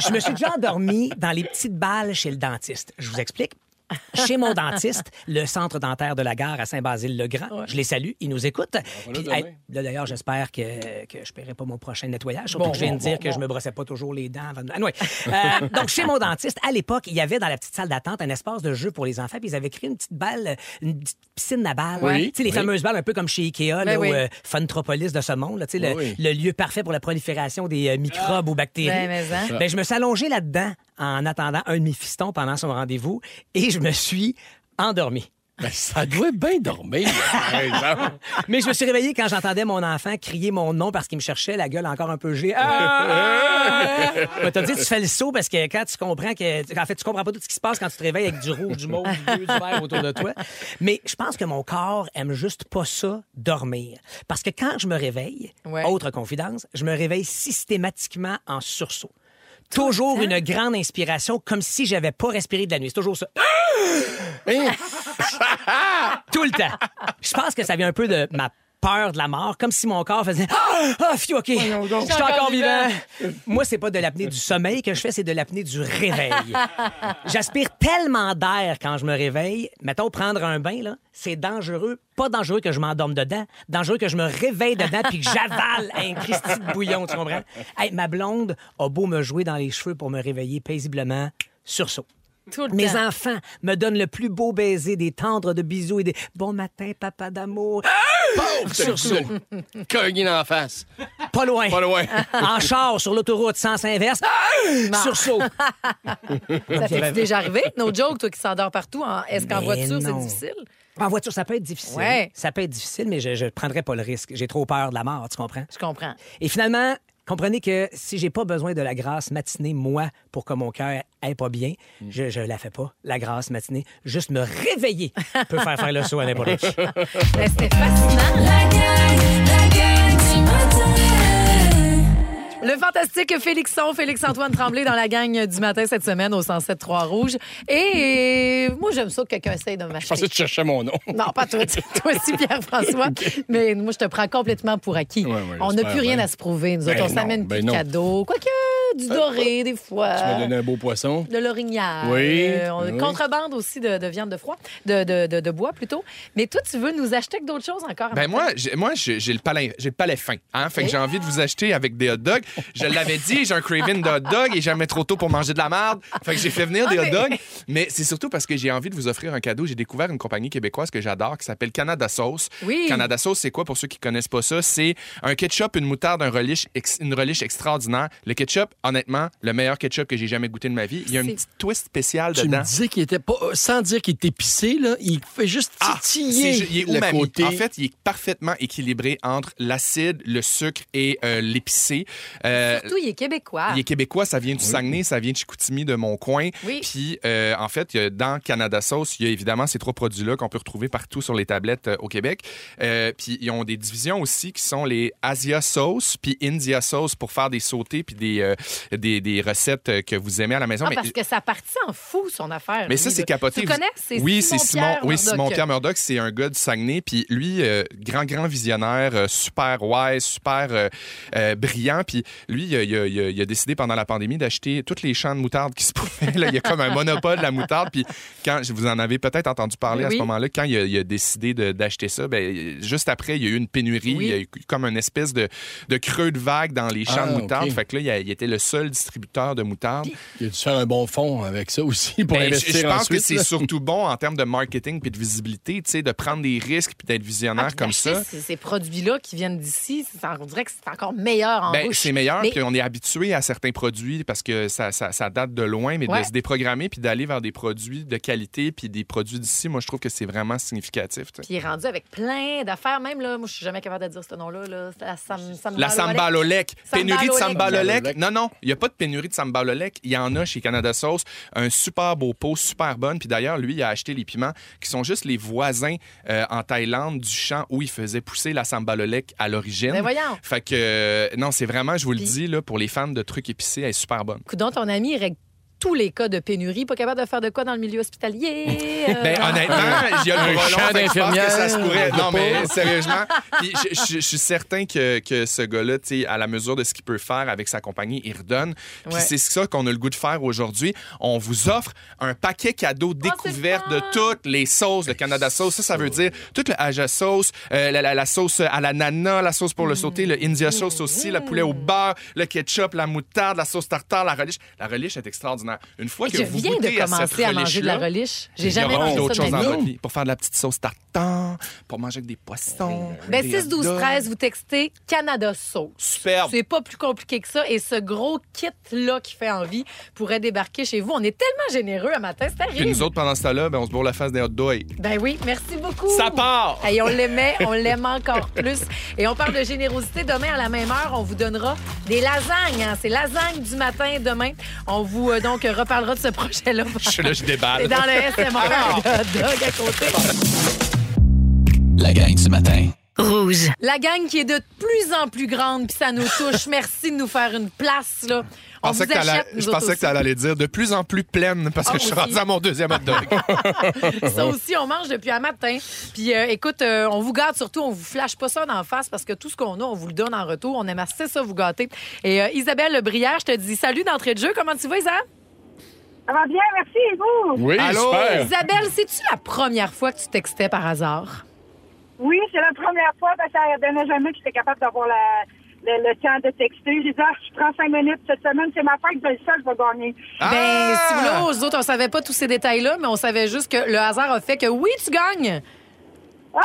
Speaker 17: je me suis déjà endormi dans les petites balles chez le dentiste. Je vous explique. Chez mon dentiste, le centre dentaire de la gare à Saint-Basile-le-Grand, je les salue, ils nous écoutent.
Speaker 13: là,
Speaker 17: Puis,
Speaker 13: Ben, demain.
Speaker 17: hey, là, d'ailleurs, j'espère que, que je ne paierai pas mon prochain nettoyage, surtout
Speaker 13: Bon,
Speaker 17: que je viens de
Speaker 13: bon,
Speaker 17: dire
Speaker 13: bon,
Speaker 17: que je
Speaker 13: bon.
Speaker 17: me brossais pas toujours les dents. avant de- Anyway. Euh, donc, chez mon dentiste, à l'époque, il y avait dans la petite salle d'attente un espace de jeu pour les enfants, puis ils avaient créé une petite balle, une petite piscine à balles.
Speaker 13: Oui,
Speaker 17: Tu sais, les
Speaker 13: oui.
Speaker 17: fameuses balles, un peu comme chez Ikea, là,
Speaker 13: Ben
Speaker 17: ou
Speaker 13: oui.
Speaker 17: euh, Funtropolis de ce monde, là, tu sais, le,
Speaker 13: Oui,
Speaker 17: le lieu parfait pour la prolifération des euh, microbes ou bactéries.
Speaker 13: Ben, mais hein.
Speaker 17: Ben, je me suis allongé là-dedans en attendant un de mes fistons pendant son rendez-vous et je me suis endormi.
Speaker 4: Ben, ça doit bien dormir. par exemple.
Speaker 17: Mais je me suis réveillé quand j'entendais mon enfant crier mon nom parce qu'il me cherchait, la gueule encore un peu gelée. Ah! Ben, t'as dit, tu fais le saut parce que quand tu comprends que. En fait, tu comprends pas tout ce qui se passe quand tu te réveilles avec du rouge, du mauve, du bleu, du vert autour de toi. Mais je pense que mon corps aime juste pas ça, dormir. Parce que quand je me réveille, autre confidence, je me réveille systématiquement en sursaut. Toujours une grande inspiration, comme si j'avais pas respiré de la nuit. C'est toujours ça. Tout le temps. Je pense que ça vient un peu de ma peur de la mort, comme si mon corps faisait Ah, ah fiu, OK, je suis encore vivant. Moi, c'est pas de l'apnée du sommeil que je fais, c'est de l'apnée du réveil. J'aspire tellement d'air quand je me réveille. Mettons, prendre un bain, là, c'est dangereux. Pas dangereux que je m'endorme dedans, dangereux que je me réveille dedans puis que j'avale un Christy de bouillon, tu comprends? Hey, ma blonde a beau me jouer dans les cheveux pour me réveiller paisiblement, sursaut.
Speaker 3: le
Speaker 17: Mes
Speaker 3: temps.
Speaker 17: enfants me donnent le plus beau baiser, des tendres de bisous et des bon matin, papa d'amour.
Speaker 4: Pauvre
Speaker 17: Sursaut.
Speaker 4: sursaut. Cogné dans la face.
Speaker 17: Pas loin.
Speaker 4: Pas loin.
Speaker 17: en char sur l'autoroute, sens inverse.
Speaker 3: Non.
Speaker 17: Sursaut.
Speaker 3: Ça fait déjà arrivé? No joke, toi qui s'endors partout. en- Est-ce qu'en
Speaker 17: Mais
Speaker 3: voiture, c'est
Speaker 17: non.
Speaker 3: difficile?
Speaker 17: En voiture, ça peut être difficile.
Speaker 3: Ouais.
Speaker 17: Ça peut être difficile, mais je ne prendrais pas le risque. J'ai trop peur de la mort, tu comprends?
Speaker 3: Je comprends.
Speaker 17: Et finalement, comprenez que si j'ai pas besoin de la grâce matinée, moi, pour que mon cœur aille pas bien,
Speaker 4: Mm.
Speaker 17: je ne la fais pas, la grâce matinée. Juste me réveiller peut faire faire le saut à n'importe qui.
Speaker 3: Mais C'était fascinant. Le fantastique Félixon, Félix-Antoine Tremblay dans la gang du matin cette semaine au 107 Trois-Rouges. Et moi, j'aime ça que quelqu'un essaye de
Speaker 4: Je
Speaker 3: m'acheter.
Speaker 4: pensais que tu cherchais mon nom.
Speaker 3: Non, pas toi, toi aussi, Pierre-François. Mais moi, je te prends complètement pour acquis. on n'a
Speaker 4: j'espère
Speaker 3: plus rien
Speaker 4: bien.
Speaker 3: à se prouver. Nous autres,
Speaker 4: Ben
Speaker 3: on s'amène
Speaker 4: non,
Speaker 3: plus
Speaker 4: ben
Speaker 3: de
Speaker 4: non.
Speaker 3: cadeaux. Quoique, du
Speaker 4: Euh,
Speaker 3: doré, des fois.
Speaker 4: Tu m'as donné un beau poisson.
Speaker 3: De l'orignal. Euh,
Speaker 4: Oui,
Speaker 3: on-
Speaker 4: oui.
Speaker 3: Contrebande aussi de, de viande de froid, de, de, de- de bois plutôt. Mais toi, tu veux nous acheter que d'autres choses encore?
Speaker 6: Ben moi, j'ai, moi, j'ai, j'ai le palais, j'ai le palais fin. Hein? Fait que
Speaker 3: Ok.
Speaker 6: j'ai envie de vous acheter avec des hot dogs. Je l'avais dit, j'ai un craving de hot dog et jamais trop tôt pour manger de la merde. Fait que j'ai fait venir des
Speaker 3: Ah,
Speaker 6: hot
Speaker 3: mais-
Speaker 6: dogs. Mais c'est surtout parce que j'ai envie de vous offrir un cadeau. J'ai découvert une compagnie québécoise que j'adore qui s'appelle Canada Sauce.
Speaker 3: Oui.
Speaker 6: Canada Sauce, c'est quoi pour ceux qui connaissent pas ça? C'est un ketchup, une moutarde, un relish, ex- une relish extraordinaire. Le ketchup, honnêtement, le meilleur ketchup que j'ai jamais goûté de ma vie. Il y a une
Speaker 4: C'est-
Speaker 6: petite twist spéciale
Speaker 4: Tu
Speaker 6: dedans.
Speaker 4: me disais qu'il était pas. euh, Sans dire qu'il était épicé, là, il fait juste
Speaker 6: Ah, C'est
Speaker 4: titiller
Speaker 6: ju- il est
Speaker 4: le
Speaker 6: umami.
Speaker 4: côté.
Speaker 6: En fait, il est parfaitement équilibré entre l'acide, le sucre et euh, l'épicé. Euh,
Speaker 3: Surtout, ah. il est québécois.
Speaker 6: il est québécois, ça vient du Saguenay, ça vient de Chicoutimi, de mon coin.
Speaker 3: Oui.
Speaker 6: Puis, euh, en fait, il y a- dans Canada Sauce, il y a évidemment ces trois produits-là qu'on peut retrouver partout sur les tablettes euh, au Québec. Euh, puis, ils ont des divisions aussi qui sont les Asia Sauce puis India Sauce pour faire des sautés puis des, euh, des, des recettes euh, que vous aimez à la maison.
Speaker 3: Ah,
Speaker 6: Mais-
Speaker 3: parce que ça partit en fou, son affaire.
Speaker 6: mais ça,
Speaker 3: lui,
Speaker 6: c'est
Speaker 3: là.
Speaker 6: capoté.
Speaker 3: Tu
Speaker 6: Vous-
Speaker 3: connais? C'est
Speaker 6: oui, c'est Simon,
Speaker 3: Pierre
Speaker 6: oui,
Speaker 3: Murdoch.
Speaker 6: Simon Pierre Murdoch, c'est un gars du Saguenay. Puis lui, euh, grand, grand visionnaire, euh, super wise, super euh, euh, brillant. Puis lui, il a, il a- il a- il a décidé pendant la pandémie d'acheter toutes les champs de moutarde qui se pouvaient. Là, il y a comme un monopole de la moutarde. Puis quand je vous en avez peut-être entendu parler à
Speaker 3: Oui.
Speaker 6: ce moment-là, quand il a, il a décidé de- d'acheter ça, ben, juste après, il y a eu une pénurie.
Speaker 3: Oui.
Speaker 6: Il y a eu comme une espèce de, de creux de vague dans les champs
Speaker 4: Ah,
Speaker 6: de moutarde.
Speaker 4: ok.
Speaker 6: Fait que là, il, a- il était le seul distributeur de moutarde.
Speaker 4: Il a dû faire un bon fond avec ça aussi pour
Speaker 6: Ben, je-
Speaker 4: investir
Speaker 6: je, pense
Speaker 4: ensuite,
Speaker 6: que c'est
Speaker 4: là.
Speaker 6: surtout bon en termes de marketing puis de visibilité, tu sais, de prendre des risques puis d'être visionnaire
Speaker 3: Ah, puis
Speaker 6: comme
Speaker 3: d'acheter
Speaker 6: ça.
Speaker 3: Ces, ces produits-là qui viennent d'ici, c'est- on dirait que c'est encore meilleur en
Speaker 6: Ben,
Speaker 3: bouche.
Speaker 6: c'est meilleur,
Speaker 3: Mais
Speaker 6: puis on est habitué à certains produits parce que ça, ça- ça date de loin, mais
Speaker 3: Ouais.
Speaker 6: de se déprogrammer puis d'aller vers des produits de qualité puis des produits d'ici, moi, je trouve que c'est vraiment significatif. tu sais.
Speaker 3: Puis il est rendu avec plein d'affaires. Même là, moi, je suis jamais capable de dire ce nom-là. Là. C'est La, sam,
Speaker 6: La sambalolec. Pénurie de sambalolec.
Speaker 3: sambalolec.
Speaker 6: Non, non, il n'y a pas de pénurie de sambalolec. Il y en a chez Canada Sauce. Un super beau pot, super bonne. Puis d'ailleurs, lui, il a acheté les piments qui sont juste les voisins euh, en Thaïlande du champ où il faisait pousser la sambalolec à l'origine.
Speaker 3: Ben voyons.
Speaker 6: Fait que, euh, non, c'est vraiment, je vous le dis, là, pour les fans de trucs épicés, elle est super bonne.
Speaker 3: Coudon, ton ami, il règle tous les cas de pénurie. Pas capable de faire de quoi dans le milieu hospitalier. euh,
Speaker 6: Ben, honnêtement, il y a le
Speaker 4: Un
Speaker 6: bras long,
Speaker 4: champ
Speaker 6: fait que je pense que ça se
Speaker 4: d'infirmières,
Speaker 6: pourrait.
Speaker 4: de
Speaker 6: Non, mais
Speaker 4: pauvres.
Speaker 6: sérieusement, puis je, je- je suis certain que, que ce gars-là, tu sais, à la mesure de ce qu'il peut faire avec sa compagnie, il redonne. Puis
Speaker 3: Ouais.
Speaker 6: c'est ça qu'on a le goût de faire aujourd'hui. On vous offre un paquet
Speaker 3: Oh,
Speaker 6: cadeau découvert de toutes les sauces de Canada Sauce. Ça, ça veut dire toute la Aja sauce, euh, la, la- la sauce à l'ananas, la sauce pour le sauter, le India sauce aussi, le poulet au beurre, le ketchup, la moutarde, la sauce tartare, la relish. La relish est extraordinaire. extraordinaire. Une fois
Speaker 3: Et
Speaker 6: que
Speaker 3: je
Speaker 6: vous
Speaker 3: viens de
Speaker 6: goûtez à
Speaker 3: commencer
Speaker 6: cette
Speaker 3: à manger de la
Speaker 6: relish-là,
Speaker 3: relish. J'ai
Speaker 6: il y
Speaker 3: jamais
Speaker 6: aura
Speaker 3: mangé
Speaker 6: d'autres
Speaker 3: ça de
Speaker 6: choses
Speaker 3: ma
Speaker 6: dans
Speaker 3: vie.
Speaker 6: votre vie. Pour faire de la petite sauce tartan, pour manger avec des poissons.
Speaker 3: Ben,
Speaker 6: des
Speaker 3: 6, 12,
Speaker 6: hot dogs.
Speaker 3: 13, vous textez Canada Sauce.
Speaker 6: Superbe.
Speaker 3: C'est pas plus compliqué que ça. Et ce gros kit-là qui fait envie pourrait débarquer chez vous. On est tellement généreux à matin, c'est
Speaker 6: Puis
Speaker 3: terrible.
Speaker 6: nous autres, pendant ce temps-là, ben, on se bourre la face des hot dogs.
Speaker 3: Ben oui, merci beaucoup.
Speaker 6: Ça part!
Speaker 3: Et on l'aimait, on l'aime encore plus. Et on parle de générosité. Demain, à la même heure, on vous donnera des lasagnes. hein. C'est lasagne du matin demain. On vous euh, donc reparlera de ce projet-là.
Speaker 6: Je, là, je déballe.
Speaker 3: C'est dans le SMR.
Speaker 6: Ah!
Speaker 3: Hot dog à côté.
Speaker 2: La gang du matin. Rouge.
Speaker 3: La gang qui est de plus en plus grande, puis ça nous touche. Merci de nous faire une place, là. On
Speaker 6: pensais
Speaker 3: vous
Speaker 6: que t'allais-
Speaker 3: achète, nous
Speaker 6: je pensais
Speaker 3: autres
Speaker 6: que tu allais dire de plus en plus pleine parce que
Speaker 3: Ah,
Speaker 6: je suis
Speaker 3: aussi. Ben,
Speaker 6: rendu à mon deuxième hot dog.
Speaker 3: aussi. Ça aussi, on mange depuis un matin. Puis euh, écoute, euh, on vous garde surtout, on vous flash pas ça d'en face parce que tout ce qu'on a, on vous le donne en retour. On aime assez ça vous gâter. Et euh, Isabelle Brière, je te dis salut d'entrée de jeu. Comment tu vas, Isa?
Speaker 11: Ça va bien, merci, et vous?
Speaker 3: Oui,
Speaker 11: Allô?
Speaker 3: Isabelle, c'est-tu la première fois que tu textais par hasard?
Speaker 11: Oui, c'est la première fois, parce que ça ne donnait jamais que j'étais capable d'avoir la- le, le temps de texter. J'ai dit, ah, je prends cinq minutes cette semaine, c'est ma fête, ben ça, je vais gagner.
Speaker 3: Ben,
Speaker 6: Ah!
Speaker 3: si
Speaker 4: Ah!
Speaker 3: vous voulez, aux autres, on savait pas tous ces détails-là, mais on savait juste que le hasard a fait que oui, tu gagnes.
Speaker 11: Ah,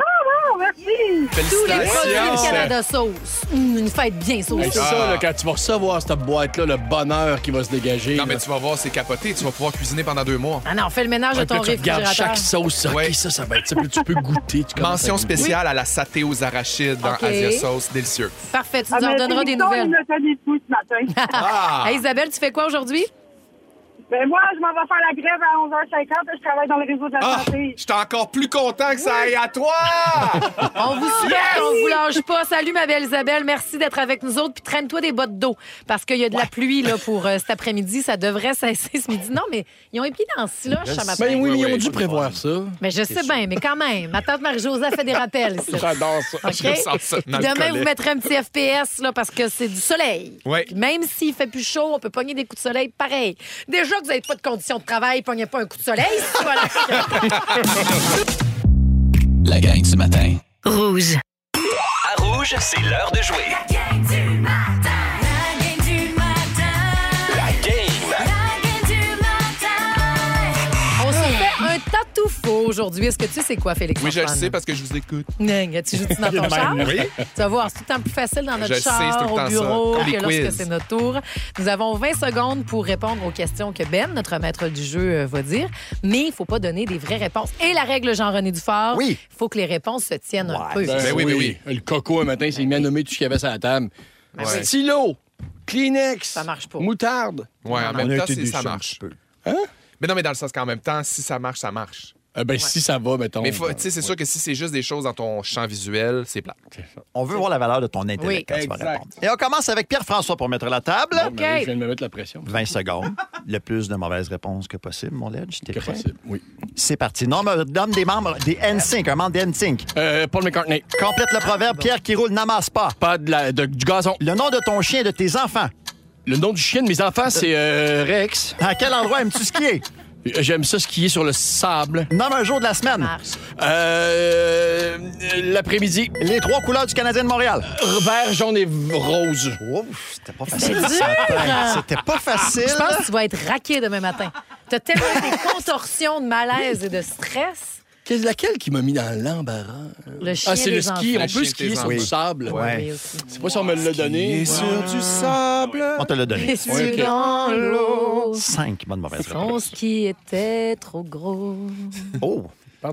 Speaker 11: wow, merci!
Speaker 3: Tous les produits
Speaker 4: Félicitations.
Speaker 3: de Canada Sauce. Hum, une fête bien saucée.
Speaker 4: Hey, c'est ça, là, quand tu vas recevoir cette boîte-là, le bonheur qui va se dégager.
Speaker 6: Non, mais tu vas voir, c'est capoté. Tu vas pouvoir cuisiner pendant deux mois.
Speaker 3: Ah non, fais le ménage de
Speaker 4: Ouais,
Speaker 3: ton
Speaker 4: puis là, tu regardes
Speaker 3: réfrigérateur.
Speaker 4: chaque sauce. OK, ça, ça va être ça. Puis là, tu peux goûter. tu commences à
Speaker 6: Mention
Speaker 4: goûter.
Speaker 6: spéciale à la saté aux arachides dans
Speaker 3: Ok.
Speaker 6: Asia Sauce. Délicieux.
Speaker 3: Parfait, tu
Speaker 11: Ah,
Speaker 3: nous en
Speaker 11: mais
Speaker 3: donneras des
Speaker 11: Félixon,
Speaker 3: nouvelles.
Speaker 11: il me donné tout ce matin.
Speaker 6: Ah.
Speaker 3: Hey, Isabelle, tu fais quoi aujourd'hui?
Speaker 11: Ben moi, je m'en vais faire la grève à 11h50, je travaille dans le réseau de la
Speaker 6: Ah,
Speaker 11: santé.
Speaker 6: j'étais encore plus content que ça aille à toi!
Speaker 3: On vous souhaite,
Speaker 6: Yes!
Speaker 3: on vous lâche pas. Salut, ma belle Isabelle. Merci d'être avec nous autres. Puis traîne-toi des bottes d'eau parce qu'il y a de la pluie là, pour euh, cet après-midi. Ça devrait cesser ce midi. Non, mais ils ont les pieds dans le siloche ce matin.
Speaker 4: Ben oui, mais ils ont dû prévoir ça.
Speaker 3: Mais je sais bien, mais quand même. Ma tante Marie-Josée a fait des rappels. ici.
Speaker 4: J'adore ça.
Speaker 3: OK? Puis Demain, vous mettrez un petit FPS là, parce que c'est du soleil.
Speaker 4: Ouais.
Speaker 3: Même s'il fait plus chaud, on peut pogner des coups de soleil pareil. Déjà que vous n'avez pas de conditions de travail, pognez pas un coup de soleil. c'est pas la-
Speaker 2: La gang du matin.
Speaker 1: Rouge.
Speaker 5: À Rouge, c'est l'heure de jouer. La game.
Speaker 3: On se fait un tatou faux aujourd'hui. Est-ce que tu sais c'est quoi, Félix?
Speaker 6: Oui, je le
Speaker 3: Antoine?
Speaker 6: sais parce que je vous écoute.
Speaker 3: Nègre, tu joues-tu dans ton
Speaker 6: Même.
Speaker 3: char?
Speaker 6: Oui.
Speaker 3: Tu vas voir, c'est tout le temps plus facile dans notre
Speaker 6: Je le sais,
Speaker 3: char,
Speaker 6: c'est tout le temps
Speaker 3: au
Speaker 6: ça,
Speaker 3: bureau,
Speaker 6: comme
Speaker 3: que
Speaker 6: les
Speaker 3: lorsque
Speaker 6: quiz.
Speaker 3: c'est notre tour. Nous avons 20 secondes pour répondre aux questions que Ben, notre maître du jeu, euh, va dire. Mais il ne faut pas donner des vraies réponses. Et la règle Jean-René Dufort, il faut que les réponses se tiennent un peu.
Speaker 4: Ben oui, ben oui. Le coco, un matin, s'est mis à nommer tout ce qu'il y avait sur la table.
Speaker 3: Ben oui.
Speaker 4: Stylo, Kleenex, moutarde.
Speaker 6: Ouais, en
Speaker 4: Non,
Speaker 6: même
Speaker 4: non.
Speaker 6: temps,
Speaker 4: On a été
Speaker 6: si ça
Speaker 4: déçus un
Speaker 6: marche.
Speaker 4: petit
Speaker 6: Hein? Mais non, mais dans le sens qu'en même temps, si ça marche, ça marche.
Speaker 4: Euh, ben, si ça va, mettons.
Speaker 6: mais faut- tu sais, c'est sûr que si c'est juste des choses dans ton champ visuel, c'est plat.
Speaker 7: On veut voir la valeur de ton intellect
Speaker 6: Oui.
Speaker 7: quand tu vas
Speaker 6: Exact.
Speaker 7: répondre. Et on commence avec Pierre-François pour mettre la table.
Speaker 4: Bon, ben, je viens de me mettre la pression.
Speaker 7: 20 secondes. Le plus de mauvaises réponses que possible, mon Ledge. T'es prêt?
Speaker 4: possible, oui.
Speaker 7: C'est parti. Nombre d'hommes des membres des NSYNC. Un membre des NSYNC.
Speaker 4: Euh, Paul McCartney.
Speaker 7: Complète le proverbe. Pierre qui roule n'amasse pas.
Speaker 4: Pas de la- de- du gazon.
Speaker 7: Le nom de ton chien et de tes enfants.
Speaker 4: Le nom du chien de mes enfants, c'est euh, Rex.
Speaker 7: À quel endroit aimes-tu skier?
Speaker 4: Euh, J'aime ça skier sur le sable.
Speaker 7: Nomme un jour de la semaine.
Speaker 4: Euh, L'après-midi.
Speaker 7: Les trois couleurs du Canadien de Montréal.
Speaker 4: Vert, jaune et rose.
Speaker 7: Ouf, c'était pas
Speaker 3: C'est
Speaker 7: facile.
Speaker 3: dur! hein?
Speaker 7: Certain. C'était pas facile.
Speaker 3: Je pense que tu vas être raqué demain matin. Tu as tellement des contorsions de malaise et de stress.
Speaker 4: Quelle- Laquelle qui m'a mis dans l'embarras?
Speaker 3: Le chien
Speaker 4: ah, c'est
Speaker 3: des
Speaker 4: le ski.
Speaker 3: enfants.
Speaker 4: On
Speaker 3: Le chien
Speaker 4: peut skier
Speaker 3: des
Speaker 4: sur du
Speaker 3: enfants.
Speaker 4: sable.
Speaker 3: Ouais. Oui,
Speaker 4: C'est pas si on me l'a donné.
Speaker 7: sur du
Speaker 6: sable.
Speaker 7: On te l'a donné.
Speaker 3: Les yeux dans l'eau.
Speaker 7: Cinq bonnes mauvaises
Speaker 3: Ton
Speaker 7: réponses.
Speaker 3: ski était trop gros.
Speaker 7: Oh.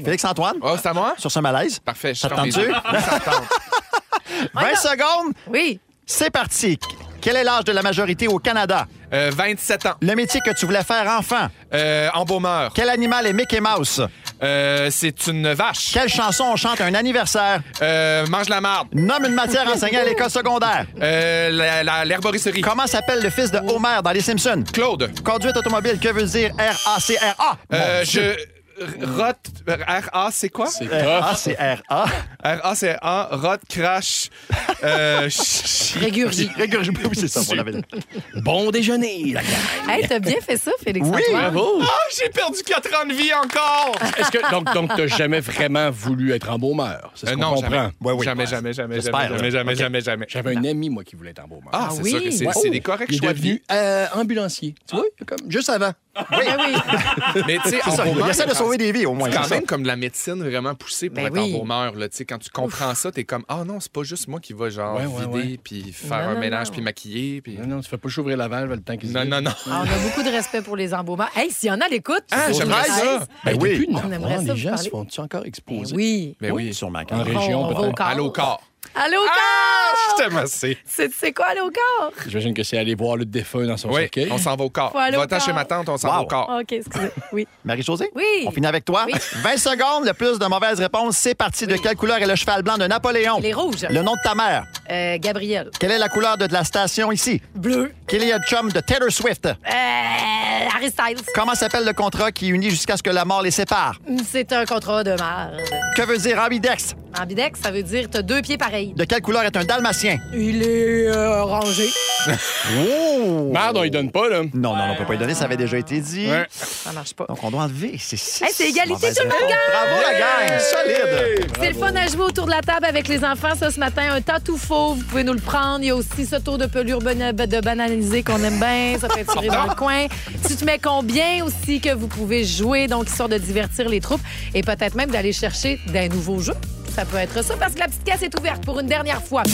Speaker 7: Félix-Antoine.
Speaker 6: Oh, c'est à moi?
Speaker 7: Sur ce malaise.
Speaker 6: Parfait, je
Speaker 7: Ça te
Speaker 6: ferme les
Speaker 7: tente-tu?
Speaker 6: yeux. Ça me tente.
Speaker 7: 20 secondes.
Speaker 3: Oui.
Speaker 7: C'est parti. Quel est l'âge de la majorité au Canada?
Speaker 6: Euh, 27 ans.
Speaker 7: Le métier que tu voulais faire enfant?
Speaker 6: Euh, embaumeur.
Speaker 7: Quel animal est Mickey Mouse?
Speaker 6: Euh, c'est une vache.
Speaker 7: Quelle chanson on chante à un anniversaire?
Speaker 6: Euh, mange la marde.
Speaker 7: Nomme une matière enseignée à l'école secondaire.
Speaker 6: Euh, la- la- L'herboristerie.
Speaker 7: Comment s'appelle le fils de Homer dans Les Simpsons?
Speaker 6: Claude.
Speaker 7: Conduite automobile, que veut dire R-A-C-R-A?
Speaker 6: Euh,
Speaker 7: Mon
Speaker 6: je.
Speaker 7: Dieu.
Speaker 6: Rot, R-A, c'est quoi?
Speaker 7: C'est R-A, c'est R-A.
Speaker 6: R-A, c'est A. Rot, crash, euh, ch-
Speaker 7: Régurgi- Régurgi- oui, c'est ça, on l'avait là.
Speaker 4: Bon déjeuner, la gang.
Speaker 3: Hey, t'as bien fait ça, Félix.
Speaker 4: Oui,
Speaker 3: Antoine.
Speaker 4: bravo.
Speaker 6: Ah, j'ai perdu 4 ans de vie encore!
Speaker 4: Est-ce que, donc, donc t'as jamais vraiment voulu être embaumeur? C'est ce
Speaker 6: Euh,
Speaker 4: qu'on
Speaker 6: non,
Speaker 4: comprend.
Speaker 6: jamais. Ouais, oui. Jamais, jamais, jamais,
Speaker 4: J'espère,
Speaker 6: jamais,
Speaker 4: là.
Speaker 6: jamais,
Speaker 4: Ok.
Speaker 6: jamais, jamais.
Speaker 4: J'avais un ami, moi, qui voulait être embaumeur.
Speaker 6: Ah, c'est sûr que c'est- c'est des corrects
Speaker 4: Il est
Speaker 6: choix de
Speaker 4: devenu
Speaker 6: vie.
Speaker 4: euh, ambulancier. Tu vois, comme juste avant.
Speaker 3: Ah
Speaker 6: Mais tu sais,
Speaker 7: C'est ça,
Speaker 6: embaumeur,
Speaker 7: il essaie de sauver des vies, au moins,
Speaker 6: C'est quand
Speaker 7: c'est ça.
Speaker 6: même comme de la médecine vraiment poussée pour
Speaker 7: Ben
Speaker 6: être
Speaker 7: oui.
Speaker 6: embaumeur. Là, Tu sais, quand tu comprends ça, t'es comme, ah non, c'est pas juste moi qui va genre
Speaker 4: Ouais, ouais,
Speaker 6: vider,
Speaker 4: ouais.
Speaker 6: puis faire
Speaker 3: Non,
Speaker 6: un
Speaker 3: non,
Speaker 6: mélange,
Speaker 3: non.
Speaker 6: puis maquiller. Puis...
Speaker 4: Non, non, tu fais pas chauffer la valve le temps qu'ils
Speaker 6: Non, non, non.
Speaker 3: Ah, on a beaucoup de respect pour les embaumeurs. Hey, s'il y en a, l'écoute.
Speaker 6: Ah, j'aimerais ça.
Speaker 4: Ben
Speaker 3: oui.
Speaker 4: oui. Plus de
Speaker 3: On
Speaker 4: n'avoir,
Speaker 3: aimerait ça vous
Speaker 4: les gens
Speaker 3: parler.
Speaker 4: se font-tu encore exposer?
Speaker 3: oui.
Speaker 6: Mais oui,
Speaker 7: Ben sûrement.
Speaker 4: En région,
Speaker 3: on va au
Speaker 4: peut-être.
Speaker 3: corps.
Speaker 6: Allô, corps.
Speaker 3: Allô, corps!
Speaker 6: Ah, Je t'aime assez.
Speaker 3: C'est c'est quoi, allô, corps?
Speaker 4: J'imagine que c'est aller voir le défunt dans son
Speaker 6: Oui,
Speaker 4: cercueil.
Speaker 6: on s'en va au corps.
Speaker 3: Faut aller au
Speaker 6: Va-t'en
Speaker 3: corps.
Speaker 6: chez ma tante, on s'en va
Speaker 7: Wow.
Speaker 6: au corps.
Speaker 3: OK, excusez. Oui.
Speaker 7: Marie-Josée?
Speaker 3: Oui.
Speaker 7: On finit avec toi. 20 secondes, le plus de mauvaises réponses. C'est parti. De quelle couleur est le cheval blanc de Napoléon?
Speaker 3: Il est rouge.
Speaker 7: Le nom de ta mère.
Speaker 3: Euh, Gabriel.
Speaker 7: Quelle est la couleur de de la station ici?
Speaker 3: Bleu.
Speaker 7: Quel est le chum de Taylor Swift?
Speaker 3: Euh, Harry Styles.
Speaker 7: Comment s'appelle le contrat qui unit jusqu'à ce que la mort les sépare?
Speaker 3: C'est un contrat de merde.
Speaker 7: Que veut dire ambidex?
Speaker 3: Ambidex, ça veut dire t'as deux pieds pareils.
Speaker 7: De quelle couleur est un dalmatien?
Speaker 3: Il est euh, orangé.
Speaker 7: Oh!
Speaker 4: Merde, on lui donne pas, là.
Speaker 7: Non, non, on peut pas lui donner, ça avait déjà été dit.
Speaker 4: Ouais.
Speaker 3: Ça marche pas.
Speaker 7: Donc, on doit enlever. C'est six.
Speaker 3: Hey, c'est égalité,
Speaker 7: mauvaises
Speaker 3: tout le monde
Speaker 7: réponses. Bravo, la gang! Solide!
Speaker 3: C'est le fun à jouer autour de la table avec les enfants, ça, ce matin. Un tas tout faux, vous pouvez nous le prendre. Il y a aussi ce tour de pelure bana- de banalisé qu'on aime bien. Ça peut être tiré dans le coin. Tu te mets combien aussi que vous pouvez jouer, donc histoire de divertir les troupes et peut-être même d'aller chercher d'un nouveau jeu. Ça peut être ça, parce que la petite caisse est ouverte pour une dernière fois.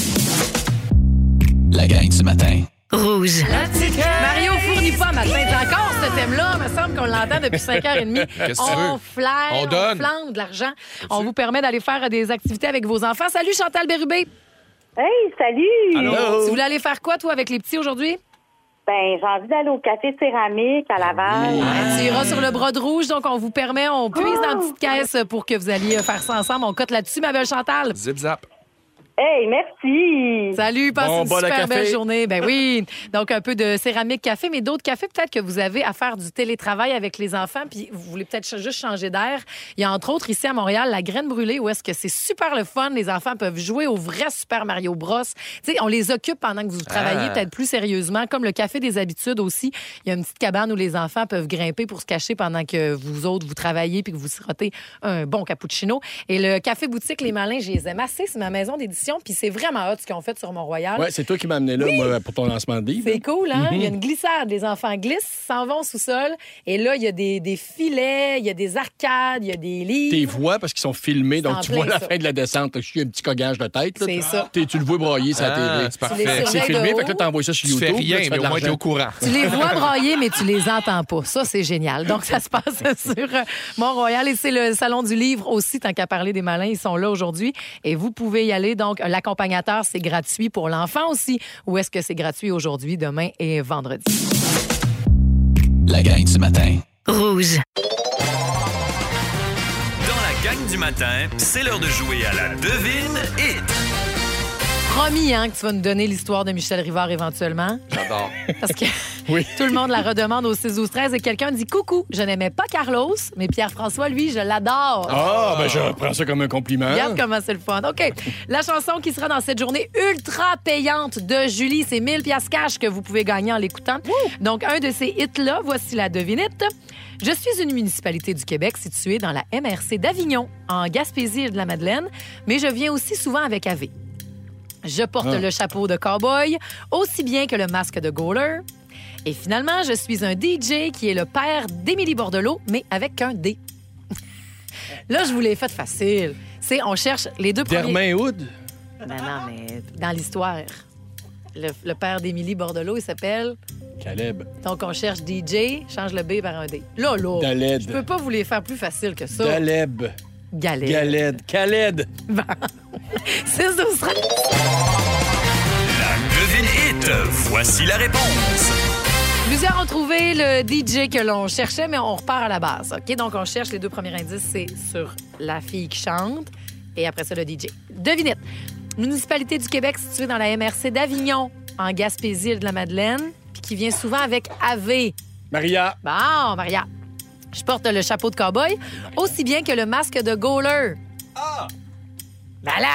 Speaker 2: La gang du matin.
Speaker 1: Rouge.
Speaker 3: La petite Mario fournit pas matin. C'est encore ce thème-là. me semble qu'on l'entend depuis 5h30.
Speaker 6: Qu'est-ce que tu
Speaker 3: on
Speaker 6: veux?
Speaker 3: flaire,
Speaker 6: On
Speaker 3: on,
Speaker 6: donne.
Speaker 3: flambe de l'argent. On vous permet d'aller faire des activités avec vos enfants. Salut Chantal Bérubé.
Speaker 11: Hey, salut!
Speaker 3: Tu voulais aller faire quoi, toi, avec les petits aujourd'hui?
Speaker 11: Ben, j'ai envie d'aller au café céramique à Laval.
Speaker 3: Ben, tu iras sur le bras de rouge, donc on vous permet, on puise dans la petite caisse pour que vous alliez faire ça ensemble. On cote là-dessus, ma belle Chantal.
Speaker 6: Zip zap.
Speaker 11: Hey, merci!
Speaker 3: Salut, passez
Speaker 4: Bon
Speaker 3: une
Speaker 4: bol à
Speaker 3: super
Speaker 4: café.
Speaker 3: belle journée. Ben oui. Donc, un peu de céramique café, mais d'autres cafés, peut-être que vous avez à faire du télétravail avec les enfants, puis vous voulez peut-être ch- juste changer d'air. Il y a entre autres ici à Montréal la graine brûlée où est-ce que c'est super le fun. Les enfants peuvent jouer au vrai Super Mario Bros. Tu sais, on les occupe pendant que vous travaillez,
Speaker 6: Ah.
Speaker 3: peut-être plus sérieusement, comme le café des habitudes aussi. Il y a une petite cabane où les enfants peuvent grimper pour se cacher pendant que vous autres, vous travaillez puis que vous sirotez un bon cappuccino. Et le café boutique Les Malins, je les aime assez. C'est ma maison d'édition. Puis c'est vraiment hot ce qu'ils ont fait sur Mont-Royal.
Speaker 4: Ouais, c'est toi qui m'as amené là moi, pour ton lancement de livre.
Speaker 3: C'est cool, hein? Il y a une glissade. Les enfants glissent, s'en vont au sous-sol. Et là, il y a des, des filets, il y a des arcades, il y a des
Speaker 4: Tes
Speaker 3: livres.
Speaker 4: voix, parce qu'ils sont filmés,
Speaker 3: en
Speaker 4: donc tu
Speaker 3: plein
Speaker 4: vois la
Speaker 3: ça.
Speaker 4: fin de la descente. là, Je suis un petit cogage de tête. là.
Speaker 3: C'est ça.
Speaker 4: T'es- Tu le vois broyer sur la
Speaker 6: Ah,
Speaker 4: télé.
Speaker 6: c'est parfait. Tu les
Speaker 4: C'est
Speaker 3: surveilles de
Speaker 4: filmé,
Speaker 3: haut.
Speaker 4: fait que là, t'envoies ça sur
Speaker 6: Tu
Speaker 4: YouTube.
Speaker 6: fais
Speaker 4: là,
Speaker 6: rien,
Speaker 4: tu fais
Speaker 6: mais
Speaker 4: de
Speaker 6: au moins t'es
Speaker 4: l'argent.
Speaker 6: au courant.
Speaker 3: Tu les vois brailler, mais tu les entends pas. Ça, c'est génial. Donc, ça se passe sur euh, Mont-Royal. Et c'est le Salon du Livre aussi, tant qu'à parler des malins. Ils sont là aujourd'hui. Et vous pouvez y aller. Donc, l'accompagnateur, c'est gratuit pour l'enfant aussi. Ou est-ce que c'est gratuit aujourd'hui, demain et vendredi?
Speaker 2: La gang du matin.
Speaker 1: Rouge.
Speaker 5: Dans la gang du matin, c'est l'heure de jouer à la devine et
Speaker 3: Promis, hein, que tu vas nous donner l'histoire de Michel Rivard éventuellement.
Speaker 6: J'adore.
Speaker 3: Parce que
Speaker 4: Oui.
Speaker 3: tout le monde la redemande au 6 12 13 et quelqu'un dit coucou, je n'aimais pas Carlos, mais Pierre-François lui, je l'adore.
Speaker 4: Ah, ben je prends ça comme un compliment.
Speaker 3: Regarde comment c'est le fun. OK. La chanson qui sera dans cette journée ultra payante de Julie, c'est 1000 pièces cash que vous pouvez gagner en l'écoutant. Donc, un de ces hits-là, voici la devinette. Je suis une municipalité du Québec située dans la MRC d'Avignon, en Gaspésie et de la Madeleine, mais je viens aussi souvent avec AV. Je porte
Speaker 4: Ah.
Speaker 3: le chapeau de cowboy, aussi bien que le masque de goaler. Et finalement, je suis un DJ qui est le père d'Émilie Bordelot, mais avec un D. Là, je vous l'ai fait facile. C'est, on cherche les deux premiers...
Speaker 4: Dermain Hood.
Speaker 3: Ben non, mais dans l'histoire, le, le père d'Émilie Bordelot, il s'appelle...
Speaker 4: Caleb.
Speaker 3: Donc, on cherche DJ, change le B par un D. Là, là,
Speaker 4: Daled.
Speaker 3: je peux pas vous les faire plus faciles que ça.
Speaker 4: Daleb.
Speaker 3: Galette.
Speaker 4: Galed. Khaled.
Speaker 3: 6, 12, 13.
Speaker 5: la devine hit. Voici la réponse.
Speaker 3: Plusieurs ont trouvé le DJ que l'on cherchait, mais on repart à la base. OK? Donc, on cherche les deux premiers indices. C'est sur la fille qui chante et après ça, le DJ. Devinette. Municipalité du Québec située dans la MRC d'Avignon, en Gaspésie, île de la Madeleine, puis qui vient souvent avec AV.
Speaker 4: Maria.
Speaker 3: Bon, Maria. Je porte le chapeau de cowboy, aussi bien que le masque de goaler. Voilà!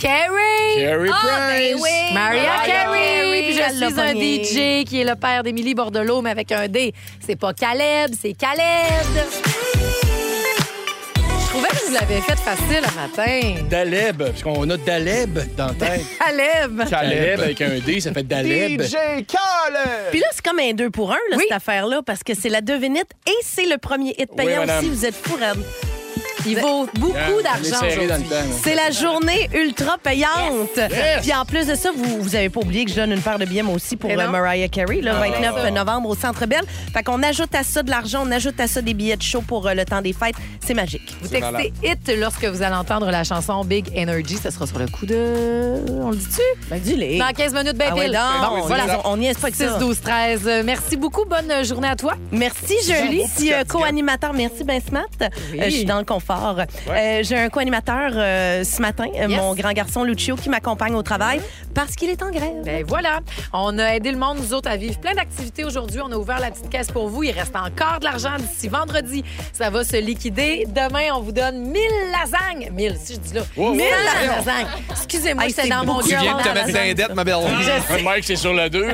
Speaker 3: Carrie!
Speaker 13: Carrie
Speaker 3: Ah,
Speaker 13: Price.
Speaker 3: ben oui! Maria
Speaker 13: Mariah
Speaker 3: Carey!
Speaker 13: Carey,
Speaker 3: Puis
Speaker 13: elle l'a pogné.
Speaker 3: je suis un DJ qui est le père d'Émilie Bordelot, mais avec un D. C'est pas Caleb, c'est Caleb! Je trouvais que je vous l'avais fait facile un matin.
Speaker 4: Daleb, parce qu'on a Daleb dans la tête.
Speaker 3: Caleb!
Speaker 4: Caleb avec un D, ça fait Daleb.
Speaker 10: Puis là, c'est comme un deux pour un, là, cette affaire-là, parce que c'est la devinette et c'est le premier hit
Speaker 4: Oui,
Speaker 10: payant
Speaker 4: madame.
Speaker 10: aussi. Vous êtes fou, Red.
Speaker 3: Il vaut beaucoup
Speaker 10: Yeah, on est
Speaker 4: d'argent serré dans le aujourd'hui. temps, là.
Speaker 10: C'est la journée ultra payante.
Speaker 4: Yes.
Speaker 10: Puis en plus de ça, vous, vous avez pas oublié que je donne une paire de billets, moi aussi, pour
Speaker 3: Eh
Speaker 10: euh,
Speaker 3: non.
Speaker 10: Mariah Carey, le
Speaker 3: Ah,
Speaker 10: 29
Speaker 3: ça.
Speaker 10: novembre au Centre Bell. Fait qu'on ajoute à ça de l'argent, on ajoute à ça des billets de show pour euh, le temps des fêtes. C'est magique.
Speaker 3: Vous textez HIT lorsque vous allez entendre la chanson Big Energy. Ça sera sur le coup de. On le dit-tu?
Speaker 10: Ben, dis-le.
Speaker 3: Dans 15 minutes, ben
Speaker 10: Ah ouais,
Speaker 3: pile.
Speaker 10: donc,
Speaker 3: Bon,
Speaker 10: on
Speaker 3: voilà.
Speaker 10: y va. On y est, c'est pas que ça.
Speaker 3: 6, 12, 13. Euh, Merci beaucoup. Bonne journée à toi.
Speaker 10: Merci, j'ai un petit euh, co-animateur. Merci, Ben Smart.
Speaker 3: Oui.
Speaker 10: Euh, je suis dans le confort. Euh, j'ai un co-animateur euh, ce matin, euh,
Speaker 3: Yes.
Speaker 10: mon grand garçon Lucio, qui m'accompagne au travail parce qu'il est en grève.
Speaker 3: Ben voilà, on a aidé le monde, nous autres, à vivre plein d'activités aujourd'hui. On a ouvert la petite caisse pour vous. Il reste encore de l'argent d'ici vendredi. Ça va se liquider. Demain, on vous donne 1000 lasagnes. 1000, si je dis là.
Speaker 4: Wow, wow,
Speaker 3: 1000
Speaker 4: wow.
Speaker 3: lasagnes. Excusez-moi,
Speaker 10: Hey,
Speaker 3: c'est
Speaker 10: c'est
Speaker 3: dans mon
Speaker 10: beaucoup.
Speaker 6: Tu
Speaker 3: cœur.
Speaker 6: viens de te mettre dans les dettes, ma belle.
Speaker 4: Mike, c'est sur la 2.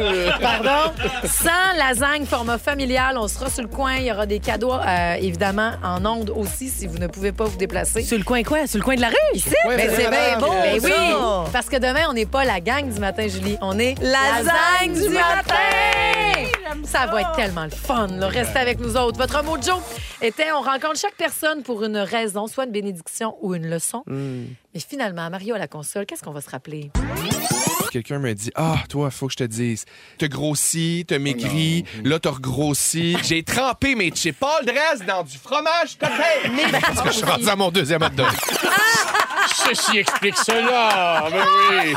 Speaker 3: Pardon? 100 lasagnes, format familial. On sera sur le coin. Il y aura des cadeaux, euh, évidemment, en ondes aussi, si vous ne pouvez pas vous déplacer.
Speaker 10: Sur le coin quoi? Sur le coin de la rue? Ici?
Speaker 3: Mais c'est bien beau,
Speaker 10: Ben
Speaker 3: oui.
Speaker 10: oui.
Speaker 3: Parce que demain, on n'est pas la gang du matin, Julie. On est
Speaker 10: La
Speaker 3: lasagne
Speaker 10: zang du
Speaker 3: matin. Ça va être tellement le fun. là. Restez avec nous autres. Votre mojo était on rencontre chaque personne pour une raison, soit une bénédiction ou une leçon. Mais finalement, Mario à la console, qu'est-ce qu'on va se rappeler?
Speaker 6: Quelqu'un me dit Ah, toi, faut que je te dise. T'as grossi, t'as maigri, là, t'as regrossi. Oh, J'ai trempé mes chips Paul Dress dans du fromage cocktail.
Speaker 10: Mais ben,
Speaker 6: Parce que je suis rendu à mon deuxième hot dog.
Speaker 4: Ceci explique cela. Ben oui.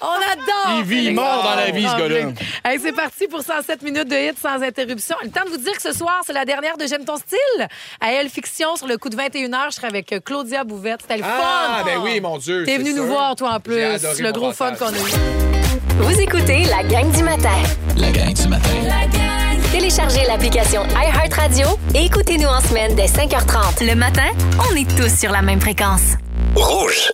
Speaker 3: On adore!
Speaker 4: Il vit mort dans la vie, ce gars-là.
Speaker 3: Ah, Hey, c'est parti pour 107 minutes de hits sans interruption. Le temps de vous dire que ce soir, c'est la dernière de J'aime ton style. À Elle Fiction, sur le coup de 21h, je serai avec euh, Claudia Bouvette. C'était le
Speaker 6: Ah,
Speaker 3: fun!
Speaker 6: ben oui, mon Dieu.
Speaker 3: T'es
Speaker 6: c'est
Speaker 3: venu
Speaker 6: sûr.
Speaker 3: nous voir, toi, en plus.
Speaker 6: J'ai adoré
Speaker 3: Le
Speaker 6: mon
Speaker 3: gros fun
Speaker 6: passage.
Speaker 3: qu'on a eu.
Speaker 1: Vous écoutez la gang du matin.
Speaker 2: La gang du matin.
Speaker 1: Téléchargez l'application iHeartRadio et écoutez-nous en semaine dès 5h30. Le matin, on est tous sur la même fréquence.
Speaker 13: Rouge.